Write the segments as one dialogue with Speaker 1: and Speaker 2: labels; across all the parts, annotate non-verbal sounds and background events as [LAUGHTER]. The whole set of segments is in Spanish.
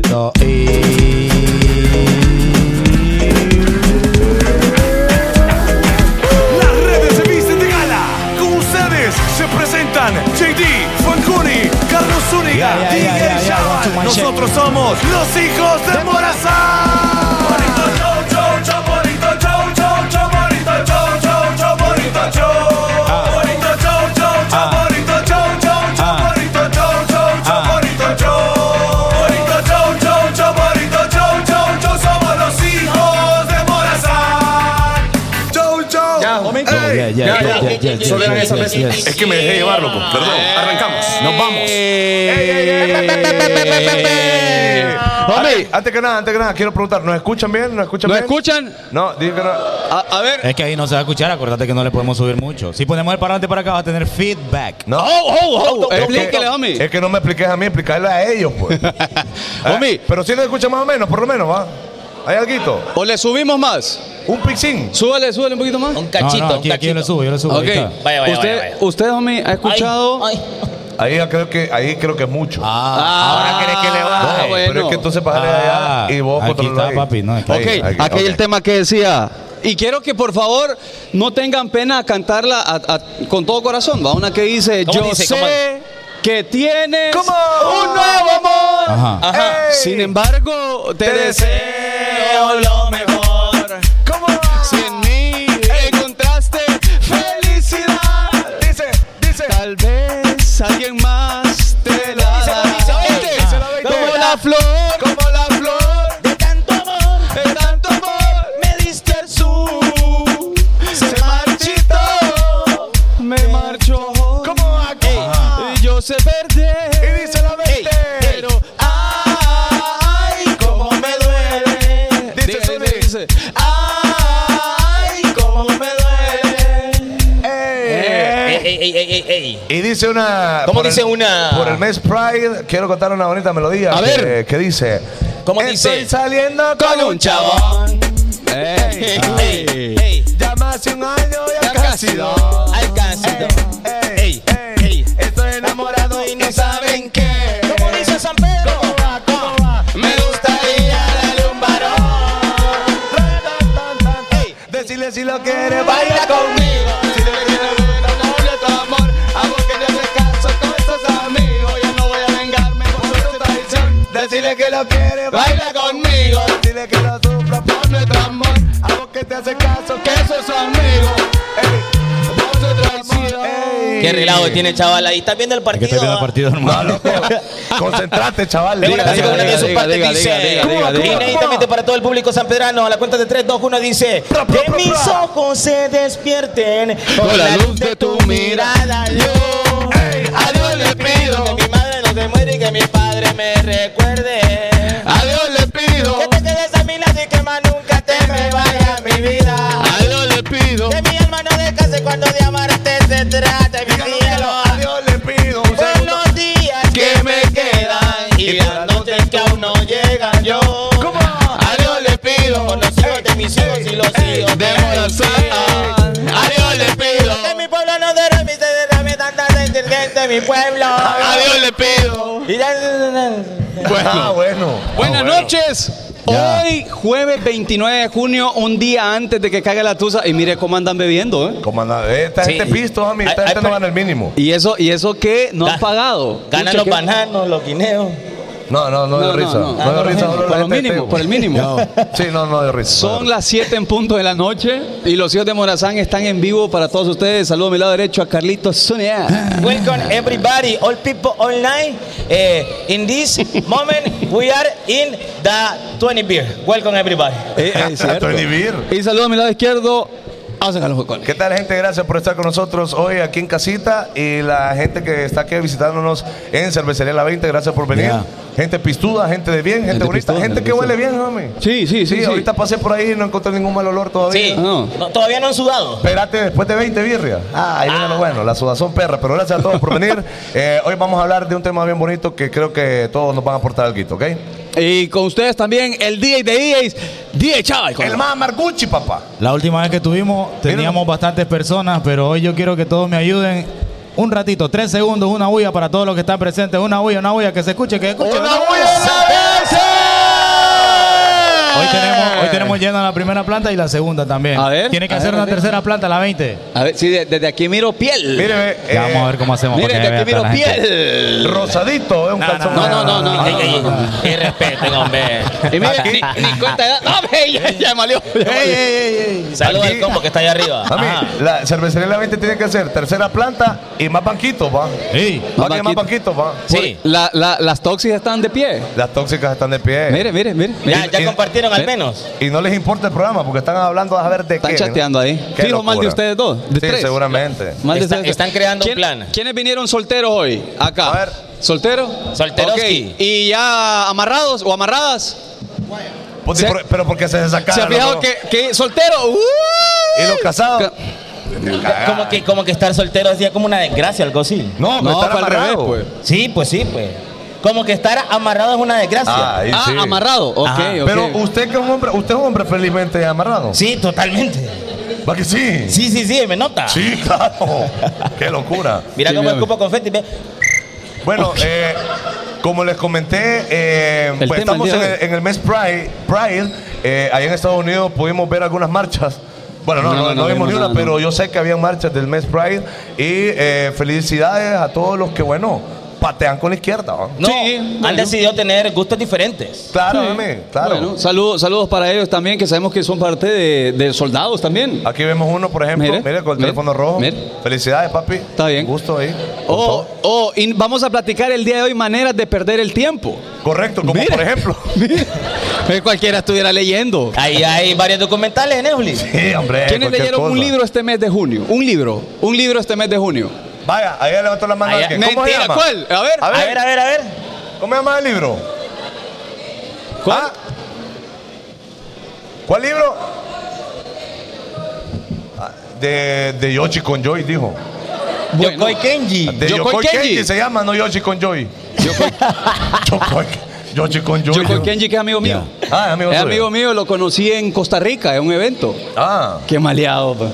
Speaker 1: Eso y...
Speaker 2: Las redes se visten de gala. Con ustedes se presentan JD, Fancuni, Carlos Zúñiga,
Speaker 1: Yeah, yeah,
Speaker 2: DJ
Speaker 1: yeah, yeah, yeah,
Speaker 2: Shaban.
Speaker 1: that's my shit.
Speaker 2: Nosotros somos los hijos de Morazán. Bonito show, show, show, bonito show, show, show, bonito show, show, show, bonito show. Bonito show, show, show, bonito show, show, show, bonito show, show, show, bonito show. Bonito show, show, show, bonito show, show, show, somos los hijos de Morazán. Show, show.
Speaker 3: momento.
Speaker 2: Ey.
Speaker 1: Oh, Yeah, yeah,
Speaker 3: Ya,
Speaker 1: yeah,
Speaker 3: ya,
Speaker 1: yeah, yeah, yeah,
Speaker 3: solo eran
Speaker 1: yeah,
Speaker 3: esa
Speaker 1: yeah,
Speaker 3: mesa.
Speaker 1: yes.
Speaker 2: Es que me dejé llevar, loco. Perdón.
Speaker 3: Eh.
Speaker 2: Arrancamos. Eh. Nos vamos.
Speaker 3: Hombre,
Speaker 2: Antes, antes que nada, antes que nada, quiero preguntar, ¿nos escuchan bien? ¿Nos escuchan
Speaker 3: ¿no
Speaker 2: bien?
Speaker 3: escuchan?
Speaker 2: No, dije que no.
Speaker 3: A, a ver.
Speaker 1: Es que ahí no se va a escuchar, acordate que no le podemos subir mucho. Si ponemos el parlante para acá va a tener feedback.
Speaker 2: No.
Speaker 3: Oh, oh, oh,
Speaker 2: Es que-
Speaker 3: explíquele, homie.
Speaker 2: Es que no me expliques a mí, explicarle a ellos, pues. Ah,
Speaker 3: Homie,
Speaker 2: Pero si nos escuchan más o menos, por lo menos, ¿va? Hay alguito.
Speaker 3: o le subimos más.
Speaker 2: Un pixín.
Speaker 3: Súbale, súbale un poquito más.
Speaker 4: Un
Speaker 1: No,
Speaker 4: cachito,
Speaker 1: no, aquí,
Speaker 4: un
Speaker 1: aquí yo le
Speaker 4: cachito.
Speaker 1: subo, yo le subo.
Speaker 3: Ok.
Speaker 1: ahí está.
Speaker 4: Vaya, vaya,
Speaker 3: usted,
Speaker 4: vaya, vaya.
Speaker 3: usted, homie, ha escuchado.
Speaker 4: Ay,
Speaker 2: Ahí ya creo que, ahí creo que es mucho.
Speaker 3: Ah,
Speaker 4: ahora querés que le baje.
Speaker 3: ah, bueno.
Speaker 2: Pero es que entonces bájale
Speaker 1: Ah,
Speaker 2: allá y vos
Speaker 1: aquí
Speaker 2: controlalo
Speaker 1: está,
Speaker 2: ahí.
Speaker 1: papi, no, aquí.
Speaker 3: Ok,
Speaker 2: Ahí, aquí,
Speaker 3: aquí hay el
Speaker 2: ok.
Speaker 3: tema que decía. Y quiero que por favor no tengan pena cantarla a- a- con todo corazón. Va una que dice,
Speaker 4: ¿Cómo
Speaker 3: yo
Speaker 4: dice?
Speaker 3: sé
Speaker 4: ¿Cómo?
Speaker 3: que tienes
Speaker 2: ¿Cómo?
Speaker 3: un nuevo amor.
Speaker 1: Ajá.
Speaker 3: Ajá.
Speaker 2: Ey.
Speaker 3: Sin embargo, te,
Speaker 2: Te
Speaker 3: deseo lo mejor.
Speaker 2: ¿Cómo?
Speaker 3: Si en mí encontraste felicidad,
Speaker 2: Dice, dice.
Speaker 3: tal vez alguien más te la
Speaker 2: Dice la
Speaker 3: dará.
Speaker 2: veinte, dice la veinte.
Speaker 3: este. Como la flor, ah, como la flor
Speaker 4: de tanto amor
Speaker 3: de tanto amor
Speaker 4: me diste el
Speaker 3: azul se marchitó, me marchó.
Speaker 2: ¿Cómo aquí?
Speaker 3: Y yo sé
Speaker 2: Y
Speaker 3: perder,
Speaker 2: dice la veinte.
Speaker 3: pero ay, cómo me duele.
Speaker 2: Dice, Zuli.
Speaker 3: ay, cómo me duele.
Speaker 2: Ey.
Speaker 3: Eh,
Speaker 4: Ey, ey, ey, ey, ey, ey.
Speaker 2: Y dice una.
Speaker 4: ¿Cómo
Speaker 2: por el-
Speaker 4: dice una?
Speaker 2: Por el mes Pride, quiero contar una bonita melodía.
Speaker 3: A
Speaker 2: que,
Speaker 3: ver.
Speaker 2: Que dice.
Speaker 4: ¿Cómo
Speaker 2: Estoy
Speaker 4: dice?
Speaker 2: saliendo con, un chabón.
Speaker 3: chabón.
Speaker 4: Ey, ey, ey.
Speaker 2: Ya más de un año ya
Speaker 3: Ya
Speaker 2: casi
Speaker 3: casi
Speaker 2: dos.
Speaker 3: dos.
Speaker 4: Alcáncito.
Speaker 2: Ey, ey,
Speaker 4: ey.
Speaker 2: Estoy enamorado y no saben qué.
Speaker 4: ¿Cómo dice San Pedro?
Speaker 2: ¿Cómo va? ¿Cómo va?
Speaker 3: Me gustaría darle un varón.
Speaker 2: Tan, tan, tan, tan. Decirle si lo quiere, baila conmigo.
Speaker 3: Si te quieres ver, enamoré tu amor. Hago que te hagas caso con estos amigos. Ya no voy a vengarme por tu traición.
Speaker 2: Decirle que lo quiere, baila.
Speaker 3: Baila conmigo,
Speaker 2: Decirle que lo sufra
Speaker 3: por
Speaker 2: por mí.
Speaker 3: nuestro amor.
Speaker 2: Hago que te hace
Speaker 3: [LAUGHS]
Speaker 2: caso.
Speaker 3: Que sos amigo, por su traición.
Speaker 4: Qué relajo tiene, chaval. Ahí estás viendo el
Speaker 1: Es que
Speaker 4: partido.
Speaker 1: estoy viendo el
Speaker 4: ah?
Speaker 3: [LAUGHS]
Speaker 1: partido,
Speaker 2: No,
Speaker 1: hermano.
Speaker 2: loco. Concentrate, chaval.
Speaker 4: Tengo una
Speaker 3: Diga,
Speaker 4: canción con una
Speaker 3: diga,
Speaker 4: de sus
Speaker 3: diga,
Speaker 4: partes
Speaker 3: diga,
Speaker 4: dice.
Speaker 3: diga, diga, diga, diga.
Speaker 4: Inéditamente para todo el público sanpedrano, a la cuenta de 3, 2, 1 dice:
Speaker 2: Pra, pra,
Speaker 4: Que
Speaker 2: pra,
Speaker 4: mis
Speaker 2: pra.
Speaker 4: ojos se despierten
Speaker 3: Con la luz de tu mirada, yo a Dios le pido,
Speaker 4: Que mi madre no se muere y que mi padre me recuerde.
Speaker 3: a Dios le pido,
Speaker 4: Que te quedes a mi lado y que más nunca te me vaya mi vida.
Speaker 3: a Dios le pido.
Speaker 4: Que mi alma no descanse cuando de amarte se trate, mi cielo.
Speaker 2: A Dios le pido un
Speaker 4: Por
Speaker 2: segundo.
Speaker 4: los días que me quedan y las noches que aún no llegan yo.
Speaker 2: ¿Cómo?
Speaker 4: A Dios le pido por los hijos de mis hijos y los hijos de
Speaker 3: Morazán. A Dios le pido.
Speaker 4: Que mi pueblo no se mi se derrame tanta gente mi pueblo.
Speaker 3: A Dios le pido.
Speaker 4: Y ya-
Speaker 2: Ah, bueno.
Speaker 3: Buenas
Speaker 2: Ah, bueno.
Speaker 3: noches.
Speaker 1: Ya.
Speaker 3: Hoy, jueves 29 de junio, un día antes de que caiga la tusa. Y mire cómo andan bebiendo, ¿eh?
Speaker 2: Como anda, esta
Speaker 4: Sí.
Speaker 2: gente pisto, mami, esta
Speaker 4: Ay, ay,
Speaker 2: gente no
Speaker 4: pero-
Speaker 2: gana el mínimo.
Speaker 3: Y eso, y eso que no
Speaker 4: Ga-
Speaker 3: han pagado.
Speaker 4: Ganan
Speaker 3: Pucha,
Speaker 4: los
Speaker 3: qué-
Speaker 4: bananos, los guineos.
Speaker 2: No, no, no,
Speaker 3: No,
Speaker 2: dio
Speaker 3: no,
Speaker 2: risa. No,
Speaker 3: no.
Speaker 2: dio
Speaker 4: Ah,
Speaker 2: risa,
Speaker 4: por
Speaker 2: solo la
Speaker 3: Por lo
Speaker 2: gente de
Speaker 3: mínimo,
Speaker 2: Tegu.
Speaker 3: por el mínimo.
Speaker 2: [LAUGHS] Sí, no, no dio risa. no
Speaker 3: Son
Speaker 2: dio
Speaker 3: las 7 en punto de la noche y los hijos de Morazán están en vivo para todos ustedes. Saludo a mi lado derecho a Carlitos Zúñiga.
Speaker 4: Welcome everybody, all people online. Eh, in this moment, we are in the 20 beer. Welcome everybody.
Speaker 2: [LAUGHS]
Speaker 3: Eh, eh, es
Speaker 2: risa.
Speaker 3: cierto.
Speaker 2: Tony Beer.
Speaker 3: Y saludo a mi lado izquierdo a sacar los jocones.
Speaker 2: ¿Qué tal gente? Gracias por estar con nosotros hoy aquí en casita y la gente que está aquí visitándonos en Cervecería La 20, gracias por venir.
Speaker 1: Ya.
Speaker 2: Gente pistuda, gente de bien, gente,
Speaker 3: Gente
Speaker 2: bonita,
Speaker 3: pistuda,
Speaker 2: gente
Speaker 3: gente
Speaker 2: que huele
Speaker 3: pistuda.
Speaker 2: bien, homie.
Speaker 3: Sí, sí, sí, sí.
Speaker 2: ahorita pasé por ahí y no encontré ningún mal olor todavía.
Speaker 4: Sí,
Speaker 3: Ah, no.
Speaker 4: No, todavía no han sudado.
Speaker 2: Espérate, después de 20 birria. Ah, ahí viene lo bueno, la sudazón perra. Pero gracias a todos por venir. Eh, hoy vamos a hablar de un tema bien bonito que creo que todos nos van a aportar algo, ¿ok?
Speaker 3: Y con ustedes también el DJ de E DJs, DJ Chaval.
Speaker 2: El más Margucci, papá.
Speaker 1: La última vez que tuvimos teníamos bastantes personas, pero hoy yo quiero que todos me ayuden. Un ratito, tres segundos, una huya para todos los que están presentes. Una huya, una huya, que se escuche, que se escuche.
Speaker 2: ¡Una bulla de la vez!
Speaker 1: Hoy tenemos, hoy tenemos llena la primera planta y la segunda también.
Speaker 3: A ver,
Speaker 1: Tiene que
Speaker 3: a
Speaker 1: hacer
Speaker 3: ver, a
Speaker 1: una
Speaker 3: ver.
Speaker 1: tercera planta, la 20.
Speaker 3: A ver, sí, de- desde aquí miro piel.
Speaker 2: Míreme, eh,
Speaker 1: Ya vamos a ver cómo hacemos.
Speaker 3: Mire,
Speaker 1: para que
Speaker 4: este
Speaker 3: desde
Speaker 1: vea
Speaker 3: aquí
Speaker 1: toda
Speaker 3: miro
Speaker 1: la gente.
Speaker 3: piel.
Speaker 2: rosadito, es un
Speaker 1: No,
Speaker 2: calzón.
Speaker 1: no,
Speaker 3: no, no, Ah, no,
Speaker 4: Ey, ey, ey, respeten, hombre.
Speaker 3: Y mire, ni, ni cuenta de edad. ¡No, ve! Ya, ya me valió. ya me valió.
Speaker 4: Saludos
Speaker 2: Aquí-
Speaker 4: al combo que está allá arriba.
Speaker 2: Mami,
Speaker 4: Ajá.
Speaker 2: la cervecería La 20 tiene que hacer tercera planta y más banquitos, va.
Speaker 1: Sí.
Speaker 2: Va a quedar más banquitos, va.
Speaker 4: Sí.
Speaker 3: La- la- las toxis están de pie.
Speaker 2: Las tóxicas están de pie.
Speaker 3: Mire, mire, mire.
Speaker 4: Ya,
Speaker 2: y-
Speaker 4: ya compartieron
Speaker 2: Eh.
Speaker 4: al menos.
Speaker 2: Y no les importa el programa porque están hablando a ver de
Speaker 3: Están
Speaker 2: qué. ¿no?
Speaker 3: chateando ahí.
Speaker 2: Qué
Speaker 3: Fijo, mal de
Speaker 2: locura.
Speaker 3: ustedes dos, de
Speaker 2: sí,
Speaker 3: tres.
Speaker 2: seguramente.
Speaker 3: Más de
Speaker 4: Está-
Speaker 3: ustedes-
Speaker 4: están creando un
Speaker 3: ¿Quién-
Speaker 4: plan.
Speaker 3: ¿Quiénes vinieron solteros hoy? Acá.
Speaker 2: A ver.
Speaker 3: ¿Solteros?
Speaker 4: Solteroski.
Speaker 3: Ok. ¿Y ya amarrados o amarradas?
Speaker 2: Puti,
Speaker 3: Se-
Speaker 2: pero, pero porque se desacaran.
Speaker 3: ¿Se ha fijado
Speaker 2: loco?
Speaker 3: que, que soltero? ¡Uh!
Speaker 2: ¿Y los casados?
Speaker 4: Como que, como que estar soltero es como una desgracia, algo así.
Speaker 2: No, pero
Speaker 3: No,
Speaker 2: están
Speaker 3: fue al revés,
Speaker 2: amarrados.
Speaker 3: pues.
Speaker 4: Sí, pues sí, pues. Como que estar amarrado es una desgracia.
Speaker 2: Ah, ahí
Speaker 3: ah,
Speaker 2: sí.
Speaker 3: amarrado. Ok,
Speaker 4: Ajá.
Speaker 3: ok.
Speaker 2: Pero usted que es un hombre, usted es un hombre felizmente amarrado.
Speaker 4: Sí, totalmente.
Speaker 2: ¿Va que sí?
Speaker 4: Sí, sí, sí, me nota.
Speaker 2: Sí,
Speaker 3: [LAUGHS]
Speaker 2: claro. qué locura.
Speaker 4: Mira
Speaker 3: Sí,
Speaker 4: cómo
Speaker 3: mira.
Speaker 4: escupo confeti. ve.
Speaker 2: Bueno, eh, como les comenté, eh,
Speaker 3: El
Speaker 2: pues
Speaker 3: tema
Speaker 2: estamos
Speaker 3: del
Speaker 2: en
Speaker 3: día de
Speaker 2: el, en el mes Pride. Pride eh, ahí en Estados Unidos pudimos ver algunas marchas. Bueno, no, no, no vimos ni una,
Speaker 3: nada,
Speaker 2: pero
Speaker 3: no.
Speaker 2: yo sé que había marchas del mes Pride. Y eh, felicidades a todos los que, bueno, patean con la izquierda. ¿va?
Speaker 4: No,
Speaker 3: Sí,
Speaker 4: han
Speaker 3: bueno.
Speaker 4: decidido tener gustos diferentes.
Speaker 2: Claro,
Speaker 3: Sí.
Speaker 2: mami, claro.
Speaker 3: Bueno, saludos, saludos para ellos también, que sabemos que son parte de, de soldados también.
Speaker 2: Aquí vemos uno, por ejemplo, mire,
Speaker 3: Mire,
Speaker 2: con el
Speaker 3: mire,
Speaker 2: teléfono rojo.
Speaker 3: mire.
Speaker 2: Felicidades, papi.
Speaker 3: Está bien.
Speaker 2: Gusto ahí.
Speaker 3: Oh, oh, y vamos a platicar el día de hoy maneras de perder el tiempo.
Speaker 2: [LAUGHS] Correcto, como
Speaker 3: Mire.
Speaker 2: por ejemplo.
Speaker 3: [LAUGHS] Que cualquiera estuviera leyendo.
Speaker 4: Ahí hay varios documentales en Netflix.
Speaker 2: Sí, hombre. Eh,
Speaker 3: ¿Quiénes
Speaker 2: cualquier
Speaker 3: leyeron un
Speaker 2: cosa.
Speaker 3: libro este mes de junio? Un libro, un libro este mes de junio.
Speaker 2: Vaya, ahí levantó la mano
Speaker 4: Allá-
Speaker 2: alguien. ¿Cómo se
Speaker 3: Mentira,
Speaker 2: llama?
Speaker 3: ¿cuál? A ver.
Speaker 2: A
Speaker 4: A
Speaker 2: ver,
Speaker 4: ver, a ver, a ver.
Speaker 2: ¿Cómo se llama el libro?
Speaker 3: ¿Cuál?
Speaker 2: Ah. ¿Cuál libro? Ah, De, de Yoshi con Joy, dijo.
Speaker 3: Ah, Bueno,
Speaker 4: Yokoi Kenji.
Speaker 2: De
Speaker 3: Yokoi
Speaker 2: Yokoi Kenji.
Speaker 3: Kenji
Speaker 2: se llama, no Yoshi con Joy. [LAUGHS] Yokoi. Yoshi con Joy.
Speaker 3: Yokoi
Speaker 2: dijo.
Speaker 3: Kenji, que es amigo mío.
Speaker 2: Ah, es amigo
Speaker 3: Es
Speaker 2: suyo.
Speaker 3: amigo mío, lo conocí en Costa Rica, en un evento.
Speaker 2: Ah,
Speaker 3: Qué maleado, pa.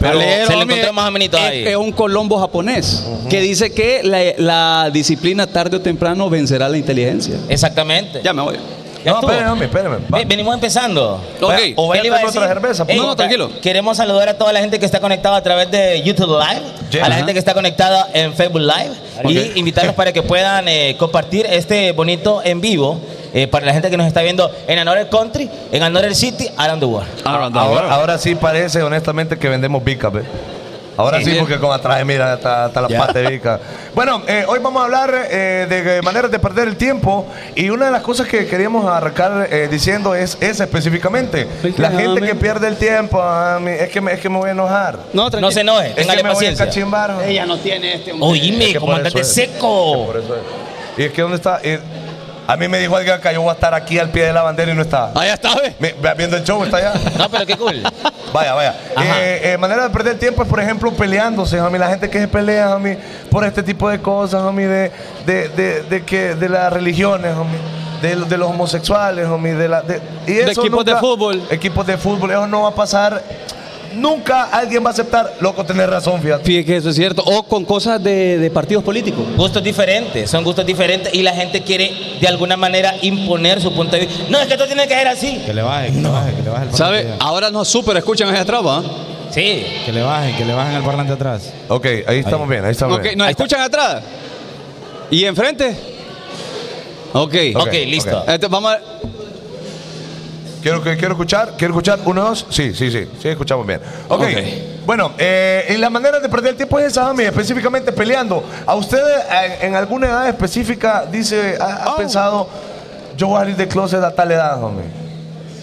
Speaker 2: Pero
Speaker 3: Maleero,
Speaker 4: se lo
Speaker 3: homie,
Speaker 4: encontré más amenito
Speaker 3: es-
Speaker 4: ahí.
Speaker 3: Es un colombo japonés que dice que la, la disciplina tarde o temprano vencerá la inteligencia.
Speaker 4: Exactamente.
Speaker 3: Ya me voy.
Speaker 4: Ya
Speaker 2: no,
Speaker 4: estuvo.
Speaker 2: espérame, hombre, espérame. Va.
Speaker 4: Ve- Venimos empezando.
Speaker 3: Ok.
Speaker 2: O vaya
Speaker 4: Él iba
Speaker 2: a otra
Speaker 4: decir,
Speaker 2: cerveza.
Speaker 4: "Ey,
Speaker 3: pues. No, no,
Speaker 4: ta-
Speaker 3: tranquilo.
Speaker 4: Queremos saludar a toda la gente que está conectada a través de YouTube Live,
Speaker 2: Yeah.
Speaker 4: a
Speaker 2: Ajá.
Speaker 4: la gente que está conectada en Facebook Live
Speaker 3: Ok.
Speaker 4: y invitarlos para que puedan eh, compartir este bonito en vivo eh, para la gente que nos está viendo en Another Country, en Another City, around the world.
Speaker 2: Ahora, ahora sí parece, honestamente, que vendemos Vica, ¿ve? Ahora sí, porque con atrás, mira, está, está la parte de Vica. Bueno, eh, hoy vamos a hablar eh, de maneras de perder el tiempo. Y una de las cosas que queríamos arrancar eh, diciendo es esa específicamente. La gente que pierde el tiempo, ah, mi- es, que me, es que me voy a enojar.
Speaker 3: No,
Speaker 4: No se
Speaker 3: tranquilo.
Speaker 4: enoje,
Speaker 2: Es que
Speaker 4: téngale
Speaker 2: me voy a
Speaker 4: paciencia.
Speaker 2: cachimbar.
Speaker 5: Ella no tiene este hombre.
Speaker 4: Oíme,
Speaker 2: Es que por eso
Speaker 4: comandante
Speaker 2: es. Es que
Speaker 4: seco.
Speaker 2: por eso es. Y es que, ¿dónde está? Eh, a mí me dijo alguien acá, yo voy a estar aquí al pie de la bandera y no está.
Speaker 4: Ah.
Speaker 3: Ahí está, ve.
Speaker 2: Mi- Viendo el show, está allá.
Speaker 4: No, pero qué cool.
Speaker 2: Vaya, vaya.
Speaker 4: Ajá.
Speaker 2: Eh, eh, manera de perder tiempo es, por ejemplo, peleándose, homie. La gente que se pelea, homie, por este tipo de cosas, homie, de, de, de, de que, de las religiones, homie. De, de los homosexuales, homie. De, la, de, y
Speaker 3: De equipos de fútbol.
Speaker 2: Equipos de fútbol. Eso no va a pasar. Nunca alguien va a aceptar. Loco, tenés razón, fíjate.
Speaker 3: Fíjate que eso es cierto. O con cosas de, de partidos políticos.
Speaker 4: Gustos diferentes, son gustos diferentes y la gente quiere de alguna manera imponer su punto de vista. No, es que esto tiene que ser así.
Speaker 1: Que le baje, que le baje, que le baje el
Speaker 3: ¿Sabe?
Speaker 1: parlante.
Speaker 3: Ahora nos super escuchan allá atrás, ¿va?
Speaker 4: Sí.
Speaker 1: Que le baje, que le bajen el parlante atrás.
Speaker 2: Ok, ahí estamos bien, ahí estamos
Speaker 3: Ok,
Speaker 2: bien.
Speaker 3: ¿Nos escuchan atrás? ¿Y enfrente? Ok.
Speaker 4: Ok,
Speaker 2: Ok,
Speaker 4: listo.
Speaker 3: Entonces, vamos a...
Speaker 2: Quiero, que- quiero escuchar, quiero escuchar. Uno, dos. Sí, sí, sí. Sí, escuchamos bien. Ok.
Speaker 3: Ok.
Speaker 2: Bueno, eh, y la manera de perder el tiempo es esa, Ami, específicamente peleando. ¿A usted eh, en, alguna edad específica dice, ha,
Speaker 3: Oh.
Speaker 2: ha pensado, yo voy a salir de closet a tal edad, homie?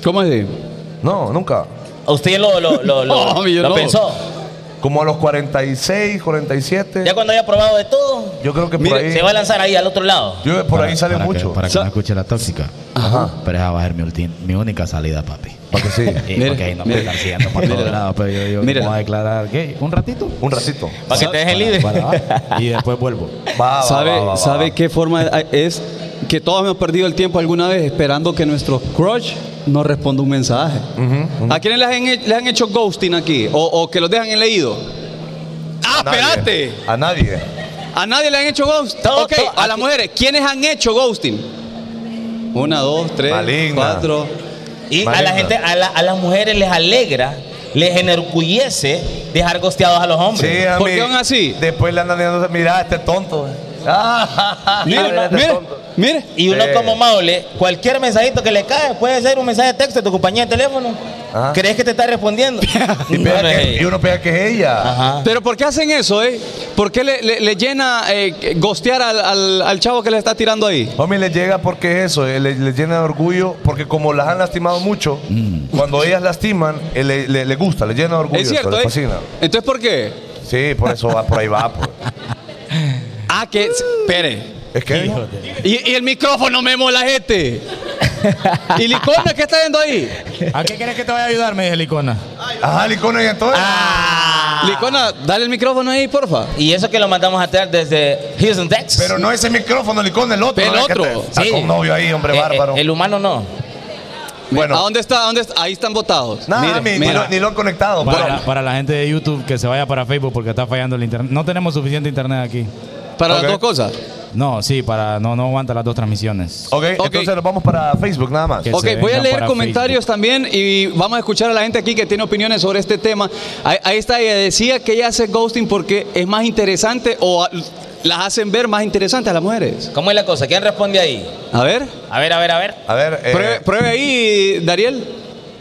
Speaker 3: ¿Cómo así?
Speaker 2: No, nunca.
Speaker 4: ¿A ¿Usted lo, lo, lo,
Speaker 3: [LAUGHS]
Speaker 4: lo-
Speaker 3: Oh, homie, yo
Speaker 4: lo
Speaker 3: no.
Speaker 4: pensó?
Speaker 2: Como a los 46, 47.
Speaker 4: Ya cuando haya probado de todo,
Speaker 2: yo creo que por
Speaker 3: Mire,
Speaker 2: ahí.
Speaker 4: se va a lanzar ahí al otro lado.
Speaker 2: Yo creo que por ahí sale
Speaker 1: para
Speaker 2: mucho.
Speaker 1: Que, para que
Speaker 3: Sa-
Speaker 1: no escuche la tóxica.
Speaker 2: Ajá.
Speaker 1: Pero esa va a ser mi, ulti- mi única salida, papi. [LAUGHS]
Speaker 2: Para que sí.
Speaker 1: Sí,
Speaker 3: Mire,
Speaker 1: porque ahí no me
Speaker 3: mire.
Speaker 1: están siguiendo por todos
Speaker 3: Mire.
Speaker 1: lados. Pero yo digo,
Speaker 3: Mire.
Speaker 1: ¿cómo va a declarar? ¿Qué? ¿Un ratito?
Speaker 2: Un ratito.
Speaker 4: Para que te dejen libre.
Speaker 1: Para-
Speaker 4: [LAUGHS]
Speaker 1: para- y después vuelvo.
Speaker 2: Va, va,
Speaker 3: ¿Sabe,
Speaker 2: va, va, va,
Speaker 3: ¿sabe
Speaker 2: va.
Speaker 3: qué forma es? Que todos hemos perdido el tiempo alguna vez esperando que nuestro crush nos responda un mensaje. ¿A quiénes les han, he- les han hecho ghosting aquí? ¿O, o que los dejan en leído? ¡Ah,
Speaker 2: A nadie,
Speaker 3: espérate!
Speaker 2: A nadie.
Speaker 3: ¿A nadie le han hecho ghosting?
Speaker 4: Todo-
Speaker 3: ok,
Speaker 4: todo-
Speaker 3: a las mujeres, ¿quiénes han hecho ghosting? Una, dos, tres,
Speaker 2: Maligna.
Speaker 3: cuatro.
Speaker 4: Y a la
Speaker 2: Marica.
Speaker 4: gente, a, la- a las mujeres les alegra, les enorgullece dejar gosteados a los hombres.
Speaker 2: Sí, a
Speaker 3: ¿Por
Speaker 2: mí-
Speaker 3: qué son así?
Speaker 2: Después le andan diciendo, mira, este tonto. [LAUGHS] Ah,
Speaker 3: Mire,
Speaker 2: este
Speaker 3: mire,
Speaker 2: tonto.
Speaker 3: mire.
Speaker 4: Y uno
Speaker 2: Sí.
Speaker 4: como maule, cualquier mensajito que le cae, puede ser un mensaje de texto de tu compañía de teléfono.
Speaker 2: Ajá.
Speaker 4: ¿Crees que te está respondiendo?
Speaker 2: Y,
Speaker 4: No,
Speaker 2: pega
Speaker 4: no es
Speaker 2: que-
Speaker 4: ella.
Speaker 2: y uno pega que es ella.
Speaker 4: Ajá.
Speaker 3: Pero ¿por qué hacen eso, eh? ¿Por qué le, le- le llena eh, gostear al, al- al chavo que le está tirando ahí?
Speaker 2: Homie, les llega porque es eso, eh, le- les, llena de orgullo, porque como las han lastimado mucho, cuando ellas lastiman, eh, le, le- le gusta, les llena de orgullo.
Speaker 3: Mm. es
Speaker 2: eso,
Speaker 3: cierto,
Speaker 2: les
Speaker 3: ¿eh?
Speaker 2: fascina.
Speaker 3: Entonces, ¿por qué?
Speaker 2: Sí, por eso va, por ahí va. pues.
Speaker 3: Ah, que. Espere.
Speaker 2: Es que.
Speaker 3: Y, y el micrófono me mola gente. ¿Y Licona qué está viendo ahí?
Speaker 1: ¿A qué crees que te vaya a ayudar? Me dije Licona.
Speaker 2: Ajá, Licona y entonces.
Speaker 3: Ah.
Speaker 2: Ah.
Speaker 3: Licona, dale el micrófono ahí, porfa.
Speaker 4: Y eso que lo mandamos a traer desde Houston, Texas.
Speaker 2: Pero no ese micrófono, Licona, el otro.
Speaker 3: El
Speaker 2: ¿no? Es que
Speaker 3: otro,
Speaker 2: te- sacó
Speaker 4: sí.
Speaker 2: un novio ahí, hombre
Speaker 4: Eh, eh,
Speaker 2: bárbaro.
Speaker 4: el humano no.
Speaker 3: ¿A
Speaker 2: bueno,
Speaker 3: dónde está? ¿A dónde está? Ahí están votados.
Speaker 2: nada,
Speaker 3: Mire,
Speaker 2: mi- ni,
Speaker 3: mira.
Speaker 2: lo, ni lo han
Speaker 4: Oh,
Speaker 2: conectado.
Speaker 1: Para,
Speaker 2: pero-
Speaker 1: la, para la gente de YouTube que se vaya para Facebook porque está fallando el internet. No tenemos suficiente internet aquí.
Speaker 3: Para
Speaker 2: Ok.
Speaker 3: las dos cosas.
Speaker 1: No, sí, para no, no aguanta las dos transmisiones.
Speaker 2: Ok,
Speaker 3: Ok.
Speaker 2: entonces nos vamos para Facebook nada más.
Speaker 1: Que
Speaker 3: Ok,
Speaker 1: se
Speaker 3: voy a
Speaker 1: vengan
Speaker 3: leer
Speaker 1: para
Speaker 3: comentarios también y vamos a escuchar a la gente aquí que tiene opiniones sobre este tema. Ahí, ahí está, ella decía que ella hace ghosting porque es más interesante o a- las hacen ver más interesantes a las mujeres.
Speaker 4: ¿Cómo es la cosa? ¿Quién responde ahí?
Speaker 3: A ver,
Speaker 4: A ver, a ver, a ver.
Speaker 2: A ver, eh,
Speaker 3: pruebe, pruebe ahí, Dariel.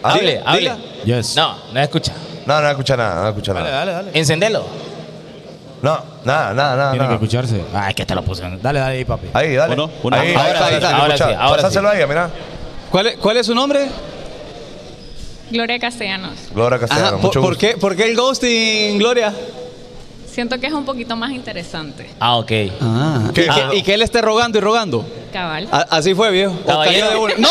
Speaker 2: ¿Ah?
Speaker 4: Hable,
Speaker 3: Diga,
Speaker 4: hable.
Speaker 3: diga.
Speaker 1: Yes.
Speaker 4: No, no escucha.
Speaker 2: no, no escucha nada, no escucha nada.
Speaker 1: dale, dale.
Speaker 4: Encendelo.
Speaker 2: No, nada, nada, nada.
Speaker 1: Tiene que
Speaker 2: nada.
Speaker 1: escucharse. Ah, es que te lo puse. Dale, dale ahí, papi.
Speaker 2: Ahí, dale.
Speaker 3: Uno, uno.
Speaker 2: Ahí,
Speaker 3: Ahora
Speaker 2: ahí está,
Speaker 3: sí,
Speaker 2: ahí está,
Speaker 4: ahora
Speaker 2: escucha.
Speaker 4: sí, ahora sí.
Speaker 2: Pasáselo a ella, mira.
Speaker 3: ¿Cuál, es- ¿Cuál es su nombre?
Speaker 6: Gloria Castellanos.
Speaker 2: Gloria Castellano,
Speaker 3: Ajá, ¿por,
Speaker 2: mucho
Speaker 3: por
Speaker 2: gusto.
Speaker 3: qué, por qué el ghosting, Gloria?
Speaker 6: Siento que es un poquito más interesante.
Speaker 4: Ah, ok.
Speaker 3: Ah,
Speaker 2: ¿Qué?
Speaker 3: Y, que, y que él esté rogando y rogando.
Speaker 6: Cabal.
Speaker 1: Ah,
Speaker 3: A- así fue, viejo. O
Speaker 4: Caballero.
Speaker 3: cayó de [LAUGHS] una- ¡No!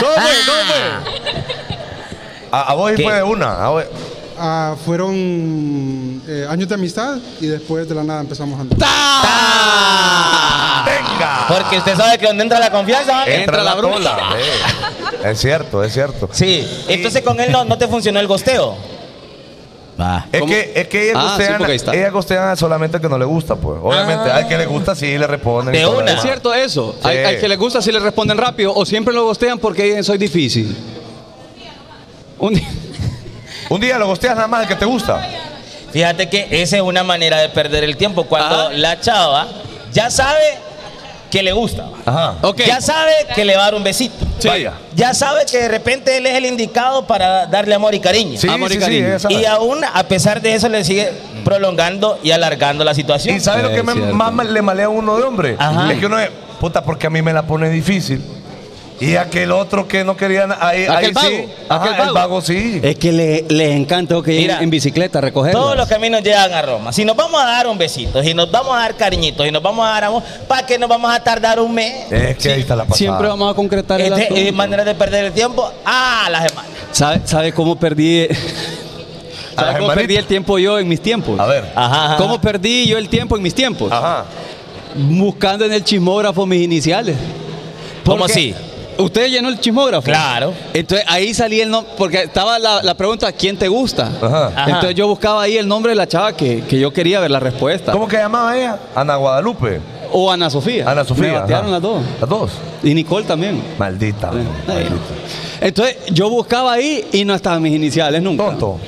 Speaker 4: ¿Cómo
Speaker 3: fue? ¿Cómo fue?
Speaker 2: Ah, A, a vos y
Speaker 4: ¿Qué?
Speaker 2: fue de una. a vos-
Speaker 7: Ah, fueron eh, años de amistad y después de la nada empezamos a andar.
Speaker 2: ¡Venga!
Speaker 4: Porque usted sabe que donde entra la confianza, ¿vale?
Speaker 3: Ah, entra la bruta.
Speaker 2: cola, eh. Es cierto, es cierto.
Speaker 4: Sí. Entonces con él no, no te funcionó el gosteo.
Speaker 1: Va.
Speaker 2: Es
Speaker 3: ¿Cómo?
Speaker 2: que, es que ella
Speaker 3: Ah, sí,
Speaker 2: costean,
Speaker 3: porque ahí está.
Speaker 2: ella costean solamente al que no le gusta, pues. Obviamente,
Speaker 4: Ah.
Speaker 2: al que le gusta sí le responden. y
Speaker 4: De
Speaker 2: todo lo
Speaker 4: una.
Speaker 3: Es
Speaker 2: demás.
Speaker 3: cierto eso.
Speaker 2: Sí.
Speaker 3: Hay, hay que les gusta si les responden rápido o siempre lo gostean porque dicen soy difícil. Un día-
Speaker 2: Un día lo costeas nada más al que te gusta.
Speaker 4: Fíjate que esa es una manera de perder el tiempo. Cuando
Speaker 3: Ah.
Speaker 4: la chava ya sabe que le gusta.
Speaker 2: Ajá.
Speaker 3: Ok.
Speaker 4: Ya sabe que le va a dar un besito.
Speaker 3: Sí.
Speaker 2: Vaya.
Speaker 4: Ya sabe que de repente él es el indicado para darle amor y cariño.
Speaker 2: Sí,
Speaker 3: Amor y
Speaker 2: sí, sí,
Speaker 3: cariño.
Speaker 2: ella sabe.
Speaker 4: Y aún a pesar de eso le sigue prolongando y alargando la situación.
Speaker 2: ¿Y sabes lo
Speaker 3: Sí,
Speaker 2: que me-
Speaker 3: es cierto.
Speaker 2: más me- le malea a uno de hombre?
Speaker 4: Ajá.
Speaker 2: Es que uno es, puta, porque a mí me la pone difícil. Y aquel otro que no quería na- ahí,
Speaker 3: Aquel
Speaker 2: ahí sí.
Speaker 3: vago,
Speaker 2: Ajá,
Speaker 3: aquel
Speaker 2: el
Speaker 3: vago. Eh,
Speaker 2: vago sí.
Speaker 3: Es que le, les encanta que
Speaker 4: Mira,
Speaker 3: bicicleta a recogerlas.
Speaker 4: Todos los caminos llegan a Roma. Si nos vamos a dar un besito, si nos vamos a dar cariñitos, si nos vamos a dar amor, ¿para qué nos vamos a tardar un mes?
Speaker 2: Es que ahí está la pasada.
Speaker 3: Siempre vamos a concretar el
Speaker 4: Este, eh,
Speaker 3: asunto.
Speaker 4: manera de perder el tiempo a la semana.
Speaker 3: ¿Sabe, sabe cómo perdí? eh? ¿Sabe
Speaker 2: las
Speaker 3: cómo
Speaker 2: hermanitas.
Speaker 3: perdí el tiempo yo en mis tiempos?
Speaker 2: A ver.
Speaker 4: Ajá. ajá.
Speaker 3: ¿Cómo perdí yo el tiempo en mis tiempos?
Speaker 2: Ajá.
Speaker 3: Buscando en el chismógrafo mis iniciales.
Speaker 4: ¿Cómo
Speaker 3: Porque-
Speaker 4: así?
Speaker 3: ¿Usted llenó el chismógrafo?
Speaker 4: Claro.
Speaker 3: Entonces ahí salí el nombre, porque estaba la, la pregunta, ¿quién te gusta?
Speaker 2: Ajá.
Speaker 4: Ajá.
Speaker 3: Entonces yo buscaba ahí el nombre de la chava que, que yo quería ver la respuesta.
Speaker 2: ¿Cómo que llamaba ella? Ana Guadalupe.
Speaker 3: O Ana Sofía.
Speaker 2: Ana Sofía.
Speaker 3: Me batearon
Speaker 2: ajá. Ah,
Speaker 3: las dos.
Speaker 2: Las dos.
Speaker 3: Y Nicole también.
Speaker 2: Maldita. maldita.
Speaker 3: Entonces yo buscaba ahí y no estaban mis iniciales nunca.
Speaker 2: Tonto.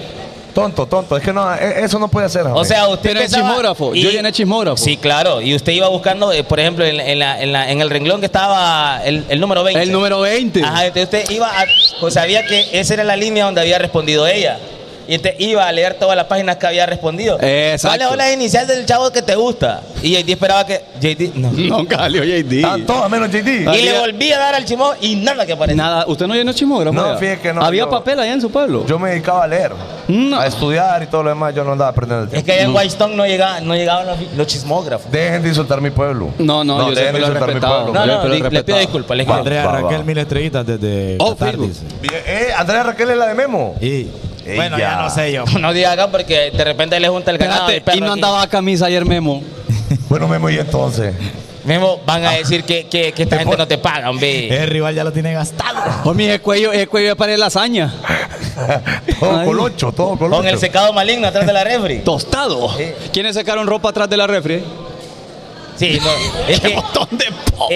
Speaker 2: Tonto, tonto. Es que no, e- eso no puede hacer.
Speaker 4: O sea, usted
Speaker 3: Pero el
Speaker 4: pensaba-
Speaker 3: chismógrafo,
Speaker 4: y-
Speaker 3: yo llené chismógrafo.
Speaker 4: Sí, claro. Y usted iba buscando, eh, por ejemplo, en, en la- en la- en el renglón que estaba el, el número 20.
Speaker 3: El número 20.
Speaker 4: Ajá, entonces usted iba a, pues sabía que esa era la línea donde había respondido ella. Y entonces iba a leer todas las páginas que había respondido.
Speaker 3: Exacto.
Speaker 4: ¿Cuáles son las iniciales del chavo que te gusta? Y JD esperaba que. JD, no.
Speaker 3: Nunca salió JD.
Speaker 2: Ah, todas menos JD.
Speaker 4: Y le
Speaker 3: Había-
Speaker 4: volví a dar al chimó y nada que aparecía.
Speaker 3: Nada, usted no llenó chismógrafo.
Speaker 2: No,
Speaker 3: oiga?
Speaker 2: fíjese que no,
Speaker 3: Había
Speaker 2: yo-
Speaker 3: papel allá en su pueblo.
Speaker 2: Yo me dedicaba a leer,
Speaker 3: No.
Speaker 2: a estudiar y todo lo demás. Yo no andaba aprendiendo el
Speaker 4: Es
Speaker 2: tiempo.
Speaker 4: que allá
Speaker 3: Mm.
Speaker 4: en Whitestone no llegaban no llegaban los, los chismógrafos. [LAUGHS]
Speaker 2: Dejen de insultar mi pueblo.
Speaker 3: No, no,
Speaker 2: dejen
Speaker 3: yo
Speaker 2: de
Speaker 3: siempre lo he
Speaker 2: insultar mi
Speaker 3: respetado.
Speaker 2: pueblo.
Speaker 3: Yo
Speaker 4: No, no,
Speaker 3: siempre lo he
Speaker 4: di- le pido
Speaker 3: respetado.
Speaker 4: disculpas. le pido
Speaker 2: Va.
Speaker 4: disculpas.
Speaker 1: Andrea
Speaker 2: Va, va.
Speaker 1: Raquel, mil estrellitas desde
Speaker 3: Oh,
Speaker 1: Qatar,
Speaker 3: Facebook.
Speaker 1: dice.
Speaker 2: Bien, Eh, Andrea Raquel es la de Memo.
Speaker 1: Y,
Speaker 2: Ella.
Speaker 1: bueno, ya no sé yo.
Speaker 4: No diga acá porque de repente le junta el ganado.
Speaker 3: Espérate,
Speaker 4: perro
Speaker 3: y no
Speaker 4: aquí.
Speaker 3: andaba camisa ayer Memo.
Speaker 2: Bueno, Memo, y
Speaker 4: [LAUGHS]
Speaker 2: entonces.
Speaker 4: Memo, van a decir que, que, que esta gente no te paga, hombre.
Speaker 1: El rival ya lo tiene gastado.
Speaker 3: Por mi Oh, cuello, ese cuello ya parece lasaña.
Speaker 2: todo
Speaker 3: Ay.
Speaker 2: colocho, todo colocho.
Speaker 4: Con el secado maligno atrás de la refri.
Speaker 3: Tostado. ¿Quiénes sacaron ropa atrás de la refri?
Speaker 4: Sí, no, es
Speaker 8: Qué
Speaker 4: que,
Speaker 8: montón de
Speaker 4: eh,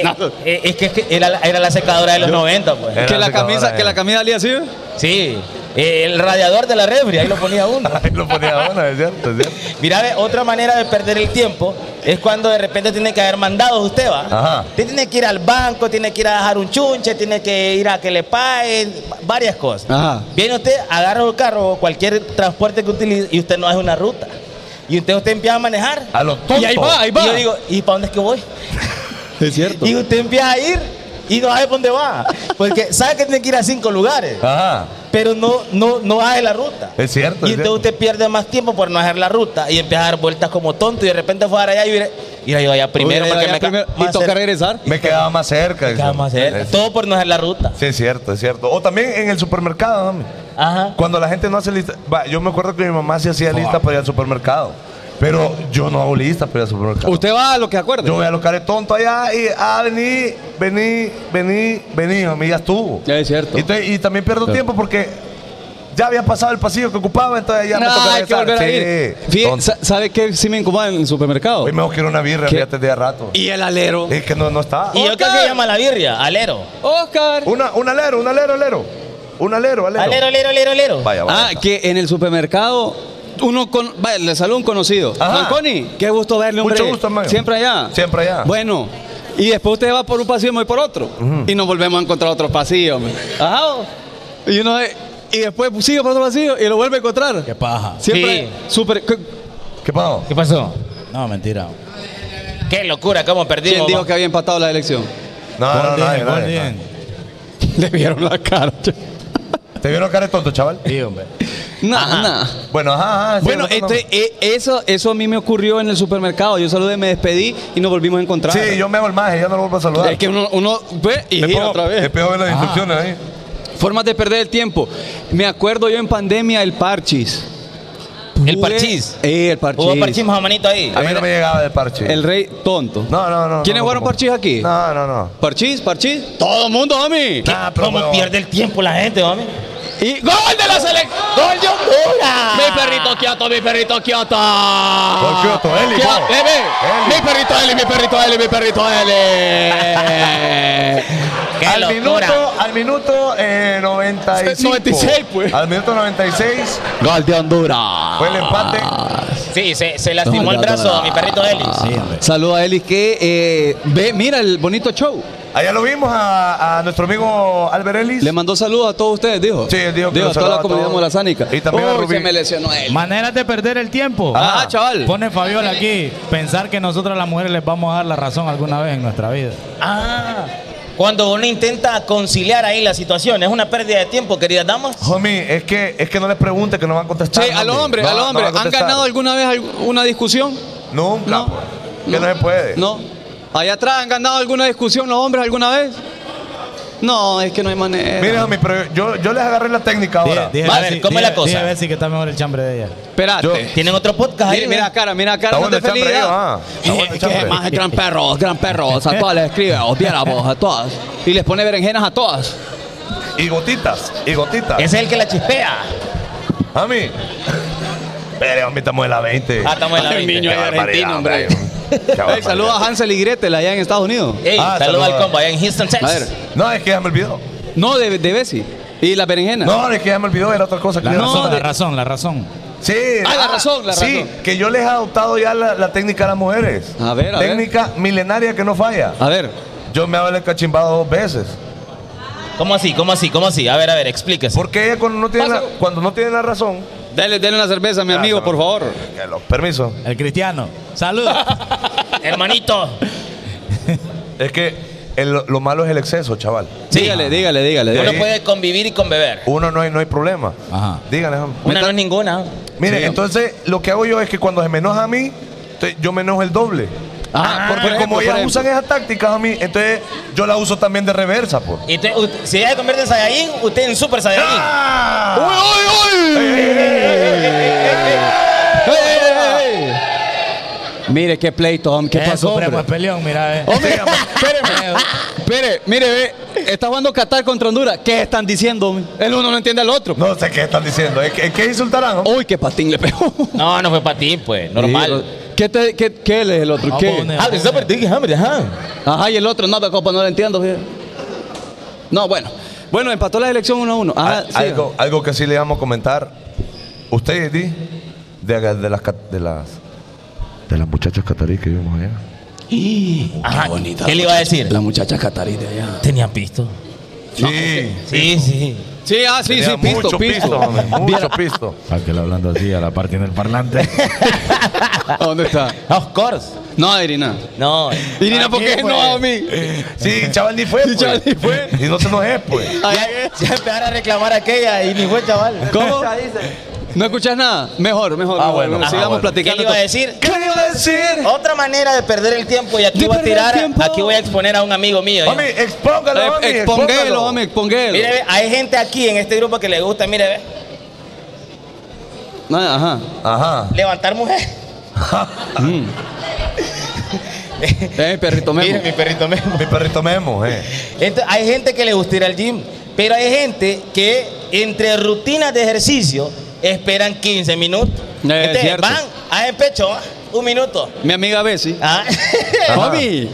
Speaker 8: pona.
Speaker 4: eh, es que, es que era, la- era la secadora de los 90, pues.
Speaker 2: Era
Speaker 3: Que la
Speaker 2: secadora,
Speaker 3: camisa,
Speaker 2: era.
Speaker 3: que la camisa salía así. ¿ve?
Speaker 4: Sí, eh, el radiador de la refri, ahí lo ponía uno.
Speaker 2: [LAUGHS] Ahí lo ponía uno, es cierto, es cierto.
Speaker 4: Mira, ve, otra manera de perder el tiempo es cuando de repente tiene que haber mandado usted, ¿va?
Speaker 2: Ajá.
Speaker 4: Usted tiene que ir al banco, tiene que ir a dejar un chunche, tiene que ir a que le paguen, varias cosas.
Speaker 3: Ajá.
Speaker 4: Viene usted, agarra un carro o cualquier transporte que utilice y usted no hace una ruta. Y usted, usted empieza a manejar.
Speaker 2: A los tontos.
Speaker 3: Y ahí va, ahí va.
Speaker 4: Y yo digo, ¿y para dónde es que voy?
Speaker 3: Es cierto.
Speaker 4: Y usted empieza a ir y no sabe para dónde va. [LAUGHS] Porque sabe que tiene que ir a cinco lugares
Speaker 2: Ajá.
Speaker 4: pero no, no, no hace la ruta.
Speaker 2: Es cierto,
Speaker 4: Y
Speaker 2: es
Speaker 4: entonces
Speaker 2: cierto.
Speaker 4: usted pierde más tiempo por no hacer la ruta y empieza a dar vueltas como tonto y de repente fue para allá y mire, mira, yo allá primero
Speaker 3: Uy,
Speaker 4: porque
Speaker 3: allá
Speaker 4: me ca-
Speaker 3: primero.
Speaker 4: más
Speaker 3: y toca
Speaker 4: cerca,
Speaker 3: regresar.
Speaker 2: Me quedaba más cerca.
Speaker 4: Este, me queda
Speaker 2: dice.
Speaker 4: más cerca.
Speaker 2: Sí,
Speaker 4: Todo por no hacer la ruta.
Speaker 2: Sí, es cierto, es cierto. O también en el supermercado, hombre.
Speaker 4: Ajá.
Speaker 2: Cuando la gente no hace lista. Va, yo me acuerdo que mi mamá sí hacía lista para ir al supermercado. Pero yo no hago lista para ir al supermercado.
Speaker 3: Usted va a lo que acuerde.
Speaker 2: Yo voy a los caras tontos allá y ah, vení, vení, vení, vení, amigas tú.
Speaker 3: Ya es cierto.
Speaker 2: Y, te- y también pierdo
Speaker 3: Claro.
Speaker 2: tiempo porque ya había pasado el pasillo que ocupaba, entonces ya me
Speaker 3: No,
Speaker 2: toca
Speaker 3: hay que
Speaker 2: regresar.
Speaker 3: volver a
Speaker 2: Sí,
Speaker 3: ir. Fíjate,
Speaker 2: tonto.
Speaker 3: sa- ¿Sabe qué sí me incomoda en el supermercado?
Speaker 2: Hoy mejor quiero una birra,
Speaker 3: ¿Qué?
Speaker 2: fíjate de a rato.
Speaker 3: Y el alero.
Speaker 2: Es que no, no está.
Speaker 4: ¿Y yo qué
Speaker 3: Oscar.
Speaker 4: se llama la birria? Alero.
Speaker 3: Oscar.
Speaker 2: Una, un alero, un alero, alero. Un alero, alero.
Speaker 4: Alero, alero, alero, alero.
Speaker 2: Vaya, vaya.
Speaker 3: Ah, que en el supermercado uno con, vaya, le saluda un conocido.
Speaker 2: Ajá.
Speaker 3: Marconi, qué gusto verle, hombre.
Speaker 2: Mucho gusto, hermano.
Speaker 3: Siempre allá.
Speaker 2: Siempre allá.
Speaker 3: Bueno, y después usted va por un pasillo y voy por otro. Y nos volvemos a encontrar otro pasillo. hombre. Ajá. Y uno de- y después sigue por otro pasillo y lo vuelve a encontrar.
Speaker 1: Qué paja.
Speaker 3: Siempre super
Speaker 2: ¿Qué pasó?
Speaker 1: ¿Qué pasó? No, mentira.
Speaker 4: Qué locura, cómo perdimos.
Speaker 3: ¿Quién dijo
Speaker 4: va?
Speaker 3: que había empatado la
Speaker 2: [LAUGHS]
Speaker 3: elección?
Speaker 2: No, no, no,
Speaker 1: Golden,
Speaker 2: nadie, nadie,
Speaker 1: Golden.
Speaker 2: nadie.
Speaker 3: Le vieron la cara.
Speaker 2: ¿Te vieron cara de tonto, chaval?
Speaker 1: Sí, hombre.
Speaker 3: Nah, nah.
Speaker 2: Bueno, ajá, ajá. sí,
Speaker 3: Bueno,
Speaker 2: no, no, no.
Speaker 3: este, eh, eso, eso a mí me ocurrió en el supermercado. Yo saludé, me despedí y nos volvimos a encontrar.
Speaker 2: Sí, yo me hago el maje, ya no lo vuelvo a saludar.
Speaker 3: Es que uno, uno ve y
Speaker 2: Me
Speaker 3: gira
Speaker 2: pongo-
Speaker 3: otra
Speaker 2: me
Speaker 3: vez.
Speaker 2: pego a ver las instrucciones ahí.
Speaker 3: Formas de perder el tiempo. Me acuerdo yo en pandemia el parchis.
Speaker 4: ¿El
Speaker 3: Jugué-
Speaker 4: parchís?
Speaker 3: Eh, el parchis.
Speaker 4: Hubo parchimos a manito ahí.
Speaker 2: A mí no me llegaba de parche.
Speaker 3: El rey tonto.
Speaker 2: No, no, no.
Speaker 3: ¿Quiénes
Speaker 2: no,
Speaker 3: jugaron
Speaker 2: no.
Speaker 3: parchís aquí?
Speaker 2: No, no, no.
Speaker 3: Parchís, parchís. Todo el mundo, homie.
Speaker 2: Nah, pero
Speaker 4: ¿Cómo
Speaker 2: huevón.
Speaker 4: pierde el tiempo la gente, mami?
Speaker 3: Y gol de la selección.
Speaker 4: ¡Gol de Honduras!
Speaker 3: Mi perrito quieto, mi perrito quieto.
Speaker 2: Gol Kioto, Eli,
Speaker 3: Kia-
Speaker 2: vamos.
Speaker 3: Eh, ve.
Speaker 2: Eli.
Speaker 3: Mi perrito Eli, mi perrito Eli, mi perrito
Speaker 2: [LAUGHS]
Speaker 3: Eli.
Speaker 4: ¡Qué
Speaker 2: Al
Speaker 4: locura!
Speaker 2: minuto, al minuto eh, 95.
Speaker 3: 96, pues.
Speaker 2: Al minuto 96
Speaker 3: Gol de Honduras.
Speaker 2: fue el empate.
Speaker 3: Ah.
Speaker 4: Sí, se, se lastimó
Speaker 3: No,
Speaker 4: el
Speaker 3: ya,
Speaker 4: brazo
Speaker 3: ya.
Speaker 4: a mi perrito Eli.
Speaker 1: Sí, hombre.
Speaker 3: Saluda a Eli que eh, ve, mira el bonito show.
Speaker 2: Allá lo vimos a, a nuestro amigo Albert Ellis.
Speaker 3: Le mandó saludos a todos ustedes, dijo.
Speaker 2: Sí, él dijo que
Speaker 3: a
Speaker 2: los
Speaker 3: toda
Speaker 2: saludaba
Speaker 3: la
Speaker 2: a
Speaker 3: comunidad
Speaker 2: todos.
Speaker 3: molazánica.
Speaker 2: Y también a
Speaker 3: Uy,
Speaker 2: Rubí. Ah,
Speaker 3: se me lesionó él.
Speaker 1: Maneras de perder el tiempo.
Speaker 3: Ajá, chaval.
Speaker 1: Pone Fabiola aquí, pensar que nosotros las mujeres les vamos a dar la razón alguna vez en nuestra vida.
Speaker 4: Ah, cuando uno intenta conciliar ahí la situación, es una pérdida de tiempo, queridas damas.
Speaker 2: Homie, es que, es que no les pregunte que no van a contestar.
Speaker 3: Che, a los
Speaker 2: homie.
Speaker 3: hombres,
Speaker 2: No,
Speaker 3: a los
Speaker 2: no
Speaker 3: hombres,
Speaker 2: van a
Speaker 3: ¿han
Speaker 2: contestar.
Speaker 3: ganado alguna vez alg- una discusión?
Speaker 2: Nunca.
Speaker 3: No,
Speaker 2: pues. Que no. se puede.
Speaker 3: No. Allá atrás, ¿han ganado alguna discusión los hombres alguna vez? No, es que no hay manera.
Speaker 2: Mira, homie, pero yo, yo les agarré la técnica ahora.
Speaker 1: Dije- dije
Speaker 4: A
Speaker 1: ver
Speaker 4: ver,
Speaker 1: si-
Speaker 4: ¿cómo es la
Speaker 1: dije-
Speaker 4: cosa?
Speaker 1: dije a ver si que está mejor el chambre de ella.
Speaker 3: Espérate.
Speaker 2: Yo-
Speaker 4: ¿Tienen otro podcast ahí?
Speaker 3: Mira, mira la
Speaker 4: ¿no?
Speaker 3: cara, mira la
Speaker 2: Está
Speaker 3: cara
Speaker 2: bueno
Speaker 3: de
Speaker 2: el chambre,
Speaker 3: felicidad.
Speaker 2: ah. Está
Speaker 3: Y-
Speaker 2: bueno el
Speaker 3: que
Speaker 2: chambre.
Speaker 3: más el gran perro, gran perro, a todas les escribe, os viera vos, a todas. Y les pone berenjenas a todas.
Speaker 2: Y gotitas, y gotitas.
Speaker 4: Ese es el que la chispea.
Speaker 2: Homie. [LAUGHS] Pero, homie, estamos en la 20.
Speaker 4: Ah, estamos en la
Speaker 3: Ay,
Speaker 4: 20.
Speaker 3: niño,
Speaker 2: Qué
Speaker 3: ahí argentino, hombre.
Speaker 2: hombre. Qué
Speaker 3: Ey, saluda a Hansel y Gretel allá en Estados Unidos.
Speaker 4: Ey,
Speaker 2: Ah,
Speaker 4: saluda
Speaker 2: saluda.
Speaker 4: al combo allá en Houston,
Speaker 3: A
Speaker 4: Texas.
Speaker 3: ver,
Speaker 2: No, es que ya me olvidó.
Speaker 3: no de, de Bessie. Y la berenjena.
Speaker 2: No, es que ya me olvidó, era otra cosa. que
Speaker 1: La
Speaker 2: iba a
Speaker 1: razón,
Speaker 2: hacer.
Speaker 1: la razón, la razón.
Speaker 2: Sí.
Speaker 3: Ah, la razón, la
Speaker 2: sí,
Speaker 3: razón.
Speaker 2: que yo les he adoptado ya la, la técnica a las mujeres.
Speaker 3: A ver, a ver.
Speaker 2: técnica milenaria que no falla.
Speaker 3: A ver,
Speaker 2: Yo me hago el cachimbado dos veces.
Speaker 4: ¿Cómo así? ¿Cómo así? ¿Cómo así? A ver, a ver, explíquese.
Speaker 2: Porque ella cuando no tiene, la,
Speaker 3: Pásalo.
Speaker 2: cuando no tiene la razón...
Speaker 3: dale, dale una cerveza, mi amigo, por favor.
Speaker 2: que lo- Permiso.
Speaker 1: El cristiano. Saludos.
Speaker 4: Hermanito.
Speaker 2: Es que el- lo malo es el exceso, chaval.
Speaker 4: Sí.
Speaker 3: Dígale, dígale, dígale.
Speaker 4: Uno
Speaker 3: dígale.
Speaker 4: puede convivir y con beber.
Speaker 2: Uno no hay, no hay problema.
Speaker 1: Ajá.
Speaker 2: Díganle, hombre.
Speaker 3: pues,
Speaker 4: Una no es ninguna.
Speaker 2: Mire,
Speaker 3: Sí.
Speaker 2: entonces lo que hago yo es que cuando se me enoja a mí, entonces, yo me enojo el doble. Ah,
Speaker 3: Ajá, Ah, por- por
Speaker 2: Porque
Speaker 3: ejemplo,
Speaker 2: como
Speaker 3: por
Speaker 2: ellas
Speaker 3: ejemplo.
Speaker 2: usan esas tácticas a mí, entonces yo la uso también de reversa, pues.
Speaker 4: Y usted- usted- si ella se convierte en Saiyajin, usted en Super Saiyajin.
Speaker 3: Ah. ¡Uy, uy, uy! ¡Ey, ey, ey, ey! Mire qué pleito, hombre, qué
Speaker 1: Eh,
Speaker 3: pasó,
Speaker 1: Supremo
Speaker 3: hombre. Oh,
Speaker 1: es peleón, mira. eh.
Speaker 3: Hombre, espéreme, espere, mire, ve, está jugando Qatar contra Honduras. ¿Qué están diciendo? hombre? El uno no entiende al otro.
Speaker 2: No
Speaker 3: Ah,
Speaker 2: sé qué están diciendo. Es que, es que insultarán. ¿no?
Speaker 3: Uy, qué patín le pegó.
Speaker 4: No, no fue para ti, pues. Normal.
Speaker 3: Sí, ¿Qué, te, qué, qué él es el otro? ¿Qué?
Speaker 1: Vamos a poner-
Speaker 4: Ah, de esa parte, hombre, ajá.
Speaker 3: Ajá, y el otro, no, pero compa, no lo entiendo. fíjate. No, bueno. Bueno, empató la elección 1-1.
Speaker 2: Al-
Speaker 3: Ajá, Ah, sí.
Speaker 2: Ah, algo, algo que sí le vamos a comentar. Ustedes, Di, de, de las ca- de las de las muchachas catarí que vimos allá.
Speaker 4: Ajá.
Speaker 3: bonita.
Speaker 4: ¿Qué le iba a decir?
Speaker 3: La muchacha catarí de allá.
Speaker 4: Tenían pisto.
Speaker 2: Sí,
Speaker 4: Sí, sí.
Speaker 3: Sí, ah, sí, sí,
Speaker 2: tenía
Speaker 3: pisto,
Speaker 2: mucho pisto,
Speaker 3: pisto.
Speaker 2: hombre, mucho pisto.
Speaker 1: Para que lo hablando así, a la parte en el [LAUGHS] parlante.
Speaker 3: ¿Dónde está?
Speaker 4: Of course.
Speaker 3: No, Irina.
Speaker 4: No.
Speaker 3: Irina, ¿por
Speaker 4: Aquí,
Speaker 3: qué
Speaker 4: pues.
Speaker 3: no a mí?
Speaker 2: Eh. Sí, chaval ni fue.
Speaker 3: Sí,
Speaker 2: pues.
Speaker 3: chaval, ni fue.
Speaker 2: Y no se nos es, pues.
Speaker 3: Ay,
Speaker 4: Ya, ya empezaron a reclamar aquella y ni fue, chaval.
Speaker 3: ¿Cómo? ¿No escuchas nada? Mejor, mejor.
Speaker 2: Ah,
Speaker 3: mejor.
Speaker 2: bueno, ah,
Speaker 3: sigamos
Speaker 2: bueno.
Speaker 4: ¿Qué le
Speaker 3: platicando. Eh,
Speaker 4: iba a decir?
Speaker 2: ¿Qué le iba a decir?
Speaker 4: Otra manera de perder el tiempo y aquí
Speaker 3: ¿De
Speaker 4: voy a
Speaker 3: perder el
Speaker 4: tirar,
Speaker 3: tiempo?
Speaker 4: aquí voy a exponer a un amigo mío. ya.
Speaker 2: Hombre, expóngalo,
Speaker 3: Eh,
Speaker 2: hombre,
Speaker 3: Expongelo,
Speaker 2: expóngalo.
Speaker 3: hombre, expongelo.
Speaker 4: Mire, ve, hay gente aquí en este grupo que le gusta, mire, ve,
Speaker 3: Ah, Ajá. Mm.
Speaker 2: Ajá.
Speaker 4: levantar mujer.
Speaker 3: Eh, perrito
Speaker 4: Mire,
Speaker 3: Memo.
Speaker 4: mi perrito Memo.
Speaker 2: Mi perrito Memo, eh.
Speaker 4: Entonces, hay gente que le gusta ir al gym, pero hay gente que entre rutinas de ejercicio esperan 15 minutos. Entonces,
Speaker 3: Eh, cierto.
Speaker 4: van a el pecho, ¿ah? un minuto.
Speaker 3: Mi amiga Bessie.
Speaker 4: ¿ah? [LAUGHS]
Speaker 3: Mami.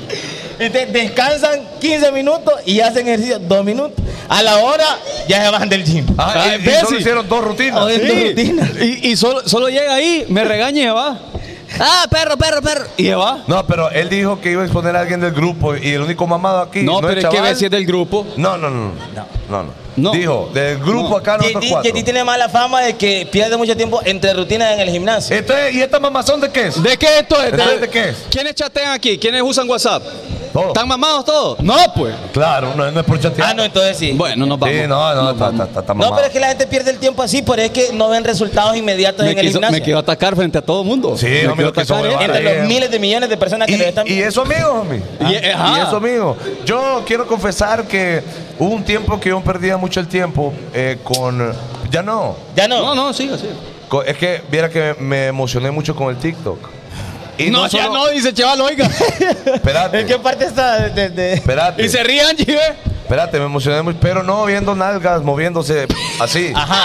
Speaker 4: Entonces, descansan 15 minutos y hacen ejercicio 2 minutos. A la hora ya se van del gym.
Speaker 2: Ah,
Speaker 3: Ah,
Speaker 2: y- y,
Speaker 3: imbécil. Oh,
Speaker 2: solo hicieron dos rutinas.
Speaker 4: Oye,
Speaker 3: Sí.
Speaker 4: rutina.
Speaker 3: Y, y solo, solo llega ahí, me regaña y se va. Ah, perro, perro, perro. Y se va.
Speaker 2: No, pero él dijo que iba a exponer a alguien del grupo y el único mamado aquí.
Speaker 3: No, pero es que
Speaker 2: chaval.
Speaker 3: Bessie es del grupo.
Speaker 2: No, no, no. No, no. no.
Speaker 3: No.
Speaker 2: Dijo, del grupo
Speaker 3: No.
Speaker 2: acá nosotros
Speaker 4: JD
Speaker 2: cuatro.
Speaker 4: JD tiene mala fama de que pierde mucho tiempo entre rutinas en el gimnasio.
Speaker 2: Entonces, ¿y esta mamazón de qué es?
Speaker 3: ¿De qué esto es?
Speaker 2: ¿Entonces de qué es?
Speaker 3: ¿Quiénes chatean aquí? ¿Quiénes usan WhatsApp?
Speaker 2: Todo.
Speaker 3: ¿Están mamados todos? No, pues.
Speaker 2: Claro, no, no es por chatear.
Speaker 4: Ah, no, entonces sí.
Speaker 3: Bueno, nos vamos.
Speaker 2: Sí, no, no,
Speaker 3: Nos
Speaker 2: está,
Speaker 3: vamos.
Speaker 2: está, está, está
Speaker 4: No,
Speaker 2: mamado.
Speaker 4: pero es que la gente pierde el tiempo así, pero es que no ven resultados inmediatos
Speaker 3: me
Speaker 4: en el
Speaker 3: quiso,
Speaker 4: gimnasio.
Speaker 3: me quiso atacar frente a todo el mundo.
Speaker 2: Sí,
Speaker 3: me
Speaker 2: hombre, lo quiso
Speaker 3: atacar,
Speaker 2: huevar.
Speaker 3: ¿eh?
Speaker 4: Entre
Speaker 2: Vale.
Speaker 4: los miles de millones de personas Ah, que nos están
Speaker 2: Y, y eso, amigo, homie.
Speaker 3: Y- ajá.
Speaker 2: Y eso, amigo. Yo quiero confesar que hubo un tiempo que yo perdía mucho el tiempo eh, con. Ya no.
Speaker 4: Ya no.
Speaker 3: No, no, siga, siga.
Speaker 2: Co- Es que, viera que me emocioné mucho con el TikTok. Y
Speaker 3: no, ya
Speaker 2: solo-
Speaker 3: no, dice
Speaker 2: [LAUGHS]
Speaker 3: chaval, oiga.
Speaker 2: Espérate.
Speaker 4: ¿En qué parte está? De, de-
Speaker 2: Espérate.
Speaker 3: y se rían, Angie, ¿ve?
Speaker 2: Espérate, me emocioné mucho. Pero no viendo nalgas moviéndose así.
Speaker 3: Ah.
Speaker 4: Ajá.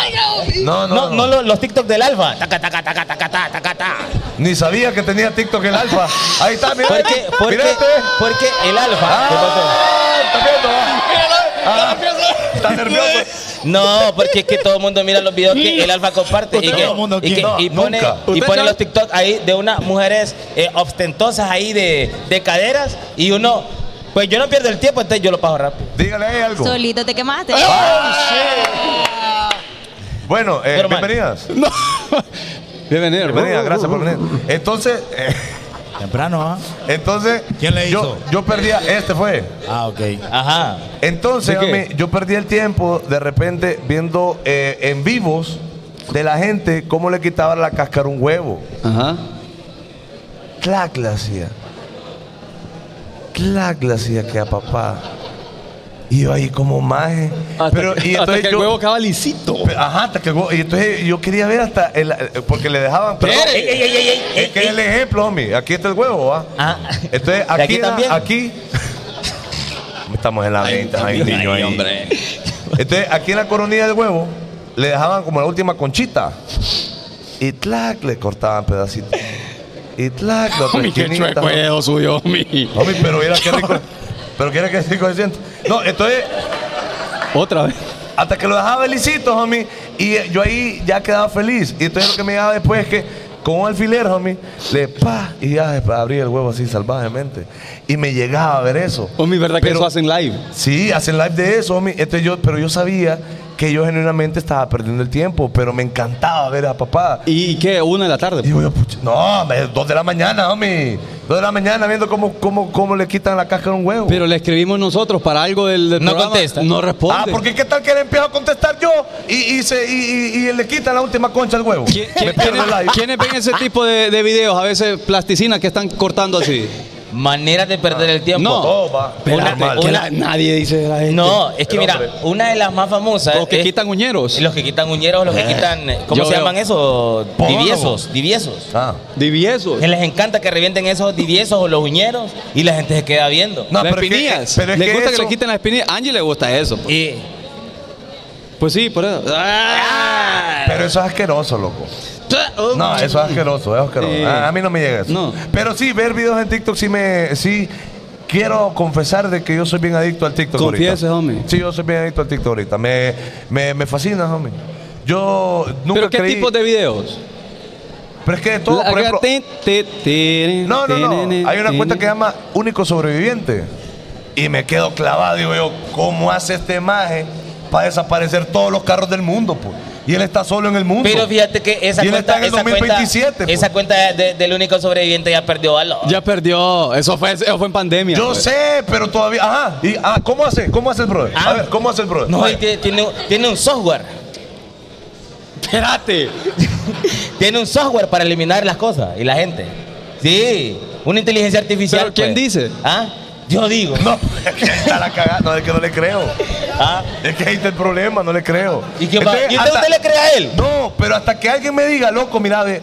Speaker 2: No,
Speaker 4: No,
Speaker 2: no.
Speaker 4: no los, los TikTok del Alfa. Taca, taca, taca, taca, taca, taca, taca.
Speaker 2: Ni sabía que tenía TikTok el alfa. Ahí está, mira. este.
Speaker 4: Porque, porque,
Speaker 2: Mírate.
Speaker 4: porque el Alfa.
Speaker 3: Ah,
Speaker 2: Ah, está viendo, ah. Ah, Está nervioso.
Speaker 4: No, porque es que todo el mundo mira los videos que el Alfa comparte y,
Speaker 1: Usted
Speaker 4: que-
Speaker 1: todo el mundo
Speaker 4: y, que-
Speaker 1: quiere.
Speaker 4: y
Speaker 2: No,
Speaker 4: pone,
Speaker 2: nunca.
Speaker 4: y
Speaker 3: Usted
Speaker 4: pone
Speaker 3: sabe-
Speaker 4: los TikTok ahí de unas mujeres eh, ostentosas ahí de, de caderas y uno, pues yo no pierdo el tiempo, entonces yo lo pago rápido.
Speaker 2: Dígale ahí algo.
Speaker 8: Solito te quemaste.
Speaker 1: Ah.
Speaker 2: Bueno, eh,
Speaker 4: Pero, man.
Speaker 2: bienvenidas.
Speaker 3: No. Bienvenido.
Speaker 2: Bienvenidas, gracias por venir. Entonces, eh,
Speaker 1: Temprano, ¿ah?
Speaker 2: entonces.
Speaker 1: ¿Quién le
Speaker 2: yo-
Speaker 1: hizo?
Speaker 2: Yo perdía, este fue.
Speaker 1: Ah, ok.
Speaker 4: Ajá.
Speaker 2: Entonces,
Speaker 3: ¿De qué?
Speaker 2: homie, yo perdí el tiempo de repente viendo eh, en vivos de la gente cómo le quitaban la cáscara a un huevo.
Speaker 3: Ajá.
Speaker 2: Clac la hacía. Clac la hacía que a papá. Y yo ahí como maje.
Speaker 3: Hasta
Speaker 2: Pero,
Speaker 3: que,
Speaker 2: y
Speaker 3: hasta
Speaker 2: entonces
Speaker 3: que el
Speaker 2: yo-
Speaker 3: huevo acaba lisito.
Speaker 2: Pe- Ajá, hasta que el huevo- Y entonces yo quería ver hasta. El, eh, porque le dejaban. pero-
Speaker 3: Espere.
Speaker 4: Ey, ey, ey, ey, ey,
Speaker 2: es que
Speaker 3: eh,
Speaker 4: ey.
Speaker 2: es el ejemplo, homie. Aquí está el huevo, ¿va?
Speaker 4: Ah.
Speaker 2: Entonces
Speaker 4: ¿Y
Speaker 2: aquí.
Speaker 4: aquí
Speaker 2: era-
Speaker 4: también?
Speaker 2: aquí- Estamos en la venta, hay un niño ahí. Entonces, aquí en la coronilla del huevo, le dejaban como la última conchita. Y tlac, le cortaban pedacitos. Y tlac, la otra
Speaker 3: Homie, Oh, qué
Speaker 2: esquinita.
Speaker 3: chueco es eso suyo, mi.
Speaker 2: Homie, pero mira qué rico. pero quiere que rico se siente. No, entonces,
Speaker 3: Otra vez.
Speaker 2: hasta que lo dejaba lisito, homie. Y eh, yo ahí ya quedaba feliz. Y entonces lo que me llegaba después es que con un alfiler, homie, le pa, y ya eh, abría el huevo así salvajemente. Y me llegaba a ver eso.
Speaker 3: Homie, Oh, ¿verdad que
Speaker 2: Pero-
Speaker 3: eso hacen live?
Speaker 2: Sí, hacen live de eso, homie. Entonces yo, pero yo sabía que yo genuinamente estaba perdiendo el tiempo, pero me encantaba ver a papá.
Speaker 3: ¿Y qué? Una de la tarde.
Speaker 2: Y yo, pucha, no, hombre, dos de la mañana, homie. Dos de la mañana viendo cómo, cómo, cómo le quitan la casca a un huevo.
Speaker 3: Pero le escribimos nosotros para algo del, del
Speaker 4: No
Speaker 3: programa.
Speaker 4: contesta.
Speaker 3: No responde.
Speaker 2: ah, porque qué tal que le empiezo a contestar yo y, y, se, y, y- y le quitan la última concha al huevo.
Speaker 3: ¿Qui- qui-
Speaker 2: Me pierdo el
Speaker 3: ¿quiénes,
Speaker 2: live.
Speaker 3: quiénes ven ese tipo de, de videos? A veces plasticina que están cortando así.
Speaker 4: Maneras de perder el tiempo.
Speaker 3: No.
Speaker 2: Todo va.
Speaker 3: Una-
Speaker 2: normal.
Speaker 3: que la- nadie dice la gente.
Speaker 4: No, es que
Speaker 2: El
Speaker 4: mira,
Speaker 2: hombre.
Speaker 4: una de las más famosas.
Speaker 3: Los que
Speaker 4: es-
Speaker 3: quitan uñeros.
Speaker 4: Los que quitan uñeros, los que quitan. eh, ¿Cómo
Speaker 3: Yo
Speaker 4: se
Speaker 3: veo.
Speaker 4: llaman esos?
Speaker 2: Podólogos.
Speaker 4: Diviesos. Diviesos.
Speaker 2: Ah.
Speaker 3: Diviesos.
Speaker 4: Que les encanta que revienten esos diviesos o los uñeros y la gente se queda viendo.
Speaker 2: No,
Speaker 3: las
Speaker 2: pero es que-
Speaker 3: espinillas.
Speaker 2: pero es
Speaker 3: le
Speaker 2: que
Speaker 3: gusta
Speaker 2: eso-
Speaker 3: que le quiten las espinillas. A Angie le gusta eso. pues.
Speaker 4: Y
Speaker 3: Pues sí, por eso. Ah.
Speaker 2: Pero eso es asqueroso, loco. No, eso es asqueroso, es asqueroso.
Speaker 3: Sí.
Speaker 2: A, a mí no me llega eso.
Speaker 3: No.
Speaker 2: Pero sí, ver videos en TikTok sí me. Sí, quiero confesar de que yo soy bien adicto al TikTok
Speaker 3: Confiese,
Speaker 2: ahorita.
Speaker 3: homie.
Speaker 2: Sí, yo soy bien adicto al TikTok ahorita. Me, me, me fascina, homie. Yo nunca
Speaker 3: ¿Pero qué
Speaker 2: creí-
Speaker 3: tipo de videos?
Speaker 2: Pero es que de todo,
Speaker 3: La-
Speaker 2: por ejemplo.
Speaker 3: tin, tin, tin,
Speaker 2: No, no,
Speaker 3: tin,
Speaker 2: no. Hay una
Speaker 3: tin,
Speaker 2: cuenta que
Speaker 3: tin.
Speaker 2: se llama Único Sobreviviente. Y me quedo clavado. Digo yo, ¿cómo hace este maje para desaparecer todos los carros del mundo? Pues? Y él está solo en el mundo.
Speaker 4: Pero fíjate que esa
Speaker 2: Y él
Speaker 4: cuenta,
Speaker 2: está en el
Speaker 4: esa
Speaker 2: 2027,
Speaker 4: cuenta,
Speaker 2: po.
Speaker 4: esa cuenta de- del único sobreviviente ya perdió valor.
Speaker 3: Ya perdió. Eso fue, eso fue en pandemia.
Speaker 2: Yo
Speaker 3: pues.
Speaker 2: sé, pero todavía. Ajá. Y, ah, ¿Cómo hace? ¿Cómo hace el brother?
Speaker 4: Ah.
Speaker 2: A ver, ¿cómo hace el brother?
Speaker 4: No,
Speaker 2: Vaya.
Speaker 4: y tiene, tiene un- tiene un software.
Speaker 3: Espérate.
Speaker 4: Tiene un software para eliminar las cosas y la gente. Sí, una inteligencia artificial.
Speaker 3: ¿Pero quién
Speaker 4: pues.
Speaker 3: dice?
Speaker 4: ¿Ah? Yo digo.
Speaker 2: No, [LAUGHS] es que está la cagada. No, es que no le creo.
Speaker 4: ¿Ah?
Speaker 2: Es que ahí está el problema, no le creo.
Speaker 4: ¿Y qué va?
Speaker 2: Entonces,
Speaker 4: ¿Y usted,
Speaker 2: hasta-
Speaker 4: usted le cree a él?
Speaker 2: No, pero hasta que alguien me diga, loco, mira, ve,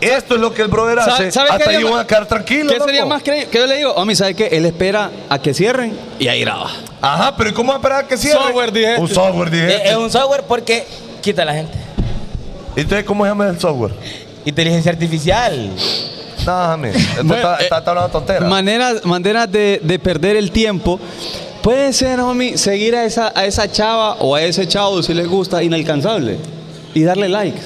Speaker 2: esto es lo que el brother
Speaker 3: ¿Sabe-
Speaker 2: hace.
Speaker 3: sabe qué
Speaker 2: hasta
Speaker 3: haría
Speaker 2: yo
Speaker 3: más-
Speaker 2: voy a quedar tranquilo.
Speaker 3: ¿Qué sería
Speaker 2: loco.
Speaker 3: más creíble? ¿Qué yo le digo? Homie, ¿sabes qué? Él espera a que cierren y ahí graba.
Speaker 2: Ajá, pero ¿y cómo va a esperar que cierre?
Speaker 3: Software dije. Eh,
Speaker 2: Un software
Speaker 4: Es,
Speaker 2: dije.
Speaker 4: Eh, es un software porque quita a la gente.
Speaker 2: Entonces, ¿cómo se llama el software?
Speaker 4: Inteligencia artificial.
Speaker 2: No, jame. Esto
Speaker 3: [LAUGHS] Bueno,
Speaker 2: está,
Speaker 3: eh,
Speaker 2: está- está hablando tontera.
Speaker 3: Maneras, maneras de, de perder el tiempo. Puede ser, homie, seguir a esa, a esa chava o a ese chavo, si les gusta, inalcanzable. Y darle like.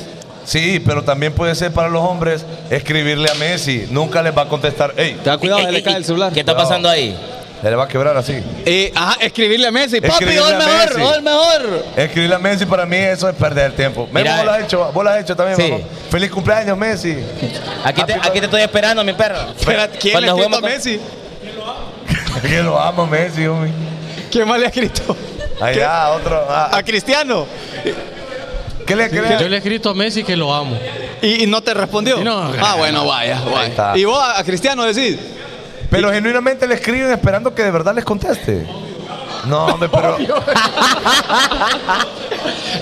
Speaker 2: Sí, pero también puede ser para los hombres escribirle a Messi. Nunca les va a contestar. Ey,
Speaker 3: Te da
Speaker 8: Eh,
Speaker 3: cuidado,
Speaker 4: Ey,
Speaker 3: se le
Speaker 4: ey,
Speaker 3: cae
Speaker 4: ey,
Speaker 3: el celular.
Speaker 4: ¿Qué está
Speaker 2: Cuidado.
Speaker 4: pasando ahí?
Speaker 2: se le va a quebrar así.
Speaker 3: Eh, ajá, escribirle a Messi. Papi,
Speaker 2: Escribirle
Speaker 3: o el
Speaker 2: a
Speaker 3: mejor,
Speaker 2: Messi.
Speaker 3: o el mejor.
Speaker 2: Escribirle a Messi para mí eso es perder tiempo. Memo,
Speaker 4: Mira,
Speaker 2: vos lo has hecho, vos lo has hecho también,
Speaker 4: sí.
Speaker 2: mamá. Feliz cumpleaños, Messi.
Speaker 4: Aquí te, aquí te estoy esperando, mi perro. [LAUGHS]
Speaker 3: Espérate,
Speaker 8: Pues
Speaker 3: ¿quién
Speaker 4: Cuando
Speaker 3: le
Speaker 4: juguemos
Speaker 3: ha escrito a
Speaker 4: con-
Speaker 3: Messi?
Speaker 2: que lo amo, Messi, homie.
Speaker 3: ¿Quién más le ha escrito?
Speaker 2: Allá, otro. ah,
Speaker 3: A Cristiano.
Speaker 2: ¿Qué le crees?
Speaker 8: Yo le he escrito a Messi que lo amo.
Speaker 3: Y, y no te respondió.
Speaker 8: Y no.
Speaker 3: ah, bueno, vaya,
Speaker 2: está.
Speaker 3: vaya. Y vos a, a Cristiano decís.
Speaker 2: Pero genuinamente le escriben esperando que de verdad les conteste. No, hombre, pero.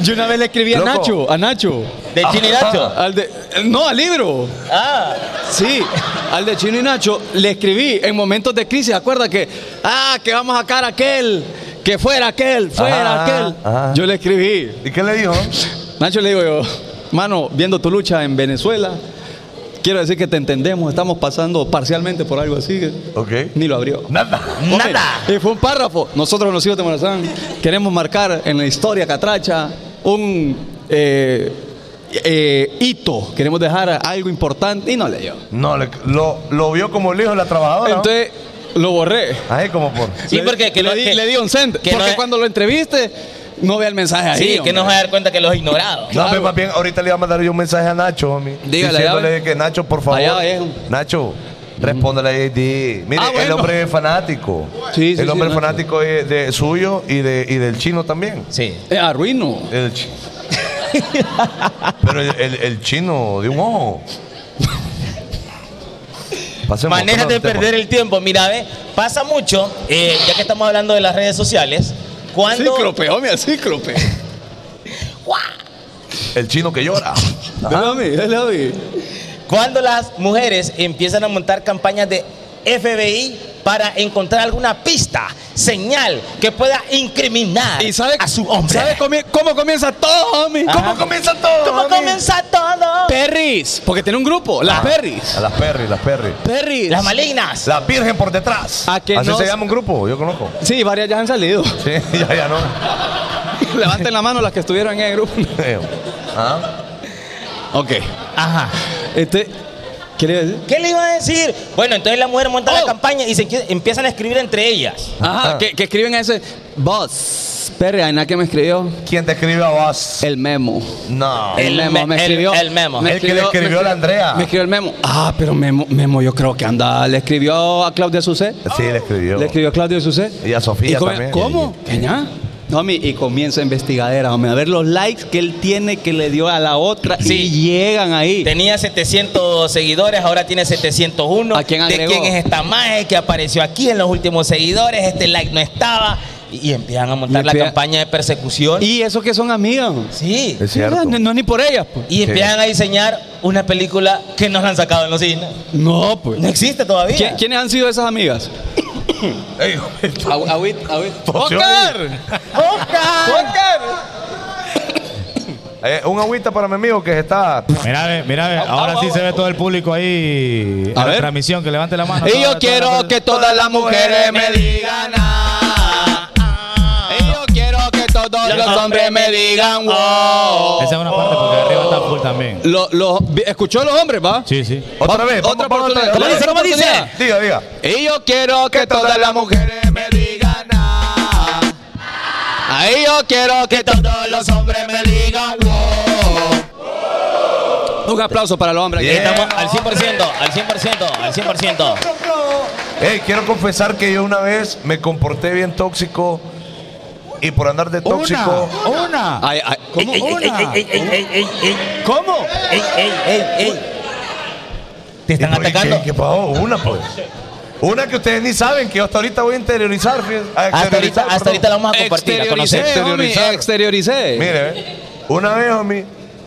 Speaker 3: Yo una vez le escribí a
Speaker 2: Loco.
Speaker 3: Nacho, a Nacho.
Speaker 4: De Chino y Nacho.
Speaker 3: Al de, no, al libro.
Speaker 4: Ah,
Speaker 3: Sí, al de Chino y Nacho le escribí en momentos de crisis. Acuerda que, ah, que vamos a sacar a aquel, que fuera aquel, fuera
Speaker 2: Ajá,
Speaker 3: aquel.
Speaker 2: ajá.
Speaker 3: Yo le escribí.
Speaker 2: ¿Y qué le dijo?
Speaker 3: Nacho le digo yo, mano, viendo tu lucha en Venezuela, quiero decir que te entendemos, estamos pasando parcialmente por algo así.
Speaker 2: Ok.
Speaker 3: Ni lo abrió.
Speaker 2: Nada.
Speaker 3: Hombre,
Speaker 4: Nada.
Speaker 3: Y fue un párrafo. Nosotros los hijos de Morazán queremos marcar en la historia catracha un eh, eh, hito. Queremos dejar algo importante y no leyó.
Speaker 2: No, le- lo, lo vio como el hijo de la trabajadora. ¿no?
Speaker 3: Entonces lo borré.
Speaker 2: Ahí como por.
Speaker 4: sí,
Speaker 3: Le-
Speaker 4: porque que
Speaker 3: le,
Speaker 4: no-
Speaker 3: di,
Speaker 4: que-
Speaker 3: le di un send.
Speaker 4: que
Speaker 3: Porque
Speaker 4: no es-
Speaker 3: cuando lo entreviste, no vea el mensaje ahí.
Speaker 4: sí, que
Speaker 3: hombre.
Speaker 4: no se va a dar cuenta que los he ignorado.
Speaker 2: No,
Speaker 3: Claro.
Speaker 2: pero más bien, ahorita le iba a mandar yo un mensaje a Nacho, homie.
Speaker 3: Dígale,
Speaker 2: diciéndole
Speaker 3: allá ve.
Speaker 2: que Nacho, por favor.
Speaker 3: Allá ve.
Speaker 2: Nacho, respóndale ahí. di. Mire,
Speaker 3: Ah,
Speaker 2: el
Speaker 3: bueno.
Speaker 2: hombre es fanático.
Speaker 3: Sí, sí,
Speaker 2: El
Speaker 3: sí,
Speaker 2: hombre es
Speaker 3: Nacho.
Speaker 2: fanático de, de suyo y, de, y del chino también.
Speaker 4: Sí.
Speaker 3: Eh, arruino.
Speaker 2: El
Speaker 3: [LAUGHS]
Speaker 2: chi- Pero el, el- el chino de un ojo. Pasemos,
Speaker 4: Maneras
Speaker 2: pasemos
Speaker 4: de
Speaker 2: al tema.
Speaker 4: perder el tiempo. Mira, ve, pasa mucho, eh, ya que estamos hablando de las redes sociales, cuando...
Speaker 3: Cíclope, homie, al cíclope.
Speaker 2: El chino que llora.
Speaker 3: Dale, homie, dale, homie.
Speaker 4: Cuando las mujeres empiezan a montar campañas de FBI para encontrar alguna pista, señal que pueda incriminar
Speaker 3: ¿Y sabe,
Speaker 4: a su hombre.
Speaker 3: ¿sabe comi- cómo comienza todo, homie?
Speaker 4: Ajá.
Speaker 2: ¿Cómo comienza todo?
Speaker 4: ¿Cómo
Speaker 2: mami?
Speaker 4: comienza todo?
Speaker 3: Perris, porque tiene un grupo, las
Speaker 4: Ah.
Speaker 3: Perris.
Speaker 2: A las perris, las perris.
Speaker 3: Perris.
Speaker 4: Las malignas.
Speaker 2: La virgen por detrás.
Speaker 3: ¿A que
Speaker 2: Así
Speaker 3: no
Speaker 2: se
Speaker 3: se-
Speaker 2: llama un grupo, yo conozco.
Speaker 3: Sí, varias ya han salido. [LAUGHS]
Speaker 2: Sí, [LAUGHS] ya, ya no.
Speaker 3: Levanten la mano las que estuvieron en el grupo.
Speaker 2: Ah,
Speaker 3: ok.
Speaker 4: Ajá.
Speaker 3: Este, ¿Quería decir?
Speaker 4: ¿Qué le iba a decir? Bueno, entonces la mujer monta la
Speaker 3: Oh.
Speaker 4: campaña y se enqui- empiezan a escribir entre ellas.
Speaker 2: Ah.
Speaker 3: Ajá, que, que escriben a ese. Boss, Perry, ¿a que me escribió?
Speaker 2: ¿Quién te escribe a vos?
Speaker 3: El memo.
Speaker 2: No.
Speaker 4: El me- el- el memo.
Speaker 2: El que le escribió a la Andrea.
Speaker 3: Me escribió el memo. Ah, pero memo, memo, yo creo que anda. Le escribió a Claudia Susé.
Speaker 2: Sí, le escribió.
Speaker 3: Le escribió a Claudio Susé.
Speaker 2: Y a Sofía
Speaker 3: come-
Speaker 2: también.
Speaker 3: ¿Cómo? ¿Qué ya? No, mi, y comienza investigadera, hombre, a ver los likes que él tiene que le dio a la otra
Speaker 4: Sí.
Speaker 3: y llegan ahí.
Speaker 4: Tenía 700 seguidores, ahora tiene 701.
Speaker 3: ¿A quién
Speaker 4: ¿De
Speaker 3: agregó?
Speaker 4: quién es esta magia que apareció aquí en los últimos seguidores? Este like no estaba. Y, y empiezan a montar
Speaker 3: Y
Speaker 4: la
Speaker 3: empieza-
Speaker 4: campaña de persecución.
Speaker 3: Y eso que son amigas. hombre.
Speaker 4: sí.
Speaker 2: Es cierto.
Speaker 3: No, no es ni por ellas, pues.
Speaker 4: Y empiezan a diseñar una película que no la han sacado en los cines.
Speaker 3: No, pues.
Speaker 4: No existe todavía.
Speaker 3: ¿Qui- ¿Quiénes han sido esas [COUGHS] amigas?
Speaker 2: Ey,
Speaker 3: Awit, Awit.
Speaker 2: Pues, sí,
Speaker 3: ¡Oscar!
Speaker 4: ¡Oscar!
Speaker 2: Eh, un agüita para mi amigo que se está.
Speaker 1: Mira, ve, mira, ve, ahora sí se ve todo el público ahí
Speaker 3: A
Speaker 1: en la
Speaker 3: ver.
Speaker 1: transmisión, que levante la mano.
Speaker 3: Y
Speaker 1: Toda-
Speaker 3: yo
Speaker 1: toda-
Speaker 3: quiero
Speaker 1: toda-
Speaker 3: que todas las mujeres me digan ah. Y yo quiero que todos los hombres me digan wow.
Speaker 1: Esa es una parte porque arriba está full también.
Speaker 3: Lo- lo- ¿Escuchó los hombres, va?
Speaker 1: Sí, sí.
Speaker 2: Otra vez.
Speaker 3: Otra
Speaker 2: vamos- vamos otra
Speaker 3: oportunidad.
Speaker 2: vez.
Speaker 3: ¿Cómo dice? ¿Cómo dice?
Speaker 2: Diga, diga.
Speaker 3: Y yo quiero que todas las mujeres me digan ah. Ahí yo quiero que todos los hombres me digan oh. wow. Un aplauso para los hombres.
Speaker 4: Ahí
Speaker 2: Bien.
Speaker 4: Estamos al 100%, al 100%, al 100%.
Speaker 2: Hey, quiero confesar que yo una vez me comporté bien tóxico y por andar de tóxico.
Speaker 1: Una.
Speaker 3: Ay, ay, Eh,
Speaker 1: ¿Cómo? Una.
Speaker 3: ¿Cómo?
Speaker 4: Ey, ey, ey, ey. Te están
Speaker 2: ¿Y por qué?
Speaker 4: atacando.
Speaker 2: ¿Qué pasó? Una, pues. Una que ustedes ni saben, que yo hasta ahorita voy a interiorizar. fíjense. A
Speaker 4: Hasta
Speaker 2: exteriorizar,
Speaker 4: ahorita, hasta ahorita la
Speaker 2: perdón.
Speaker 4: vamos a compartir, a conocer.
Speaker 3: Exterioricé, homie,
Speaker 2: Exteriorizar.
Speaker 3: exterioricé.
Speaker 2: Mire, ve. una vez, homie,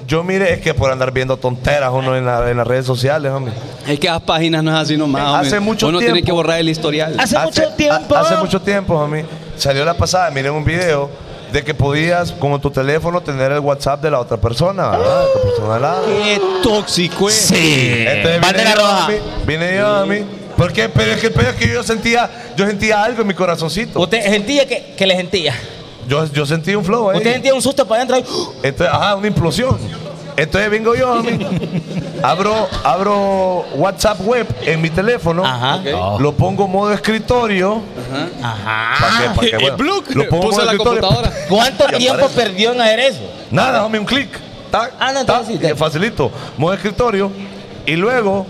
Speaker 2: yo mire, es que por andar viendo tonteras uno en, la- en las redes sociales, homie.
Speaker 3: Es que las páginas no es así nomás.
Speaker 2: Hace
Speaker 3: hombre.
Speaker 2: mucho
Speaker 3: Uno tiene
Speaker 2: tiempo.
Speaker 3: que borrar el historial.
Speaker 4: Hace mucho tiempo.
Speaker 2: a- hace mucho tiempo, homie. Salió la pasada, miren un video de que podías, con tu teléfono, tener el WhatsApp de la otra persona, ¿verdad? De tu persona al lado.
Speaker 3: Qué tóxico eh. es.
Speaker 4: Sí.
Speaker 2: Entonces
Speaker 4: Eh, Bandera
Speaker 2: yo
Speaker 4: roja.
Speaker 2: a mí, vine yo a mí. ¿Por qué? Pero es que el pedo es que yo sentía, yo sentía algo en mi corazoncito.
Speaker 4: Usted sentía que, que le sentía.
Speaker 2: Yo, yo sentí un flow ahí.
Speaker 4: Usted sentía un susto para adentro. y-
Speaker 2: Entonces, ajá, una implosión. Entonces vengo yo a mí. Abro, abro WhatsApp web en mi teléfono.
Speaker 4: Ajá.
Speaker 3: Ok.
Speaker 2: Lo pongo modo escritorio. ¿Para qué?
Speaker 4: Ajá. [LAUGHS]
Speaker 2: ¿Para qué? Bueno, lo pongo
Speaker 3: Puso
Speaker 2: modo
Speaker 3: la
Speaker 2: escritorio. [LAUGHS]
Speaker 3: computadora.
Speaker 4: ¿Cuánto
Speaker 2: Y
Speaker 4: tiempo
Speaker 2: aparece.
Speaker 4: perdió en hacer eso?
Speaker 2: Nada, dame un clic. Tac,
Speaker 4: Ah, no,
Speaker 2: tac,
Speaker 4: entonces sí,
Speaker 2: y
Speaker 4: te-
Speaker 2: facilito. Modo escritorio. Y luego,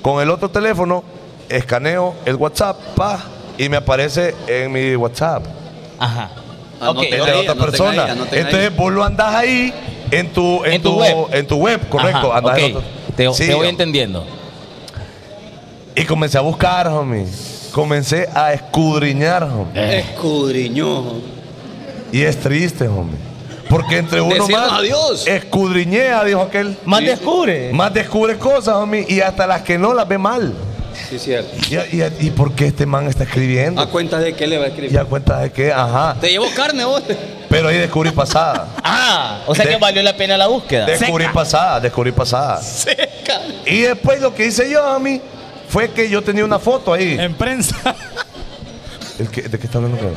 Speaker 2: con el otro teléfono, escaneo el WhatsApp, pa, y me aparece en mi WhatsApp.
Speaker 4: Ajá.
Speaker 3: Ah,
Speaker 4: ok,
Speaker 3: no
Speaker 2: El
Speaker 3: te-
Speaker 4: ok.
Speaker 2: de
Speaker 3: ahí,
Speaker 2: otra
Speaker 3: anoten
Speaker 2: persona.
Speaker 3: ahí, anoten ahí.
Speaker 2: Entonces vos lo andás ahí en tu, en
Speaker 4: En tu
Speaker 2: tu-
Speaker 4: web.
Speaker 2: en tu web, correcto.
Speaker 4: Ajá,
Speaker 2: andás en
Speaker 4: ok.
Speaker 2: otro-
Speaker 4: Te,
Speaker 2: Sí,
Speaker 4: te voy
Speaker 2: hombre.
Speaker 4: entendiendo.
Speaker 2: Y comencé a buscar, homie. Comencé a escudriñar, homie.
Speaker 3: Escudriñó.
Speaker 2: Y es triste, homie. Porque entre uno
Speaker 3: Decimos
Speaker 2: más
Speaker 3: adiós.
Speaker 2: escudriñea, dijo aquel.
Speaker 4: Más
Speaker 3: Sí.
Speaker 4: descubre.
Speaker 2: Más descubre cosas, homie, y hasta las que no las ve mal.
Speaker 3: Sí, cierto.
Speaker 2: ¿Y, y, y por qué este man está escribiendo?
Speaker 4: Ah,
Speaker 3: ¿A cuenta de qué le va a
Speaker 2: ¿Y
Speaker 3: escribir?
Speaker 2: a cuenta de qué? Ajá.
Speaker 3: Te llevó carne vos.
Speaker 2: Pero ahí descubrí pasada.
Speaker 4: Ah, o sea
Speaker 2: De-
Speaker 4: que valió la pena la búsqueda.
Speaker 2: Descubrí pasada, descubrí pasada. Y después lo que hice yo, homie, fue que yo tenía una foto ahí.
Speaker 1: En prensa.
Speaker 2: ¿El qué- ¿De qué está hablando? cabrón?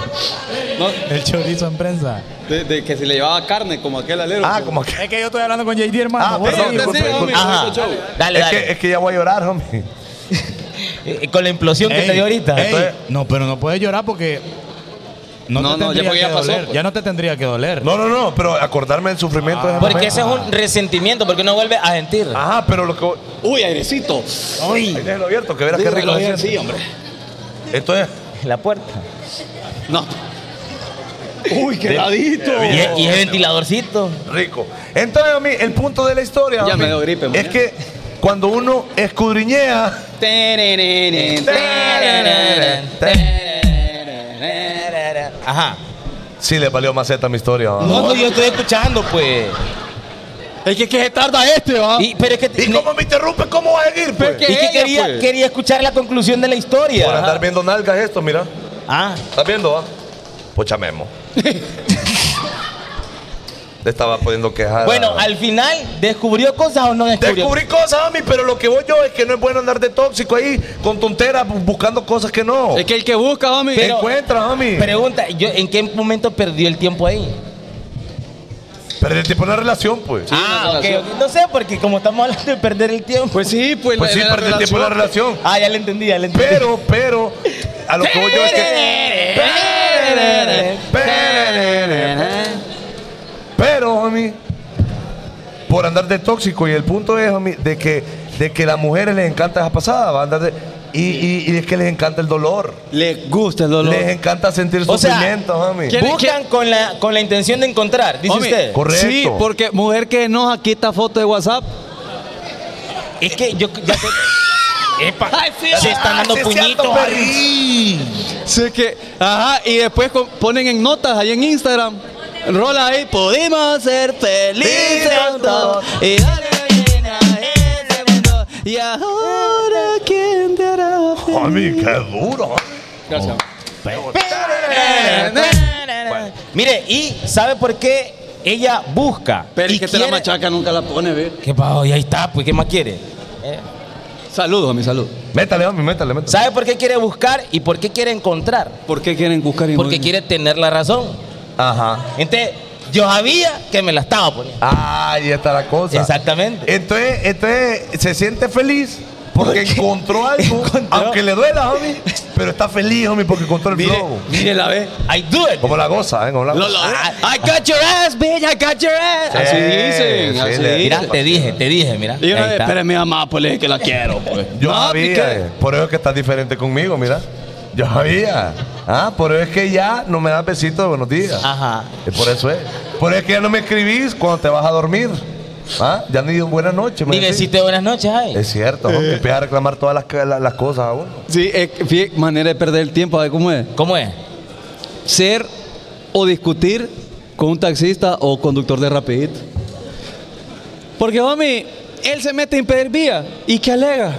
Speaker 3: No,
Speaker 1: [LAUGHS] El chorizo en prensa.
Speaker 3: de, de que si le llevaba carne, como aquel alero.
Speaker 2: Ah, como que.
Speaker 1: Es que yo estoy hablando con JD, hermano.
Speaker 2: Ah,
Speaker 1: Vos
Speaker 2: perdón,
Speaker 1: seguí,
Speaker 2: disculpe,
Speaker 1: disculpe.
Speaker 3: homie.
Speaker 4: Ajá.
Speaker 3: Show.
Speaker 4: Dale,
Speaker 2: Es
Speaker 4: dale.
Speaker 2: que, es que ya voy a llorar, homie.
Speaker 4: Eh, Con la implosión que
Speaker 1: Ey,
Speaker 4: te dio ahorita.
Speaker 1: ey,
Speaker 2: Entonces-
Speaker 1: no, pero no puedes llorar porque.
Speaker 3: No, no, ya
Speaker 1: tendría
Speaker 3: porque ya
Speaker 1: que
Speaker 3: pasó,
Speaker 1: doler.
Speaker 3: pues.
Speaker 1: Ya no te tendría que doler.
Speaker 2: No, no, no, pero acordarme del sufrimiento de ese
Speaker 4: Porque
Speaker 2: momento.
Speaker 4: ese es un resentimiento, porque uno vuelve a sentir.
Speaker 2: Ajá, pero lo que.
Speaker 3: Uy, airecito.
Speaker 2: Ahí
Speaker 4: Uy,
Speaker 2: déjelo abierto, que verás qué rico.
Speaker 3: Dígalo
Speaker 2: se
Speaker 3: bien,
Speaker 2: siente.
Speaker 3: sí, hombre.
Speaker 2: Entonces,
Speaker 4: la puerta.
Speaker 3: No. Uy, qué ladito.
Speaker 4: Y, e- y el ventiladorcito.
Speaker 2: rico. Entonces, homie, el punto de la historia.
Speaker 3: Ya
Speaker 2: homie,
Speaker 3: me dio gripe,
Speaker 2: Es
Speaker 3: mañana.
Speaker 2: que cuando uno escudriñea.
Speaker 4: Ajá.
Speaker 2: Sí, le valió maceta mi historia. ¿va?
Speaker 4: No, no, yo estoy escuchando, pues.
Speaker 3: Es que, que se tarda este, va.
Speaker 4: Y- pero es que,
Speaker 2: Ah. ¿Y cómo me interrumpe? ¿Cómo vas a seguir, pues?
Speaker 4: y que
Speaker 3: ella,
Speaker 4: quería,
Speaker 3: pues.
Speaker 4: quería escuchar la conclusión de la historia.
Speaker 2: Por andar
Speaker 4: Ajá.
Speaker 2: viendo nalgas esto, mira.
Speaker 4: Ah,
Speaker 2: ¿Estás viendo, va? Pocha memo. le estaba poniendo quejas.
Speaker 4: bueno, al final, ¿descubrió cosas o no descubrió?
Speaker 2: Descubrí cosas, mí, pero lo que voy yo es que no es bueno andar de tóxico ahí con tonteras bu- buscando cosas que no.
Speaker 3: Es que el que busca, homie. eh,
Speaker 4: Pero-
Speaker 2: Encuentra, homie.
Speaker 4: Pregunta, ¿yo ¿en qué momento perdió el tiempo ahí?
Speaker 2: Pero el tipo de una relación, pues.
Speaker 4: ah,
Speaker 3: una
Speaker 4: ok,
Speaker 3: relación.
Speaker 4: ok. No sé, porque como estamos hablando de perder el tiempo.
Speaker 3: Pues sí, pues.
Speaker 2: pues sí, perdí el tiempo de la relación.
Speaker 4: Ah, ya le entendí, ya le entendí.
Speaker 2: Pero, pero, a lo que voy yo es que. Pero, homie, por andar de tóxico, y el punto es, homie, de que, de que a las mujeres les encanta esa pasada, va a andar de. Y, y, y es que les encanta el dolor.
Speaker 3: Les gusta el dolor.
Speaker 2: Les encanta sentir
Speaker 4: O sea,
Speaker 2: sufrimiento, homie.
Speaker 3: ¿quién-
Speaker 4: Buscan con la, con la intención de encontrar, dice
Speaker 3: Homie,
Speaker 4: usted.
Speaker 2: Correcto.
Speaker 3: Sí, porque mujer que enoja quita foto de WhatsApp.
Speaker 4: Es que [LAUGHS] yo ya te- Epa, se están dando
Speaker 2: Ay, sí es cierto,
Speaker 4: puñitos.
Speaker 3: Sé que, ajá, y después co- ponen en notas ahí en Instagram. Rola ahí, pudimos ser felices todos. Y dale bien a ese mundo. Y ahora, ¿quién te hará Oh. feliz?
Speaker 2: Homie, qué duro.
Speaker 3: Gracias. Eh,
Speaker 4: Mire, y ¿sabe por qué ella busca.
Speaker 3: Pero
Speaker 4: y
Speaker 3: es que te la
Speaker 4: quiere-
Speaker 3: machaca nunca la pone, ve.
Speaker 4: ¿Qué pasó? Y ahí está, pues, ¿qué más quiere?
Speaker 3: Saludos a mi salud.
Speaker 2: Métale, homie, métale, métale.
Speaker 4: ¿Sabe por qué quiere buscar y por qué quiere encontrar?
Speaker 3: ¿Por qué quieren buscar y
Speaker 4: Porque quiere tener la razón.
Speaker 2: Ajá.
Speaker 4: Entonces, yo sabía que me la estaba poniendo.
Speaker 2: Ah, ahí está la cosa.
Speaker 4: Exactamente.
Speaker 2: Entonces, entonces se siente feliz porque
Speaker 4: Porque
Speaker 2: encontró algo,
Speaker 4: [LAUGHS] encontró-
Speaker 2: aunque le duela, homie, pero está feliz, homie, porque encontró el
Speaker 3: Mire,
Speaker 2: flow.
Speaker 3: mire la ve.
Speaker 4: I do it.
Speaker 2: Como la goza, ¿eh? Como la
Speaker 3: Lo-
Speaker 2: goza.
Speaker 3: lo-
Speaker 4: I got your ass, bitch. I got your ass.
Speaker 2: Sí,
Speaker 3: así dicen,
Speaker 2: sí, le-
Speaker 3: así dicen.
Speaker 4: Mira, te dije, te dije, mira.
Speaker 3: Y una
Speaker 4: Ahí
Speaker 3: vez,
Speaker 4: está.
Speaker 3: espérame, mamá, pues le dije que la quiero, pues.
Speaker 2: Yo
Speaker 3: No, ¿y
Speaker 2: sabía,
Speaker 3: qué?
Speaker 2: eh. por eso es que estás diferente conmigo, mira. Yo sabía. Ah, por eso es que ya no me das besitos de buenos días.
Speaker 4: Ajá.
Speaker 2: Eh, Por eso es. Por eso es que ya no me escribís cuando te vas a dormir. Ah, ya ni un buenas noches. me
Speaker 4: Ni
Speaker 2: decís.
Speaker 4: decirte buenas noches, ay.
Speaker 2: Es cierto, ¿no? que empieza a reclamar todas las, ca- la- las cosas ah, a uno.
Speaker 3: Sí, es que, fíjate, manera de perder el tiempo, ¿sabes cómo es?
Speaker 4: ¿Cómo es?
Speaker 3: Ser o discutir con un taxista o conductor de Rapid. Porque, homie, él se mete a impedir vía y que alega.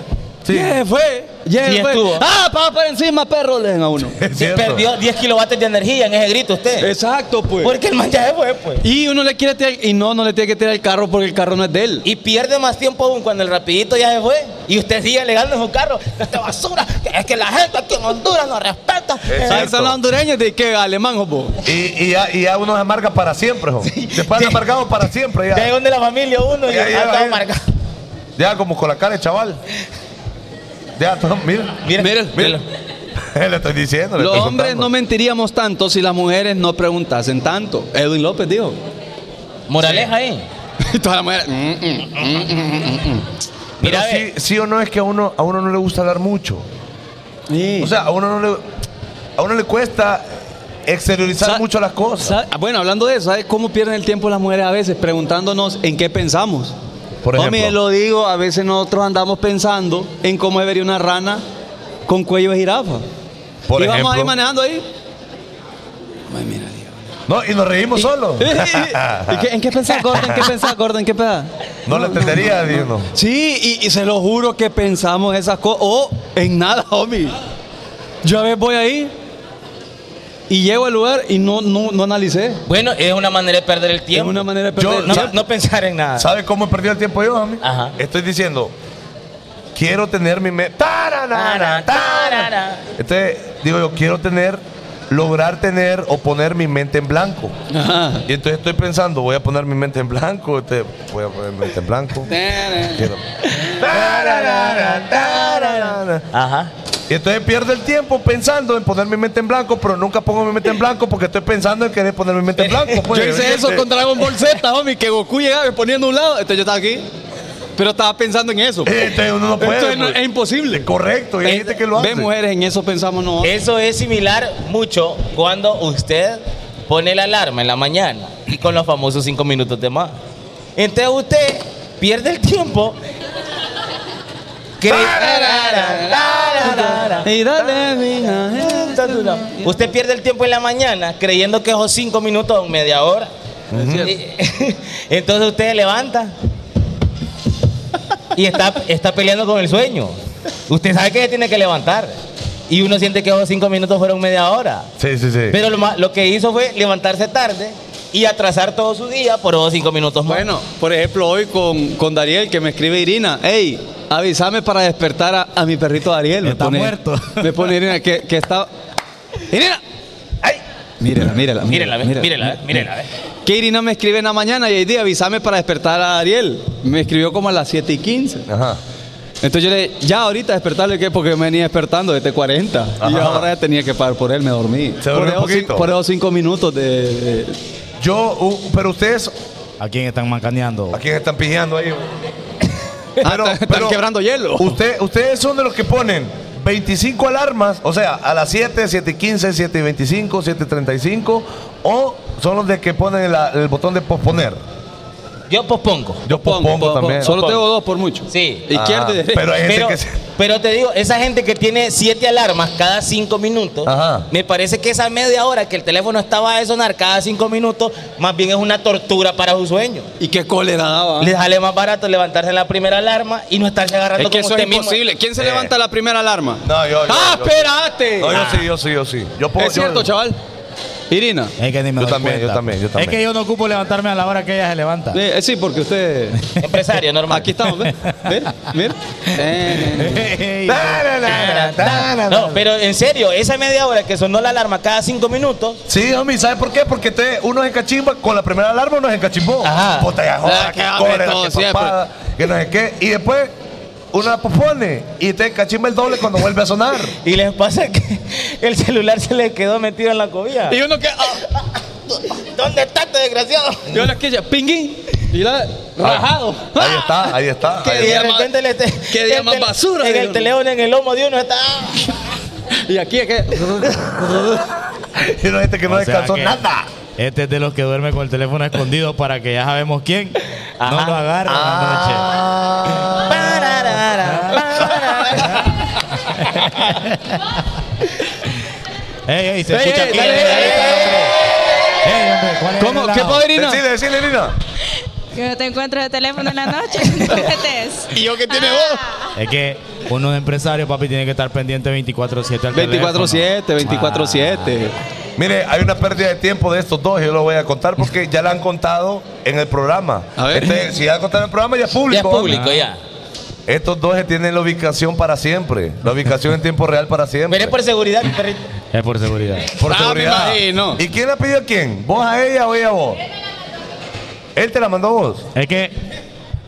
Speaker 2: Sí.
Speaker 3: Ya se fue, ya
Speaker 4: Sí
Speaker 3: se fue.
Speaker 4: estuvo.
Speaker 3: Ah, pa, pa, encima, perro, le dejan a uno.
Speaker 2: Es
Speaker 4: Sí,
Speaker 2: cierto.
Speaker 4: perdió 10 kilovatios de energía en ese grito usted.
Speaker 3: Exacto, pues.
Speaker 4: Porque el man ya se fue, pues.
Speaker 3: Y uno le quiere tirar, y no, no le tiene que tirar el carro porque el carro no es de él.
Speaker 4: Y pierde más tiempo aún cuando el rapidito ya se fue. Y usted sigue alegando en su carro. Esta basura. que Es que la gente aquí en Honduras no respeta.
Speaker 2: Es
Speaker 3: Ahí están los
Speaker 2: cierto.
Speaker 3: hondureños de que alemán, jopo.
Speaker 2: Y, y ya, y ya uno se amarga para siempre, jo. Después se
Speaker 4: sí.
Speaker 2: amargado para siempre.
Speaker 4: Ya
Speaker 2: Ya.
Speaker 4: llegó de la familia uno y
Speaker 2: Ya, ya,
Speaker 4: ya estaba
Speaker 2: ya.
Speaker 4: marcado.
Speaker 2: ya como con la cara de chaval. Ya, [LAUGHS] todo, mira.
Speaker 4: Mira,
Speaker 3: Mira,
Speaker 4: mira.
Speaker 2: [LAUGHS] Le estoy diciendo. le
Speaker 3: Los
Speaker 2: estoy
Speaker 3: hombres no
Speaker 2: contando.
Speaker 3: mentiríamos tanto si las mujeres no preguntasen tanto. Edwin López dijo.
Speaker 4: Moraleja ahí.
Speaker 3: Y todas las mujeres. "Mm, mm".
Speaker 2: Pero
Speaker 4: Mira,
Speaker 2: sí,
Speaker 4: ve.
Speaker 2: sí o no es que a uno, a uno no le gusta hablar mucho.
Speaker 3: Sí.
Speaker 2: O sea, a uno no le, a uno le cuesta exteriorizar
Speaker 3: Sa-
Speaker 2: mucho las cosas.
Speaker 3: Sa- ah, Bueno, hablando de eso, ¿sabes cómo pierden el tiempo las mujeres a veces? Preguntándonos en qué pensamos.
Speaker 2: Por ejemplo.
Speaker 3: Homie, lo digo, a veces nosotros andamos pensando en cómo debería una rana con cuello de jirafa.
Speaker 2: Por
Speaker 3: y
Speaker 2: ejemplo.
Speaker 3: vamos ahí manejando ahí. [LAUGHS] Ay, mira,
Speaker 2: No, y nos reímos
Speaker 3: [LAUGHS]
Speaker 2: solos.
Speaker 3: ¿En qué, ¿En qué pensás, Gordon? ¿En qué pensás, Gordon? ¿En qué pensás?
Speaker 2: no lo entendería, digo, no.
Speaker 3: Sí, y, y se lo juro que pensamos esas cosas. O en nada, homie. Yo a veces voy ahí y llego al lugar y no, no, no analicé.
Speaker 4: Bueno, es una manera de perder el
Speaker 3: Es
Speaker 4: tiempo.
Speaker 3: una manera de
Speaker 2: Yo-
Speaker 3: perder.
Speaker 4: no,
Speaker 2: Sa-
Speaker 4: no pensar en nada.
Speaker 2: ¿Sabe cómo he perdido el tiempo yo, mami?
Speaker 4: Ajá.
Speaker 2: Estoy diciendo, quiero tener mi meta.
Speaker 4: Tarara, tarara.
Speaker 2: Entonces, digo yo, quiero tener, lograr tener o poner mi mente en blanco.
Speaker 3: Ajá.
Speaker 2: Y entonces estoy pensando, voy a poner mi mente en blanco. Este, voy a poner mi mente en blanco. Quiero- Tarara, tarara.
Speaker 4: Ajá.
Speaker 2: Y entonces pierdo el tiempo pensando en poner mi mente en blanco, pero nunca pongo mi mente en blanco porque estoy pensando en querer poner mi mente en blanco. pues.
Speaker 3: Yo hice eso con Dragon Ball Z, homie, que Goku llegaba y ponía en un lado. Entonces yo estaba aquí, pero estaba pensando en eso. pues.
Speaker 2: Eh, Entonces uno no puede.
Speaker 3: Entonces no-
Speaker 2: pues.
Speaker 3: es imposible. Eh,
Speaker 2: Correcto, y hay gente que lo hace.
Speaker 3: Ve mujeres, en eso pensamos no.
Speaker 4: Eso es similar mucho cuando usted pone la alarma en la mañana y con los famosos cinco minutos de más. Entonces usted pierde el
Speaker 3: [LAUGHS]
Speaker 4: tiempo. cre-
Speaker 2: Eh.
Speaker 3: Y dale, eh. mija.
Speaker 4: Usted pierde el tiempo en la mañana creyendo que esos cinco minutos son media hora. Y- [LAUGHS] Entonces usted se levanta y está, está peleando con el sueño. Usted sabe que se tiene que levantar. Y uno siente que esos cinco minutos fueron media hora.
Speaker 2: Sí, sí, sí.
Speaker 4: Pero lo, ma- lo que hizo fue levantarse tarde y atrasar todo su día por esos cinco minutos más.
Speaker 3: Bueno, por ejemplo, hoy con, con Dariel, que me escribe Irina, hey, avísame para despertar a, a mi perrito Dariel. Me
Speaker 1: Está muerto.
Speaker 3: [LAUGHS] Me pone Irina, que, que está... ¡Irina!
Speaker 4: Ay,
Speaker 3: Mírela, mírela.
Speaker 4: mírela, ve, mírela, ve, mírela. ve.
Speaker 3: Que Irina me escribe en la mañana y ahí dice, avísame para despertar a Dariel. Me escribió como a las 7 y 15.
Speaker 2: Ajá.
Speaker 3: Entonces yo le ya ahorita despertarle, ¿qué? Porque yo me venía despertando desde 40. Y
Speaker 2: Ajá.
Speaker 3: yo ahora ya tenía que pagar por él, me dormí.
Speaker 2: Se
Speaker 3: por,
Speaker 2: durmió
Speaker 3: esos, cin-
Speaker 2: poquito.
Speaker 3: por esos cinco minutos de... de-
Speaker 2: Yo, uh, pero ustedes,
Speaker 1: ¿A quién están macaneando?
Speaker 2: ¿a quién están pillando ahí?
Speaker 3: Ah, están- [LAUGHS] están quebrando hielo.
Speaker 2: Usted, ustedes son de los que ponen 25 alarmas, o sea, a las 7, 7 y 15, 7 y 25, 7 y 35, o son los de que ponen la- el botón de posponer.
Speaker 4: Yo pospongo.
Speaker 2: Yo pospongo
Speaker 3: Pongo,
Speaker 2: también.
Speaker 3: pongo. Solo
Speaker 4: Pongo.
Speaker 3: tengo dos por mucho.
Speaker 4: Sí.
Speaker 3: Izquierda
Speaker 2: Ah,
Speaker 3: y derecha.
Speaker 2: Pero hay gente
Speaker 4: Pero,
Speaker 2: que se-
Speaker 4: pero te digo, esa gente que tiene siete alarmas cada cinco minutos,
Speaker 2: Ajá.
Speaker 4: me parece que esa media hora que el teléfono estaba de sonar cada cinco minutos, más bien es una tortura para su sueño.
Speaker 3: Y qué cólera daba.
Speaker 4: Les sale más barato levantarse en la primera alarma y no estarse agarrando
Speaker 3: Es que
Speaker 4: con
Speaker 3: eso es
Speaker 4: usted mismo.
Speaker 3: imposible. ¿Quién se
Speaker 2: Eh.
Speaker 3: levanta la primera alarma?
Speaker 2: No, yo- yo-
Speaker 3: ¡Ah,
Speaker 2: yo-
Speaker 3: espérate! Ah.
Speaker 2: No, yo sí, yo sí, yo sí. Yo puedo-
Speaker 3: es cierto,
Speaker 2: yo-
Speaker 3: chaval. Irina.
Speaker 1: Es que ni me
Speaker 2: Yo
Speaker 1: doy
Speaker 2: también, yo
Speaker 1: cuenta.
Speaker 2: también, yo también.
Speaker 1: Es que yo no ocupo levantarme a la hora que ella se
Speaker 2: Ah.
Speaker 1: levanta.
Speaker 3: Eh, eh, sí, porque
Speaker 2: [LAUGHS]
Speaker 3: usted.
Speaker 4: [LAUGHS] Empresario, normal.
Speaker 3: Aquí estamos, ¿ves? ¿Ves? ¿Ves? Eh,
Speaker 1: [LAUGHS] Ey,
Speaker 4: No, pero en serio, esa media hora que sonó la alarma cada cinco minutos.
Speaker 2: Sí, homie, ¿sabes por qué? Porque te, uno es encachimba, con la primera alarma uno es encachimbó.
Speaker 4: Ajá.
Speaker 2: Puta, ya joda,
Speaker 3: Ah,
Speaker 2: que
Speaker 3: qué hombre,
Speaker 2: cólera,
Speaker 3: todo
Speaker 2: que
Speaker 3: siempre.
Speaker 2: papada, que no sé qué. Y después uno la pospone y te encachimba el doble cuando vuelve a sonar.
Speaker 4: Y les pasa que [LAUGHS] el celular se les quedó metido en la cobija.
Speaker 3: Y uno que. ah,
Speaker 4: ¿Dónde está este desgraciado?
Speaker 3: y uno que ya. Pinguín. Y la. Rajado.
Speaker 2: Ah, Ahí está, ahí está.
Speaker 3: Qué
Speaker 2: ahí
Speaker 4: Y
Speaker 3: día
Speaker 4: de
Speaker 3: más-
Speaker 4: repente le te-
Speaker 3: qué día
Speaker 4: el
Speaker 3: más
Speaker 4: tel-
Speaker 3: basura,
Speaker 4: En
Speaker 3: digo,
Speaker 4: el
Speaker 3: ¿no?
Speaker 4: teléfono, en el lomo de uno está.
Speaker 3: [LAUGHS] Y aquí es que.
Speaker 2: está. [LAUGHS] Y uno gente que no
Speaker 1: O sea
Speaker 2: descansó
Speaker 1: que
Speaker 2: nada.
Speaker 1: Este es de los que duerme con el teléfono escondido para que ya sabemos quién no
Speaker 4: Ajá.
Speaker 1: lo agarra en la
Speaker 2: Ah.
Speaker 1: noche. Ey, ey, se
Speaker 3: Ey,
Speaker 1: escucha
Speaker 3: ey,
Speaker 1: aquí.
Speaker 3: dale,
Speaker 1: Ey,
Speaker 3: dale,
Speaker 1: ey, hombre, ¿cuál es el
Speaker 3: ¿Cómo? ¿Qué
Speaker 1: relajo?
Speaker 3: padrino?
Speaker 2: Decide, decide, Irina.
Speaker 9: Que no te encuentro de teléfono en
Speaker 1: [LAUGHS]
Speaker 9: la noche. Entonces,
Speaker 3: ¿Y yo que tiene
Speaker 1: Es que uno de empresario, papi, tiene que estar pendiente 24-7 al
Speaker 3: 24-7,
Speaker 1: teléfono.
Speaker 3: 24-7.
Speaker 2: Ah. Mire, hay una pérdida de tiempo de estos dos, yo lo voy a contar porque ya la han contado en el programa.
Speaker 3: A ver. Ah.
Speaker 2: Este, si ya la contaron en el programa, ya es público.
Speaker 4: Ya es
Speaker 2: homie.
Speaker 4: público, ya.
Speaker 2: Estos dos tienen la ubicación para siempre. La ubicación en tiempo real para siempre.
Speaker 4: Ah. Veré por seguridad, mi perrito.
Speaker 1: Es por seguridad.
Speaker 2: Por
Speaker 3: Ah, me
Speaker 2: seguridad.
Speaker 3: imagino.
Speaker 2: ¿Y quién la pidió a quién? ¿Vos a ella o ella a vos? Él te la mandó a vos.
Speaker 1: Es que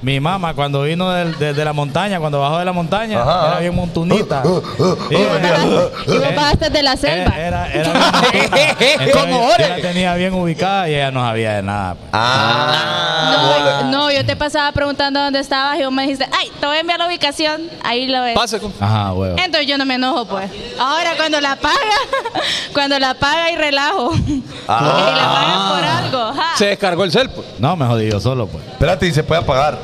Speaker 1: mi mamá cuando vino del- de, de la montaña, cuando bajó de la montaña,
Speaker 2: Ajá.
Speaker 1: era bien montunita. Sí,
Speaker 9: y vos
Speaker 1: era-
Speaker 9: bajaste- y vos bajaste de la selva.
Speaker 1: Eh, Era, era, era
Speaker 3: [LAUGHS]
Speaker 1: bien montunita. Entonces,
Speaker 4: ¿Cómo,
Speaker 1: Yo
Speaker 4: ore?
Speaker 1: la tenía bien ubicada y ella no sabía de nada. pues.
Speaker 2: Ah.
Speaker 9: No, no, yo te pasaba preguntando dónde estabas y vos me dijiste, ay, te voy a enviar la ubicación, ahí lo ves.
Speaker 3: Pase con.
Speaker 1: Ajá, huevo.
Speaker 9: Entonces yo no me enojo, pues. Ahora cuando la paga, [LAUGHS] cuando la paga y relajo.
Speaker 1: Ah.
Speaker 9: Y la pagan Ah. por algo. ja.
Speaker 3: Ah. Se descargó el cel, pues.
Speaker 1: No, me jodí yo solo, pues.
Speaker 2: Espérate, y se puede apagar.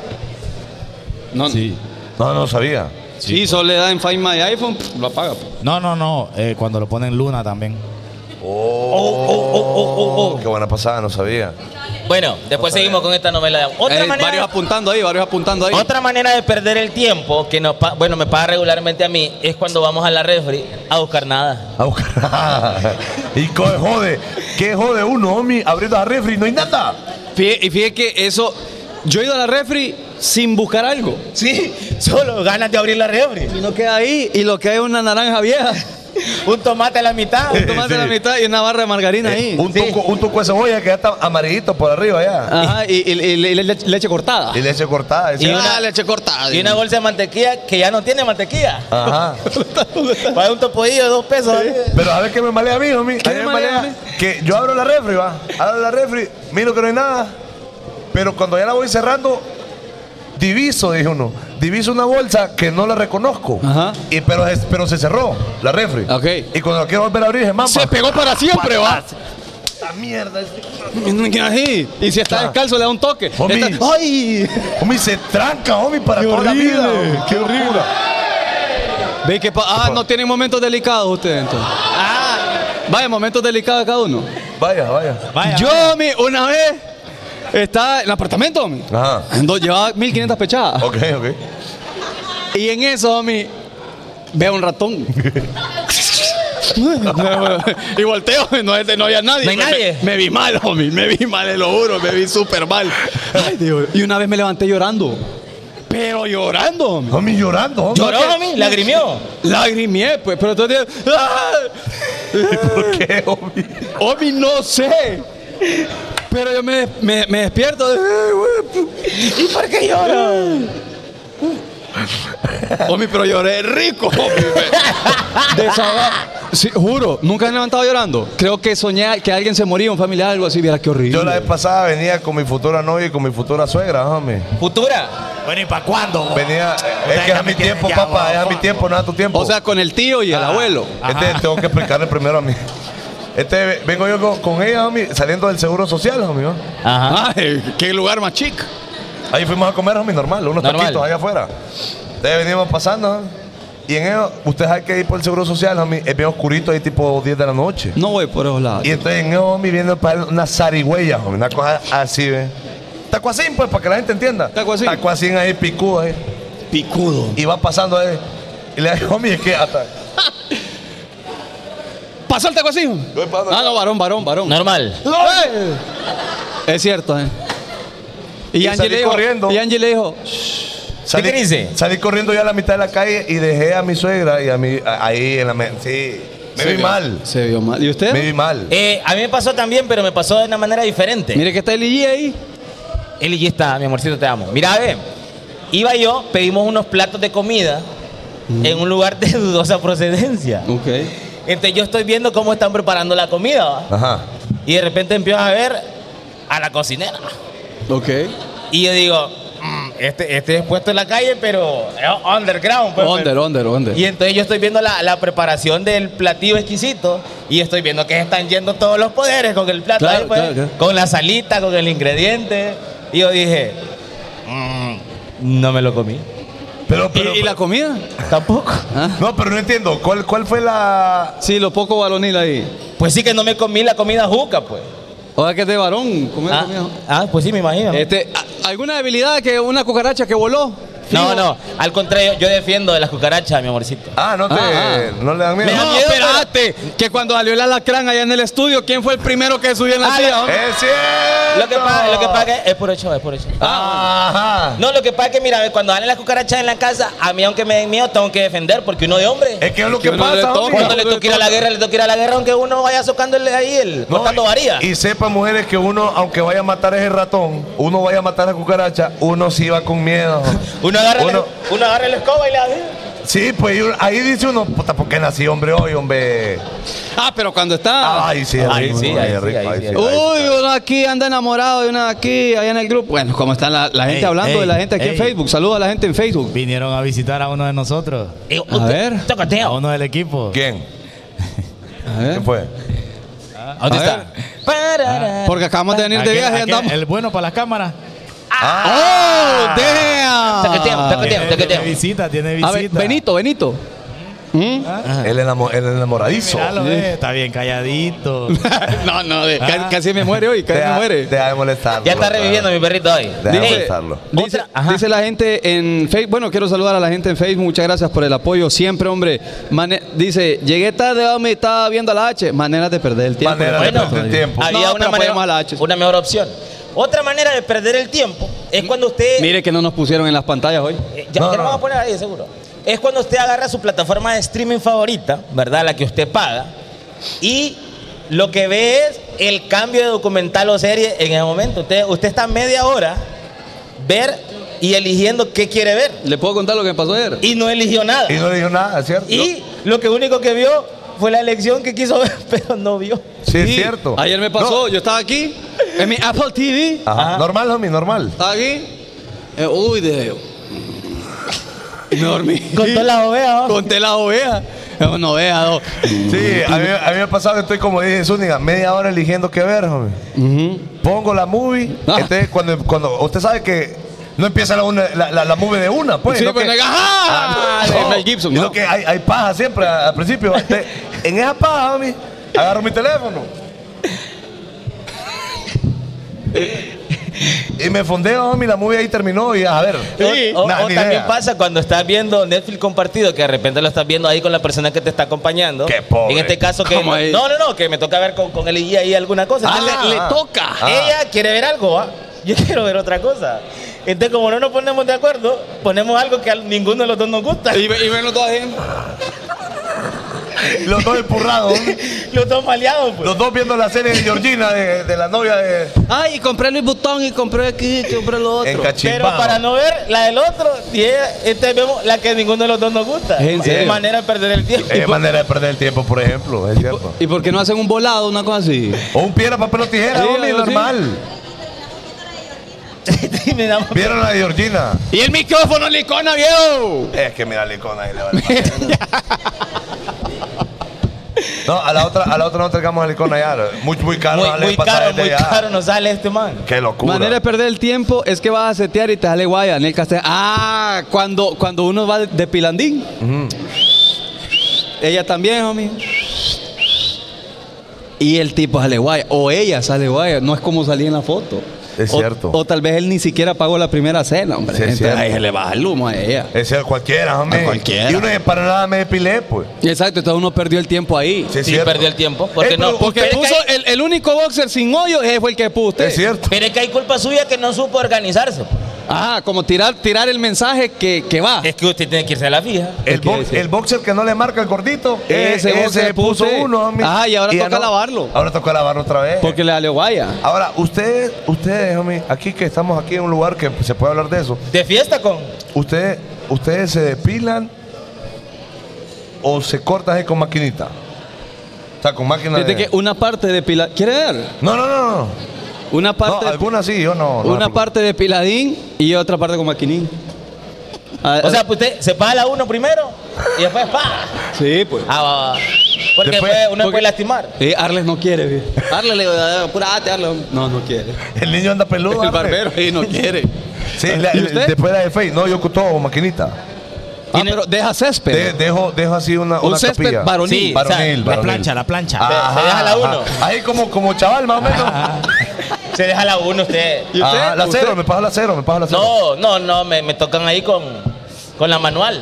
Speaker 3: No,
Speaker 1: Sí.
Speaker 2: No, no sabía.
Speaker 3: Sí, solo le da en Find My iPhone, pff, lo apaga. pues.
Speaker 1: No, no, no. eh, cuando lo ponen luna también.
Speaker 3: Oh,
Speaker 2: Qué buena pasada, no sabía.
Speaker 4: Bueno, después seguimos con esta novela. Otra
Speaker 3: Eh,
Speaker 4: manera.
Speaker 3: Varios apuntando ahí, varios apuntando ahí.
Speaker 4: Otra manera de perder el tiempo que nos pa- bueno, me pasa regularmente a mí es cuando vamos a la refri a buscar nada.
Speaker 2: A buscar. Ah, [LAUGHS] y co- jode. ¿Qué jode uno, homie? Abriendo la refri, no hay nada.
Speaker 3: Fíe- y fíjate que eso. Yo he ido a la refri sin buscar algo.
Speaker 4: Sí, [LAUGHS] solo ganas de abrir la refri.
Speaker 3: Y no queda ahí, y lo que hay es una naranja vieja. [LAUGHS]
Speaker 4: Un tomate a la mitad.
Speaker 3: Un tomate a la
Speaker 2: Sí.
Speaker 3: mitad y una barra de margarina
Speaker 2: Eh,
Speaker 3: ahí.
Speaker 2: un, tuco, un tuco de cebolla que ya está amarillito por arriba ya.
Speaker 3: Ajá, y, y- y le- leche, leche cortada.
Speaker 2: Y leche cortada. ese-
Speaker 4: Y una-
Speaker 3: Ah, leche cortada.
Speaker 4: Y una bolsa de mantequilla que ya no tiene mantequilla.
Speaker 2: Ajá.
Speaker 4: Para un topodillo de dos pesos.
Speaker 2: Pero a ver qué me malea a mí, homie.
Speaker 3: ¿Qué
Speaker 2: A mí me
Speaker 3: le
Speaker 2: malea
Speaker 3: malea, homie?
Speaker 2: que yo abro la refri, va. Abro la refri, miro que no hay nada. Pero cuando ya la voy cerrando, diviso, dije uno. Diviso una bolsa que no la reconozco.
Speaker 3: Ajá.
Speaker 2: Y, pero, es- pero se cerró la refri.
Speaker 3: Ok.
Speaker 2: Y cuando la quiero volver a abrir, dije, mamá.
Speaker 3: Se pegó para siempre, va.
Speaker 2: Esta mierda. es- Ah.
Speaker 3: Y no queda ahí. Y si está descalzo, le da un toque. oh.
Speaker 2: Homie.
Speaker 3: Está- ¡Ay!
Speaker 2: Homie, se tranca, homie, para
Speaker 3: Qué
Speaker 2: toda la
Speaker 3: horrible,
Speaker 2: vida. homie.
Speaker 3: qué horrible. Ve que pa- ah, no tienen momentos delicados ustedes entonces. Vaya, momentos delicados de cada uno.
Speaker 2: Vaya, Ah. vaya.
Speaker 1: Vaya.
Speaker 3: Yo, mi, una vez, estaba en el apartamento, mi.
Speaker 2: Ajá.
Speaker 3: Ando- llevaba 1500 pechadas.
Speaker 2: Ah. Ok, ok.
Speaker 3: Y en eso, mi, veo un ratón. y volteo, no, es- no había nadie.
Speaker 4: ¿No hay
Speaker 3: Me-
Speaker 4: nadie?
Speaker 3: Me, vi mal, homie, me vi mal, te lo juro, me vi súper mal. Ay, Dios. Y una vez me levanté llorando. Pero llorando, homie.
Speaker 2: Homie llorando, homie.
Speaker 4: Lloró, homie, lagrimió.
Speaker 3: Lagrimié, pues, pero entonces. ¡Ah!
Speaker 2: ¿Por qué, homie?
Speaker 3: Omi, no sé. Pero yo me, me, me despierto. ¿Y por qué lloro? Omi, pero lloré rico, Omi. Desahoga- Sí, juro, nunca me he levantado llorando. Creo que soñé que alguien se moría, un familiar, algo así. Viera qué horrible.
Speaker 2: Yo la vez pasada venía con mi futura novia y con mi futura suegra, homie.
Speaker 4: Futura.
Speaker 1: Bueno, ¿y para cuándo? vos?
Speaker 2: Venía, es que
Speaker 1: ya
Speaker 2: es a
Speaker 1: me
Speaker 2: mi
Speaker 1: tienen
Speaker 2: tiempo,
Speaker 1: ya,
Speaker 2: papá,
Speaker 1: vos,
Speaker 2: es a mi
Speaker 1: vos.
Speaker 2: tiempo, no es a tu tiempo.
Speaker 3: o sea, con el tío y el abuelo.
Speaker 2: este tengo que explicarle primero a mí. Este, ve- vengo yo con, con ella, homie, saliendo del seguro social, homie. ¿va?
Speaker 4: Ajá.
Speaker 2: Ah.
Speaker 3: Ay, qué lugar más chic.
Speaker 2: Ahí fuimos a comer, homie, normal, unos
Speaker 4: Normal.
Speaker 2: taquitos allá afuera. Entonces venimos pasando, ¿ah? y en eso, ustedes hay que ir por el seguro social, homie, es bien oscurito, ahí tipo 10 de la noche.
Speaker 3: No voy por esos lados.
Speaker 2: Y entonces en eso, homie, viendo para una zarigüeya, homie, una cosa así, ¿ve? Tacuacín, pues, para que la gente entienda.
Speaker 3: Tacuacín.
Speaker 2: Tacuacín ahí, eh. picudo, ahí.
Speaker 3: Picudo.
Speaker 2: eh. Y va pasando, ahí. Y le digo, homie, es que hasta...
Speaker 3: pasó el taco así?
Speaker 2: ¿Qué pasa?
Speaker 3: Ah, no, varón, varón, varón.
Speaker 4: Normal.
Speaker 3: ¡Eh! Es cierto, ¿eh?
Speaker 2: Y
Speaker 3: Y, Angie
Speaker 2: salí
Speaker 3: le dijo,
Speaker 2: corriendo.
Speaker 3: y Angie le dijo,
Speaker 4: ¿Qué te dice?
Speaker 2: Salí corriendo yo a la mitad de la calle y dejé a mi suegra y a mí a- ahí en la me- sí. Me
Speaker 3: Se
Speaker 2: vi
Speaker 3: vio-
Speaker 2: mal.
Speaker 3: Se vio mal. ¿Y usted?
Speaker 2: Me vi mal.
Speaker 4: Eh, a mí me pasó también, pero me pasó de una manera diferente.
Speaker 3: Mire que está el IG ahí.
Speaker 4: Eli, ya está, mi amorcito, te amo. Mira, a ver, iba yo, pedimos unos platos de comida en un lugar de dudosa procedencia.
Speaker 3: Ok.
Speaker 4: Entonces yo estoy viendo cómo están preparando la comida, ¿va?
Speaker 2: Ajá.
Speaker 4: Y de repente empiezo a ver a la cocinera.
Speaker 3: Ok.
Speaker 4: Y yo digo, "Mm, este, este es puesto en la calle, pero es underground. pues,
Speaker 3: Onder,
Speaker 4: pero-".
Speaker 3: onder, onder.
Speaker 4: Y entonces yo estoy viendo la, la preparación del platillo exquisito y estoy viendo que están yendo todos los poderes con el plato,
Speaker 3: Claro,
Speaker 4: ahí, pues,
Speaker 3: claro, claro.
Speaker 4: con la salita, con el ingrediente. Y yo dije, "Mm, no me lo
Speaker 3: [LAUGHS]
Speaker 4: comí.
Speaker 2: Pero,
Speaker 3: ¿Y,
Speaker 2: pero,
Speaker 3: y la comida?
Speaker 4: Tampoco.
Speaker 3: ¿Ah?
Speaker 2: No, pero no entiendo. ¿Cuál, cuál fue la.
Speaker 3: Sí, lo poco varonil ahí.
Speaker 4: Pues sí que no me comí la comida juca, pues.
Speaker 3: O sea que es de varón. comer
Speaker 4: Ah,
Speaker 3: comida.
Speaker 4: ah, pues sí, me imagino.
Speaker 3: Este, ¿a- ¿Alguna debilidad que una cucaracha que voló?
Speaker 4: No,
Speaker 3: Fijo.
Speaker 4: no, al contrario, yo defiendo de las cucarachas, mi amorcito.
Speaker 2: Ah, no te.
Speaker 3: Ah,
Speaker 2: No le dan miedo.
Speaker 4: Me da
Speaker 3: No,
Speaker 4: miedo,
Speaker 3: espérate, que cuando salió el alacrán allá en el estudio, ¿quién fue el primero que subió en la
Speaker 4: Ah,
Speaker 3: silla? hombre?
Speaker 2: Es cierto.
Speaker 4: Lo que pasa, lo que pasa es, es por hecho, es por hecho.
Speaker 2: Ajá.
Speaker 4: No, lo que pasa es que, mira, cuando salen las cucarachas en la casa, a mí, aunque me den miedo, tengo que defender, porque uno de hombre.
Speaker 2: Es que es lo que,
Speaker 3: que uno le
Speaker 2: pasa.
Speaker 3: toca.
Speaker 2: hombre.
Speaker 4: Cuando le toque ir a la guerra, le toque ir a la guerra, aunque uno vaya socándole ahí el
Speaker 2: No,
Speaker 4: cortando
Speaker 2: y-
Speaker 4: varía.
Speaker 2: Y sepa, mujeres, que uno, aunque vaya a matar a ese ratón, uno vaya a matar a la cucaracha, uno sí va con miedo.
Speaker 4: Uno agarra, la-
Speaker 2: Uno-
Speaker 4: uno, agarra la escoba y le hace.
Speaker 2: Sí, pues y uno- ahí dice uno, puta, ¿por qué nací, hombre, hoy, hombre?
Speaker 3: Ah, pero cuando está.
Speaker 2: Ay, sí,
Speaker 4: Ahí
Speaker 2: rico,
Speaker 4: sí,
Speaker 2: ay,
Speaker 4: ahí sí,
Speaker 2: rico,
Speaker 4: ahí
Speaker 2: ahí
Speaker 4: sí.
Speaker 2: sí, ahí
Speaker 3: Uy,
Speaker 2: sí.
Speaker 3: uno aquí anda enamorado de una aquí, allá en el grupo. Bueno, como está la, la gente
Speaker 1: Ey,
Speaker 3: hablando
Speaker 1: ey,
Speaker 3: de la gente aquí en
Speaker 1: ey.
Speaker 3: Facebook. Saludos a la gente en Facebook.
Speaker 1: Vinieron a visitar a uno de nosotros,
Speaker 4: Eh,
Speaker 3: A
Speaker 4: usted-
Speaker 3: ver.
Speaker 1: a
Speaker 4: Tocoteo.
Speaker 1: uno del equipo.
Speaker 2: ¿Quién?
Speaker 3: A ver.
Speaker 2: ¿Quién fue?
Speaker 4: ¿A ¿Dónde
Speaker 3: A
Speaker 4: está? Parara.
Speaker 3: Porque acabamos de venir de
Speaker 1: Aquel-
Speaker 3: viaje y
Speaker 1: aquel-
Speaker 3: andamos.
Speaker 1: El bueno para las cámaras.
Speaker 3: ¡Oh,
Speaker 4: Taqueteamos, taqueteamos.
Speaker 3: damn!
Speaker 1: Tiene,
Speaker 4: te
Speaker 1: Eh, tiene
Speaker 4: quedeo.
Speaker 1: visita, tiene visita.
Speaker 3: A ver, Benito, Benito. ¿Mm?
Speaker 2: El, enamo- el enamoradizo.
Speaker 1: Míralo,
Speaker 3: Sí.
Speaker 1: eh, está bien
Speaker 3: [LAUGHS]
Speaker 1: calladito.
Speaker 3: [LAUGHS] no, no, de- ca-
Speaker 1: Ah.
Speaker 3: casi me muere hoy, casi
Speaker 2: Deja-
Speaker 3: me muere.
Speaker 2: Deja de molestarlo.
Speaker 4: Ya está reviviendo mi perrito hoy.
Speaker 2: Deja de
Speaker 4: Ey,
Speaker 2: molestarlo.
Speaker 3: Dice,
Speaker 4: Otra- ajá.
Speaker 3: dice la gente en Facebook, bueno, quiero saludar a la gente en Facebook, muchas gracias por el apoyo siempre, hombre. Mane- dice, llegué tarde, hombre, estaba viendo a la H. Maneras de perder el tiempo.
Speaker 2: Maneras de
Speaker 3: Bueno,
Speaker 2: perder el tiempo.
Speaker 4: había
Speaker 3: No,
Speaker 4: una,
Speaker 3: pero
Speaker 4: manera,
Speaker 3: apoyemos a la H.
Speaker 4: una mejor opción. Otra manera de perder el tiempo es cuando usted.
Speaker 3: Mire que no nos pusieron en las pantallas hoy.
Speaker 4: Eh, ya
Speaker 2: No, no.
Speaker 4: ya lo vamos a poner ahí, seguro. Es cuando usted agarra su plataforma de streaming favorita, ¿verdad? La que usted paga. Y lo que ve es el cambio de documental o serie en ese momento. Usted, usted está media hora ver y eligiendo qué quiere ver.
Speaker 3: ¿Le puedo contar lo que me pasó ayer?
Speaker 4: Y no eligió nada.
Speaker 2: Y no le dijo nada, ¿cierto?
Speaker 4: Y lo que único que vio fue la elección que quiso [LAUGHS] ver, pero no vio.
Speaker 2: Sí, es
Speaker 3: Sí,
Speaker 2: cierto.
Speaker 3: Ayer me pasó, yo estaba aquí, en mi Apple TV,
Speaker 2: No. Ajá. Normal, homie, normal.
Speaker 3: estaba aquí. eh, uy, de... Y me dormí.
Speaker 4: Contó las ovejas. ¿no?
Speaker 3: [LAUGHS] Conté la oveja. Es una oveja, dos.
Speaker 2: Sí, a mí, a mí me ha pasado que estoy como dije Zúñiga, media hora eligiendo qué ver, homie.
Speaker 3: Ujú.
Speaker 2: Pongo la movie.
Speaker 3: Ah.
Speaker 2: Entonces, cuando, cuando usted sabe que no empieza la, una- la, la- la movie de una, pues.
Speaker 3: Sí,
Speaker 2: sino
Speaker 3: pues,
Speaker 2: que-
Speaker 3: ¡ajá!
Speaker 2: Ah, no.
Speaker 3: De Mel Gibson,
Speaker 2: Sino
Speaker 3: ¿no?
Speaker 2: que hay, hay paja siempre a- al principio. Entonces, en esa paja, homie, agarro mi teléfono. Y me fondeo, homie, la movie ahí terminó y a ver.
Speaker 4: O, o-
Speaker 2: na-
Speaker 4: o
Speaker 2: ni
Speaker 4: también
Speaker 2: idea.
Speaker 4: pasa cuando estás viendo Netflix compartido, que de repente lo estás viendo ahí con la persona que te está acompañando.
Speaker 2: Qué pobre.
Speaker 4: En este caso que...
Speaker 3: ¿Cómo ahí?
Speaker 4: No, no, no, que me toca ver con, con él y ahí alguna cosa.
Speaker 2: Ah,
Speaker 4: Entonces,
Speaker 2: ah,
Speaker 3: toca.
Speaker 2: ah.
Speaker 4: Ella quiere ver algo, ¿ah? [LAUGHS] yo quiero ver otra cosa. Entonces, como no nos ponemos de acuerdo, ponemos algo que a ninguno de los dos nos gusta.
Speaker 3: Y, ve- y ven los dos ahí.
Speaker 2: Los dos empurrados, homie.
Speaker 4: [LAUGHS] Los dos maleados, pues.
Speaker 2: Los dos viendo la serie de Georgina, de, de la novia de.
Speaker 3: Ay, y compré el botón y compré aquí, y compré lo otro.
Speaker 2: En
Speaker 4: Pero
Speaker 2: Cachimbao.
Speaker 4: para no ver la del otro, y ella- entonces vemos la que ninguno de los dos nos gusta.
Speaker 3: ¿En
Speaker 4: Es
Speaker 3: serio?
Speaker 4: manera de perder el tiempo. [LAUGHS]
Speaker 2: Es manera de perder el tiempo, por ejemplo, es cierto.
Speaker 4: pues-
Speaker 3: ¿Y por qué no hacen un volado, una cosa así?
Speaker 2: O un piedra, papel o tijera,
Speaker 3: Sí,
Speaker 2: homie,
Speaker 3: algo así.
Speaker 2: normal.
Speaker 4: Terminamos-
Speaker 2: ¿Vieron la de Georgina?
Speaker 3: ¡Y el micrófono, licona, viejo!
Speaker 2: Es que mira la icona ahí le vale
Speaker 4: [LAUGHS]
Speaker 2: madre. No, a la otra, a la otra no traigamos el icona ya. Muy, muy caro,
Speaker 4: muy,
Speaker 2: dale,
Speaker 4: muy
Speaker 2: pasar
Speaker 4: caro,
Speaker 2: desde
Speaker 4: muy
Speaker 2: allá.
Speaker 4: caro nos sale este man.
Speaker 2: Qué locura.
Speaker 3: Manera de perder el tiempo es que vas a setear y te sale guaya, Daniel Castell. Ah, cuando, cuando uno va de, de pilandín. Ella también, homie. Y el tipo sale guaya. O ella sale guaya. No es como salía en la foto.
Speaker 2: Es
Speaker 3: O-
Speaker 2: cierto.
Speaker 3: O, tal vez él ni siquiera pagó la primera cena, hombre.
Speaker 2: Sí, es
Speaker 3: Entonces,
Speaker 2: cierto.
Speaker 3: ahí se le baja el humo a ella.
Speaker 2: Es cierto, cualquiera, hombre.
Speaker 3: A cualquiera.
Speaker 2: Y uno de para nada me depilé, pues.
Speaker 3: Exacto, entonces uno perdió el tiempo ahí.
Speaker 2: Sí, es
Speaker 4: Sí,
Speaker 2: cierto.
Speaker 4: perdió el tiempo.
Speaker 2: Eh,
Speaker 4: Porque
Speaker 2: pero
Speaker 4: no.
Speaker 3: Porque
Speaker 4: pero es que
Speaker 3: puso
Speaker 4: hay-
Speaker 3: el, el único boxer sin hoyo, ese fue el que puso usted.
Speaker 2: Es cierto.
Speaker 4: Pero es que hay culpa suya que no supo organizarse.
Speaker 3: Ah, como tirar, tirar el mensaje que, que va.
Speaker 4: Es que usted tiene que irse a la fija.
Speaker 2: El,
Speaker 3: ¿Qué
Speaker 2: bo-
Speaker 3: decía?
Speaker 2: el boxer que no le marca el gordito,
Speaker 3: Ese
Speaker 2: ese,
Speaker 3: boxer
Speaker 2: puso
Speaker 3: puse.
Speaker 2: uno. homie.
Speaker 3: Ah, y ahora
Speaker 2: ya
Speaker 3: toca lavarlo.
Speaker 2: Ahora toca lavarlo otra vez.
Speaker 3: Porque le dale guaya.
Speaker 2: Ahora, ustedes, ustedes, homie, aquí que estamos aquí en un lugar que se puede hablar de eso,
Speaker 4: De fiesta con.
Speaker 2: ustedes, ustedes se depilan o se cortan ahí con maquinita. O sea, con máquina
Speaker 3: Desde
Speaker 2: de...
Speaker 3: que una parte de pila- ¿Quiere ver?
Speaker 2: No, no, no, no.
Speaker 3: Una
Speaker 2: No,
Speaker 3: parte, de-
Speaker 2: algunas sí, yo no. no
Speaker 3: una
Speaker 2: me preocupo.
Speaker 3: parte de piladín y otra parte con maquinín. Ah,
Speaker 4: O sea, pues usted se paga la uno primero y después pa.
Speaker 3: sí, pues.
Speaker 4: Ah, va, va. Porque
Speaker 2: Después-
Speaker 4: después uno
Speaker 3: porque-
Speaker 4: puede lastimar.
Speaker 3: Eh, Arles no quiere, vi. Arles le "Ah, apurate, Arles. No, no
Speaker 4: [LAUGHS]
Speaker 3: quiere.
Speaker 2: El niño anda peludo.
Speaker 3: [LAUGHS] El
Speaker 2: hombre.
Speaker 3: barbero, sí, no quiere.
Speaker 2: Sí, la-
Speaker 3: ¿Y usted?
Speaker 2: después la de Face. No, yo con todo, maquinita.
Speaker 3: Ah, pero deja césped.
Speaker 2: De- dejo, dejo así una,
Speaker 3: Un
Speaker 2: una
Speaker 3: césped
Speaker 2: capilla.
Speaker 3: varonil.
Speaker 2: Sí, varonil,
Speaker 4: o sea,
Speaker 1: La
Speaker 2: varonil.
Speaker 1: plancha, la plancha.
Speaker 2: Ajá,
Speaker 4: deja la
Speaker 2: ajá.
Speaker 4: uno.
Speaker 2: Ahí como, como chaval, más o
Speaker 4: [LAUGHS]
Speaker 2: menos.
Speaker 4: Se deja la uno usted.
Speaker 3: ¿Y usted?
Speaker 2: Ajá, la
Speaker 3: ¿Usted?
Speaker 2: cero, me paso la cero, me paso la cero.
Speaker 4: No, no, no, me, me tocan ahí con, con la manual.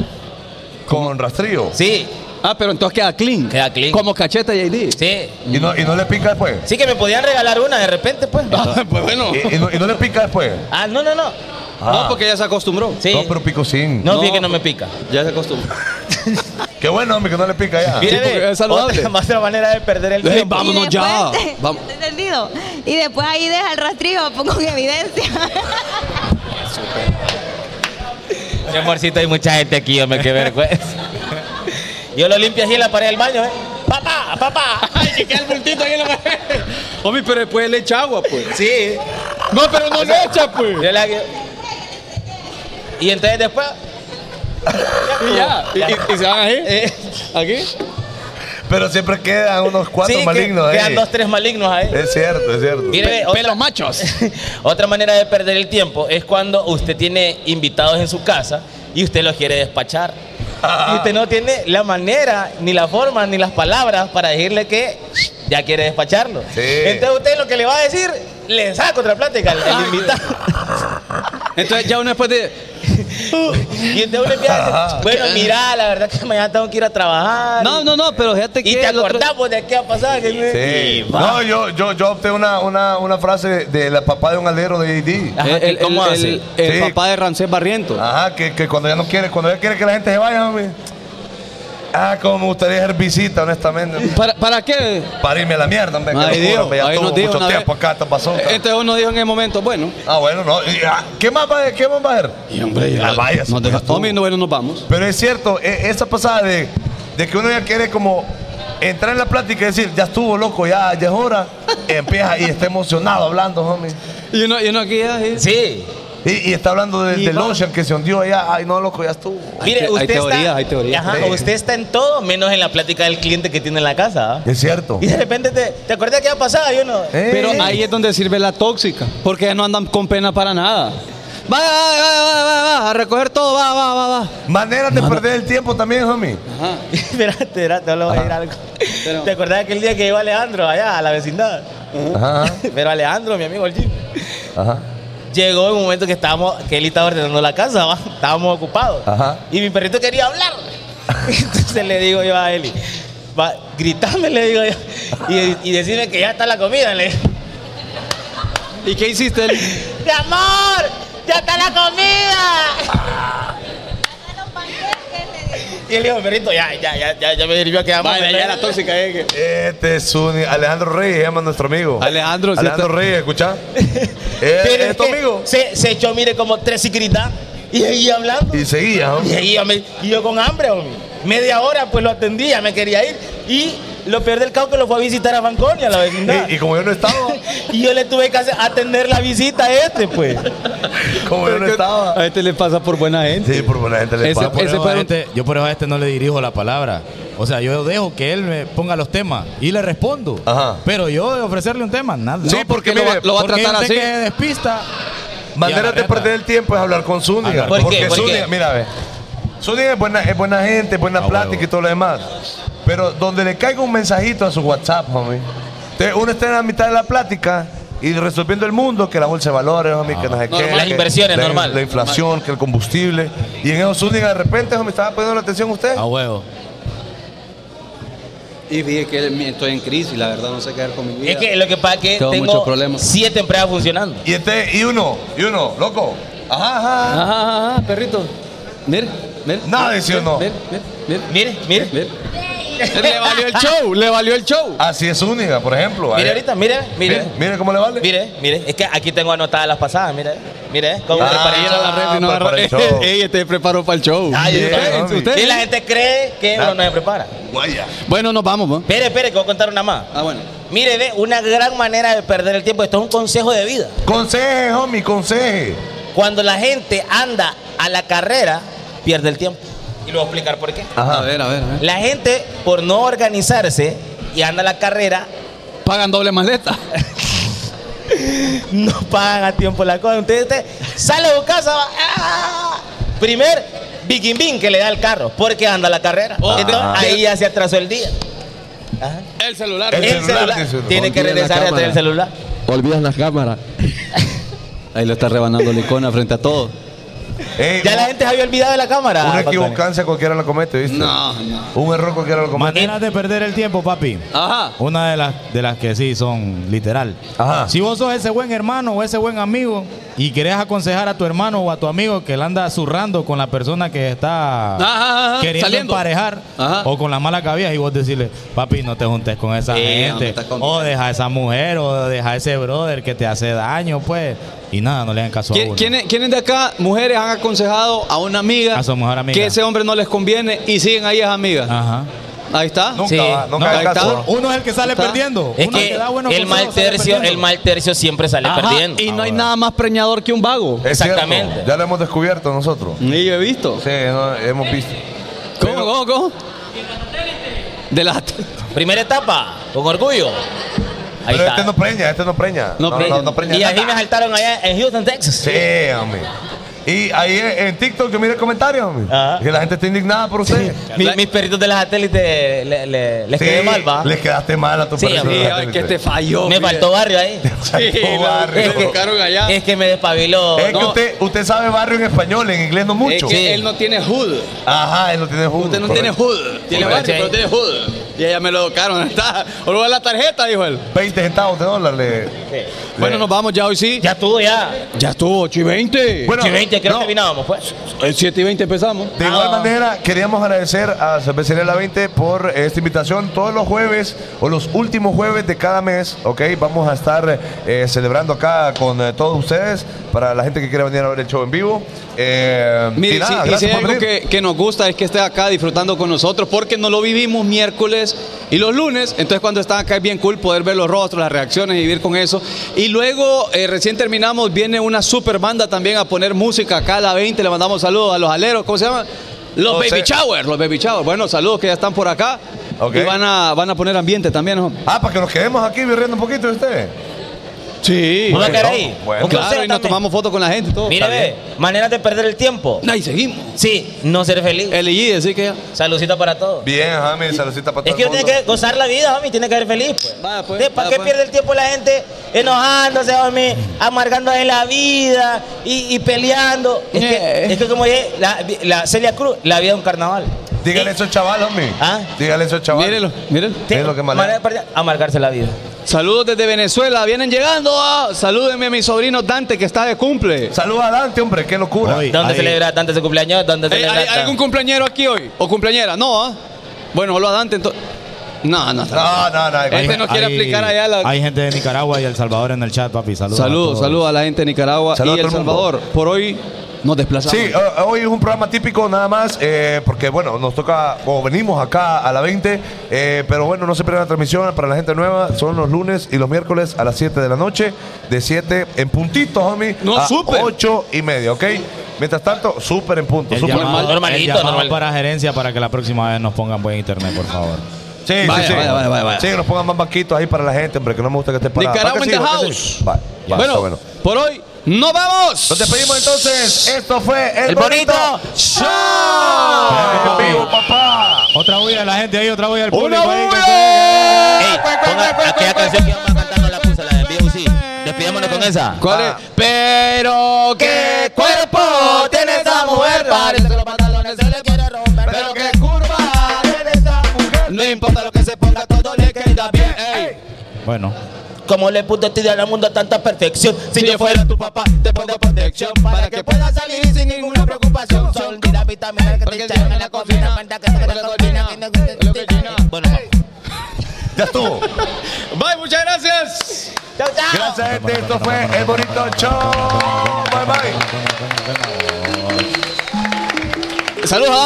Speaker 2: Con rastrillo.
Speaker 4: Sí,
Speaker 3: Ah, pero entonces queda clean.
Speaker 4: Queda clean.
Speaker 3: Como cacheta JD.
Speaker 4: sí.
Speaker 2: Y no, y no le pica después.
Speaker 4: Sí que me podían regalar una de repente, pues.
Speaker 3: [LAUGHS] Ah, pues bueno.
Speaker 4: eh,
Speaker 2: Y, y no, y no le pica después.
Speaker 4: Ah, no, no, no.
Speaker 2: Ah.
Speaker 3: No, porque ya se acostumbró.
Speaker 4: Sí.
Speaker 2: No, pero pico sin.
Speaker 4: No,
Speaker 3: No.
Speaker 4: fíjate que no me pica.
Speaker 3: Ya
Speaker 4: [LAUGHS]
Speaker 3: se acostumbró.
Speaker 2: Qué bueno, hombre, que no le pica ya.
Speaker 3: Sí,
Speaker 4: Mire,
Speaker 3: porque
Speaker 4: ve,
Speaker 3: es saludable.
Speaker 4: Otra, [LAUGHS] otra manera de perder el
Speaker 3: Ey,
Speaker 4: tiempo.
Speaker 3: vámonos
Speaker 9: Y [LAUGHS]
Speaker 3: ya.
Speaker 9: después-
Speaker 3: Vamos.
Speaker 9: ¿Entendido? Y después ahí deja el rastrillo con evidencia.
Speaker 4: Mi amorcito, hay mucha gente aquí, hombre, qué vergüenza. Yo lo limpio así en la pared del baño, ¿eh? ¡Papá! ¡Papá! ¡Ay, que queda el bultito ahí en
Speaker 3: [LAUGHS]
Speaker 4: la pared!
Speaker 3: Hombre, pero después le echa agua, pues.
Speaker 4: Sí.
Speaker 3: No, pero no le echa, pues.
Speaker 4: Yo le hago- Y entonces después.
Speaker 3: Y ya. Y, y- y se van ahí. Aquí.
Speaker 2: Pero siempre quedan unos cuatro
Speaker 4: sí, que-
Speaker 2: malignos ahí. Eh.
Speaker 4: quedan dos, tres malignos ahí.
Speaker 2: Es cierto, es cierto.
Speaker 4: Mire, ve, otra-
Speaker 3: Pelos machos.
Speaker 4: [LAUGHS] Otra manera de perder el tiempo es cuando usted tiene invitados en su casa y usted los quiere despachar.
Speaker 2: Ah.
Speaker 4: Y usted no tiene la manera, ni la forma, ni las palabras para decirle que ya quiere despacharlo.
Speaker 2: Sí.
Speaker 4: Entonces usted lo que le va a decir, le saca otra plática al, al invitado.
Speaker 3: Entonces ya uno después de.
Speaker 4: Y usted le empieza a decir, bueno, mira, la verdad que mañana tengo que ir a trabajar.
Speaker 3: No, no, no, pero fíjate que.
Speaker 4: Y te
Speaker 3: el otro-
Speaker 4: acordamos de qué va a pasar. que-
Speaker 2: Sí.
Speaker 4: Y va.
Speaker 2: No, yo, yo, yo opté una, una, una frase de la papá de un alero de JD.
Speaker 4: Ajá,
Speaker 3: El, el-
Speaker 4: ¿cómo
Speaker 3: el-
Speaker 4: hace?
Speaker 3: el- el
Speaker 2: Sí. Ah.
Speaker 3: papá de Rancés Barriento.
Speaker 2: Ajá, que, que cuando ya no quiere, cuando ya quiere que la gente se vaya, hombre. Ah, como me gustaría hacer visita, honestamente. hombre.
Speaker 3: ¿Para, ¿Para qué?
Speaker 2: Para irme a la mierda, hombre. que
Speaker 3: Ahí
Speaker 2: locura,
Speaker 3: dijo,
Speaker 2: hombre, ya
Speaker 3: ahí
Speaker 2: estuvo
Speaker 3: nos dijo
Speaker 2: mucho
Speaker 3: una
Speaker 2: tiempo
Speaker 3: vez. Este-
Speaker 2: acá, esta pasota.
Speaker 3: Entonces uno dijo en el momento, bueno.
Speaker 2: Ah, bueno, no. y, ah, ¿Qué más va a hacer? ¿Qué más va a hacer? Ah, vaya,
Speaker 3: Nos
Speaker 2: pues,
Speaker 3: dejó-
Speaker 2: estuvo.
Speaker 3: hombre, no, bueno, nos vamos.
Speaker 2: Pero es cierto, e- esa pasada de, de que uno ya quiere como entrar en la plática y decir, ya estuvo loco, ya, ya es hora, [LAUGHS] empieza y está emocionado hablando, homie.
Speaker 3: Y uno, y uno aquí ya. sí.
Speaker 4: Sí.
Speaker 2: Y, y está hablando de-
Speaker 3: Y
Speaker 2: del
Speaker 3: va.
Speaker 2: Ocean que se hundió allá, ay no, loco, ya estuvo.
Speaker 4: Mire,
Speaker 3: te- hay
Speaker 4: usted
Speaker 3: teorías,
Speaker 4: está,
Speaker 3: hay teorías.
Speaker 4: Ajá,
Speaker 2: Sí.
Speaker 4: usted está en todo menos en la plática del cliente que tiene en la casa. ¿ah?
Speaker 2: Es cierto.
Speaker 4: Y de repente te, ¿te acordás que había pasado? Y uno, [LAUGHS]
Speaker 2: Eh,
Speaker 3: Pero ahí es donde sirve la tóxica, porque ya no andan con pena para nada. Vaya, vaya, vaya, vaya, vaya, a recoger todo, va, va, va, va.
Speaker 2: Maneras de perder el tiempo también, homie.
Speaker 4: espérate, espérate, no le voy a decir algo. ¿Te acordás aquel día que iba Alejandro allá a la vecindad?
Speaker 2: Ajá, ajá,
Speaker 4: Pero Alejandro, mi amigo el Jim,
Speaker 2: ajá.
Speaker 4: llegó en un momento que estábamos, que él estaba ordenando la casa, ¿va? estábamos ocupados.
Speaker 2: Ajá.
Speaker 4: Y mi perrito
Speaker 2: [LAUGHS]
Speaker 4: quería hablar. Entonces le digo yo a Eli, va, gritame, le digo yo, y, y decirme que ya está la comida, le digo.
Speaker 3: ¿Y qué hiciste? Eli?
Speaker 4: ¡Mi amor! ¡Ya está la comida! Y él dijo, perrito, ya, ya, ya, ya, ya me sirvió a quedar
Speaker 3: Vaya, ya la
Speaker 2: Eh,
Speaker 3: tóxica es que-
Speaker 2: Este es un Alejandro Reyes, se llama nuestro amigo.
Speaker 3: Alejandro, sí
Speaker 2: Alejandro
Speaker 3: está-
Speaker 2: Reyes,
Speaker 4: [LAUGHS]
Speaker 2: escucha. ¿Es,
Speaker 4: Pero
Speaker 2: es
Speaker 4: es
Speaker 2: tu
Speaker 4: que
Speaker 2: amigo?
Speaker 4: Se, se echó, mire, como tres cicritas y seguía hablando.
Speaker 2: Y seguía,
Speaker 4: Y
Speaker 2: homie.
Speaker 4: seguía, me- y yo con hambre, homie. Media hora, pues lo atendía, me quería ir. Y lo peor del caos que lo fue a visitar a Banconia, la vecindad.
Speaker 2: Y, y como yo no estaba,
Speaker 4: Y yo le tuve que hacer- atender la visita a este, pues.
Speaker 2: como yo no estaba.
Speaker 3: A este le pasa por buena gente.
Speaker 2: Sí, por buena gente le
Speaker 3: Ese-
Speaker 2: pasa.
Speaker 1: Por
Speaker 3: ese
Speaker 1: eso
Speaker 3: fue
Speaker 1: a
Speaker 3: un-
Speaker 1: este- yo por eso a este no le dirijo la palabra. O sea, yo dejo que él me ponga los temas y le respondo.
Speaker 2: Ajá.
Speaker 1: Pero yo de ofrecerle un tema, nada.
Speaker 2: Sí, porque
Speaker 3: lo
Speaker 2: mire,
Speaker 3: va- lo va a
Speaker 1: Porque
Speaker 3: tratar
Speaker 1: yo sé
Speaker 3: así.
Speaker 1: que despista. Y a
Speaker 2: Maneras
Speaker 1: la
Speaker 2: de
Speaker 1: reta.
Speaker 2: perder el tiempo es hablar con Zúñiga.
Speaker 1: Hablar.
Speaker 4: ¿Por
Speaker 2: porque
Speaker 4: qué? ¿Por
Speaker 2: Zúñiga,
Speaker 4: qué?
Speaker 2: mira, ve. Zúñiga es buena, es buena gente, buena
Speaker 1: Ah,
Speaker 2: plática
Speaker 1: huevo.
Speaker 2: y todo lo demás. Pero donde le caiga un mensajito a su WhatsApp, homie. Entonces, uno está en la mitad de la plática y resolviendo el mundo, que la bolsa de valores, homie, que no sé qué,
Speaker 4: Ah. Normal. Las
Speaker 2: que
Speaker 4: inversiones,
Speaker 2: la,
Speaker 4: normal.
Speaker 2: La inflación, que el combustible. Y en esos únicos de repente, homie, estaba poniendo la atención usted.
Speaker 4: A huevo.
Speaker 3: Y fíjate que mi- estoy en crisis, la verdad, no sé qué hacer con mi vida.
Speaker 4: Es que lo que pasa es que
Speaker 3: Tengo muchos
Speaker 4: tengo
Speaker 3: problemas.
Speaker 4: siete empresas funcionando.
Speaker 2: Y este, y uno, y uno, loco. Ajá, ajá.
Speaker 3: Ajá, ajá, ajá, perrito. Mire, mire.
Speaker 2: Nada de sí o no.
Speaker 3: Mire, mire, mire.
Speaker 4: Mire, mire.
Speaker 3: mire. [LAUGHS] Le valió el show, le valió el show.
Speaker 2: Así es única, por ejemplo.
Speaker 4: Mire
Speaker 2: Ahí-
Speaker 4: Ah. ahorita, mire, mire.
Speaker 2: Mire, mire cómo le vale.
Speaker 4: Mire, mire. Es que aquí tengo anotadas las pasadas, mire. Mire, ¿eh? como
Speaker 2: Ah,
Speaker 4: preparé
Speaker 2: la
Speaker 4: yo las
Speaker 3: pues,
Speaker 2: refri no agarró- para el show.
Speaker 3: [LAUGHS] Ey, este preparó para el show.
Speaker 4: Ah, yo-
Speaker 3: Ustedes,
Speaker 2: homie.
Speaker 3: ustedes.
Speaker 4: Y la gente cree que uno no se prepara.
Speaker 2: Guaya.
Speaker 3: Bueno, nos vamos, ¿no?
Speaker 4: Espere, espere, que voy a contar una más.
Speaker 3: Ah, bueno.
Speaker 4: Mire, ve, una gran manera de perder el tiempo. Esto es un consejo de vida.
Speaker 2: Conseje, homie, conseje.
Speaker 4: Cuando la gente anda a la carrera, pierde el tiempo. Y lo voy a explicar por qué.
Speaker 3: A ver, a ver, a ver.
Speaker 4: La gente, por no organizarse y anda a la carrera,
Speaker 3: Pagan doble maleta.
Speaker 4: no [LAUGHS] pagan a tiempo la cosa. Entonces usted sale de su casa, va, ¡ah! primer biquín bin que le da el carro, porque anda a la carrera. Entonces ahí ya se atrasó el día. Ajá.
Speaker 3: El celular.
Speaker 2: El
Speaker 4: El,
Speaker 2: celular,
Speaker 4: celular,
Speaker 2: dice,
Speaker 4: tiene que
Speaker 3: olvida la
Speaker 4: regresar a traer
Speaker 3: cámara.
Speaker 4: el celular.
Speaker 3: Olvidas las [LAUGHS] cámaras. Ahí lo está rebanando la icona frente a todos.
Speaker 2: Ey,
Speaker 4: Ya
Speaker 2: Eh,
Speaker 4: la
Speaker 2: un-
Speaker 4: gente Ah, se había olvidado de la cámara.
Speaker 2: Una
Speaker 4: Paco Antonio.
Speaker 2: equivocancia cualquiera la comete, ¿viste?
Speaker 3: No, no.
Speaker 2: Un error cualquiera lo comete.
Speaker 1: Maneras de perder el tiempo, papi.
Speaker 3: Ajá.
Speaker 1: Una de las, de las que sí son literal.
Speaker 2: Ajá.
Speaker 1: Si vos sos ese buen hermano o ese buen amigo y querés aconsejar a tu hermano o a tu amigo que él anda zurrando con la persona que está
Speaker 3: Ajá, ajá,
Speaker 1: queriendo
Speaker 3: saliendo.
Speaker 1: emparejar
Speaker 3: Ajá.
Speaker 1: o con la mala cabía y vos decirle, papi, no te juntes con esa
Speaker 3: Sí, no me
Speaker 1: gente.
Speaker 3: estás conviviendo.
Speaker 1: o deja a esa mujer o deja a ese brother que te hace daño, pues. Y nada, no le hagan caso a
Speaker 3: ¿Qui-
Speaker 1: uno.
Speaker 3: ¿Quiénes, quiénes de acá, mujeres, han aconsejado a una amiga,
Speaker 1: A su mejor amiga. Ah.
Speaker 3: que ese hombre no les conviene y siguen ahí esas amigas?
Speaker 1: Ajá.
Speaker 3: Ahí está.
Speaker 2: Nunca
Speaker 4: Sí.
Speaker 2: va,
Speaker 3: No,
Speaker 2: nunca
Speaker 3: ahí
Speaker 2: no,
Speaker 3: está.
Speaker 2: caso.
Speaker 1: Uno es el que sale
Speaker 3: Está.
Speaker 1: perdiendo.
Speaker 4: Es
Speaker 1: uno
Speaker 4: que
Speaker 1: da buenos
Speaker 4: el mal
Speaker 1: consejos sale
Speaker 4: tercio, el
Speaker 1: perdiendo.
Speaker 4: mal tercio siempre sale
Speaker 3: Ajá,
Speaker 4: perdiendo.
Speaker 3: Y no hay
Speaker 1: Ah,
Speaker 3: nada más preñador que un vago.
Speaker 2: Es cierto,
Speaker 4: Exactamente.
Speaker 2: ya lo hemos descubierto nosotros.
Speaker 3: Ni yo he visto.
Speaker 2: Eh. Sí, no, hemos visto.
Speaker 3: ¿Cómo, cómo, cómo? De la
Speaker 4: Primera etapa, con orgullo. Ahí
Speaker 2: Pero
Speaker 4: está.
Speaker 2: este no preña, este no preña.
Speaker 3: No preña.
Speaker 2: no preña.
Speaker 4: y ahí me saltaron allá en Houston, Texas.
Speaker 2: Sí, hombre. Y ahí en TikTok yo miré comentarios, hombre.
Speaker 4: Ajá.
Speaker 2: Que la gente está indignada por usted.
Speaker 4: Mi- mis perritos de la satélite le- le- les
Speaker 2: Sí,
Speaker 4: quedé mal, va.
Speaker 2: Les quedaste mal a tu
Speaker 4: Sí,
Speaker 2: persona.
Speaker 4: hombre.
Speaker 3: Ay, que te
Speaker 2: [LAUGHS]
Speaker 3: falló.
Speaker 4: Me
Speaker 3: mire.
Speaker 4: faltó barrio ahí.
Speaker 3: Sí,
Speaker 2: Santo
Speaker 3: la-
Speaker 2: barrio.
Speaker 3: es que- Tocaron allá.
Speaker 4: Es que me despabiló.
Speaker 2: Es que
Speaker 4: No,
Speaker 2: usted, usted sabe barrio en español, en inglés no
Speaker 3: Es
Speaker 2: mucho.
Speaker 3: que
Speaker 4: Sí.
Speaker 3: él no tiene hood.
Speaker 2: Ajá, él no tiene jugo.
Speaker 3: Usted no tiene hood. Tiene
Speaker 4: Correcto.
Speaker 3: barrio, pero tiene hood. Y ella me lo educaron. [LAUGHS] Está. O luego la tarjeta, dijo él.
Speaker 2: 20 centavos de dólar le-
Speaker 4: sí.
Speaker 3: Bueno,
Speaker 2: le-
Speaker 3: nos vamos ya hoy sí.
Speaker 4: Ya estuvo ya.
Speaker 3: Ya estuvo, 8 y 20.
Speaker 2: Bueno,
Speaker 4: Sí, 20, creo
Speaker 2: no.
Speaker 4: que terminábamos, pues.
Speaker 3: el 7 y 20 empezamos.
Speaker 2: De igual manera, queríamos agradecer a Cervecería La 20 por esta invitación. Todos los jueves o los últimos jueves de cada mes, ¿ok? Vamos a estar eh, celebrando acá con eh, todos ustedes para la gente que quiera venir a ver el show en vivo. Eh,
Speaker 3: Mire,
Speaker 2: y nada,
Speaker 3: si, y si
Speaker 2: gracias
Speaker 3: hay
Speaker 2: por
Speaker 3: algo
Speaker 2: venir.
Speaker 3: que, que nos gusta es que esté acá disfrutando con nosotros porque no lo vivimos miércoles y los lunes. Entonces, cuando están acá es bien cool poder ver los rostros, las reacciones y vivir con eso. Y luego, eh, recién terminamos, viene una super banda también a poner música acá a la 20. Le mandamos saludos a los aleros, ¿cómo se llama? Los
Speaker 2: No sé.
Speaker 3: Baby Shower, los Baby Shower. Bueno, saludos que ya están por acá.
Speaker 2: Ok.
Speaker 3: Y van a, van a poner ambiente también, ¿no?
Speaker 2: Ah, para que nos quedemos aquí virriendo un poquito de ustedes.
Speaker 3: Sí.
Speaker 4: Vamos a caer
Speaker 2: no,
Speaker 4: ahí.
Speaker 2: bueno.
Speaker 4: Un
Speaker 3: Claro,
Speaker 4: consejo
Speaker 3: y nos
Speaker 4: también.
Speaker 3: tomamos fotos con la gente y todo.
Speaker 4: Mire,
Speaker 3: Está
Speaker 4: ve,
Speaker 3: bien.
Speaker 4: maneras de perder el tiempo.
Speaker 3: Nah, y seguimos.
Speaker 4: Sí, no ser feliz.
Speaker 3: El IG, así que ya.
Speaker 4: Saludcita para todos.
Speaker 2: Bien, James, saludcita para
Speaker 4: Es
Speaker 2: todo
Speaker 4: que
Speaker 2: el
Speaker 4: uno tiene
Speaker 2: mundo.
Speaker 4: que gozar la vida, homie, tiene que ser feliz, pues.
Speaker 3: Vaya, pues,
Speaker 4: Entonces, ¿Para
Speaker 3: vaya,
Speaker 4: qué
Speaker 3: pues.
Speaker 4: pierde el tiempo la gente enojándose, homie, amargándose la vida y, y peleando? Es,
Speaker 3: Yeah.
Speaker 4: que, es que como dije, la, la Celia Cruz, la vida es un carnaval.
Speaker 2: Dígale eso, chaval, homie.
Speaker 4: Ah.
Speaker 2: Dígale eso, chaval.
Speaker 3: Mírenlo, mírenlo.
Speaker 4: Sí,
Speaker 2: Es lo que más le-
Speaker 4: manera de perder- amargarse la vida.
Speaker 3: Saludos desde Venezuela, vienen llegando. ah. Salúdenme a mi sobrino Dante que está de cumple.
Speaker 2: Saluda a Dante, hombre, qué locura.
Speaker 1: Oye. Sí,
Speaker 4: ¿Dónde
Speaker 1: ahí.
Speaker 4: celebra Dante su cumpleaños? ¿Dónde
Speaker 3: Ey,
Speaker 4: celebra
Speaker 3: Eh, ¿Hay, hay algún cumpleañero aquí hoy? ¿O cumpleañera? No, ¿ah? Bueno, hola Dante, entonces. No, no, está
Speaker 2: No, no, no.
Speaker 3: Este no quiere aplicar allá la-
Speaker 1: Hay gente de Nicaragua y El Salvador en el chat, papi.
Speaker 3: bien.
Speaker 1: Saludos. a
Speaker 3: Saludos,
Speaker 1: todos.
Speaker 3: saludos a la gente de Nicaragua
Speaker 2: Saludos
Speaker 3: y
Speaker 2: a
Speaker 3: El
Speaker 2: todo el mundo.
Speaker 3: Salvador. Por hoy nos desplazamos.
Speaker 2: Sí, eh, hoy es un programa típico nada más, eh, porque bueno, nos toca, o venimos acá a la 20, eh, pero bueno, no se pierdan la transmisión para la gente nueva, son los lunes y los miércoles a las 7 de la noche, de 7 en puntito, homie,
Speaker 3: No,
Speaker 2: a
Speaker 3: súper.
Speaker 2: 8 y media, ¿ok? Mientras tanto, súper en punto,
Speaker 1: El
Speaker 2: súper en
Speaker 1: llamado-
Speaker 2: punto.
Speaker 4: normalito,
Speaker 1: el llamado
Speaker 4: normal.
Speaker 1: para gerencia para que la próxima vez nos pongan buen internet, por favor.
Speaker 2: Sí,
Speaker 3: Vaya,
Speaker 2: sí, sí.
Speaker 3: vaya, vaya, vaya, vaya.
Speaker 2: Sí, que nos pongan más banquitos ahí para la gente, hombre, que no me gusta que esté parado.
Speaker 3: Nicaragua in the house. bueno,
Speaker 2: bueno.
Speaker 3: por hoy nos vamos.
Speaker 2: Nos despedimos entonces, esto fue El,
Speaker 4: El bonito Ah.
Speaker 2: Show. En vivo, papá.
Speaker 1: Otra bulla de la gente ahí, otra bulla del público. ahí, que
Speaker 3: bulla.
Speaker 4: Ey, ponga aquella canción que vamos a cantar, no la puse, la de B.O.C. Despide- canción esa?
Speaker 3: ¿Cuál
Speaker 4: Ah.
Speaker 3: es?
Speaker 4: Pero qué cuerpo tiene esa mujer, parece que los pantalones se le quieren romper.
Speaker 5: Pero qué curva tiene esta mujer.
Speaker 3: No importa lo que se ponga, todo le queda bien. ey.
Speaker 1: Bueno.
Speaker 4: ¿Cómo le pude estudiar al mundo tanta perfección? Si,
Speaker 3: Si
Speaker 4: yo fuera tu
Speaker 3: papá, te pongo protección
Speaker 5: Para que puedas salir sin ninguna preocupación. Son de las vitaminas que te echaron en la cocina. Panta que se la cocina. que no-
Speaker 4: Bueno,
Speaker 2: Ya estuvo.
Speaker 3: Bye, muchas gracias.
Speaker 4: chao, chao.
Speaker 2: Gracias, gente. Esto fue El Bonito Show. Bye, bye.
Speaker 3: Saludos a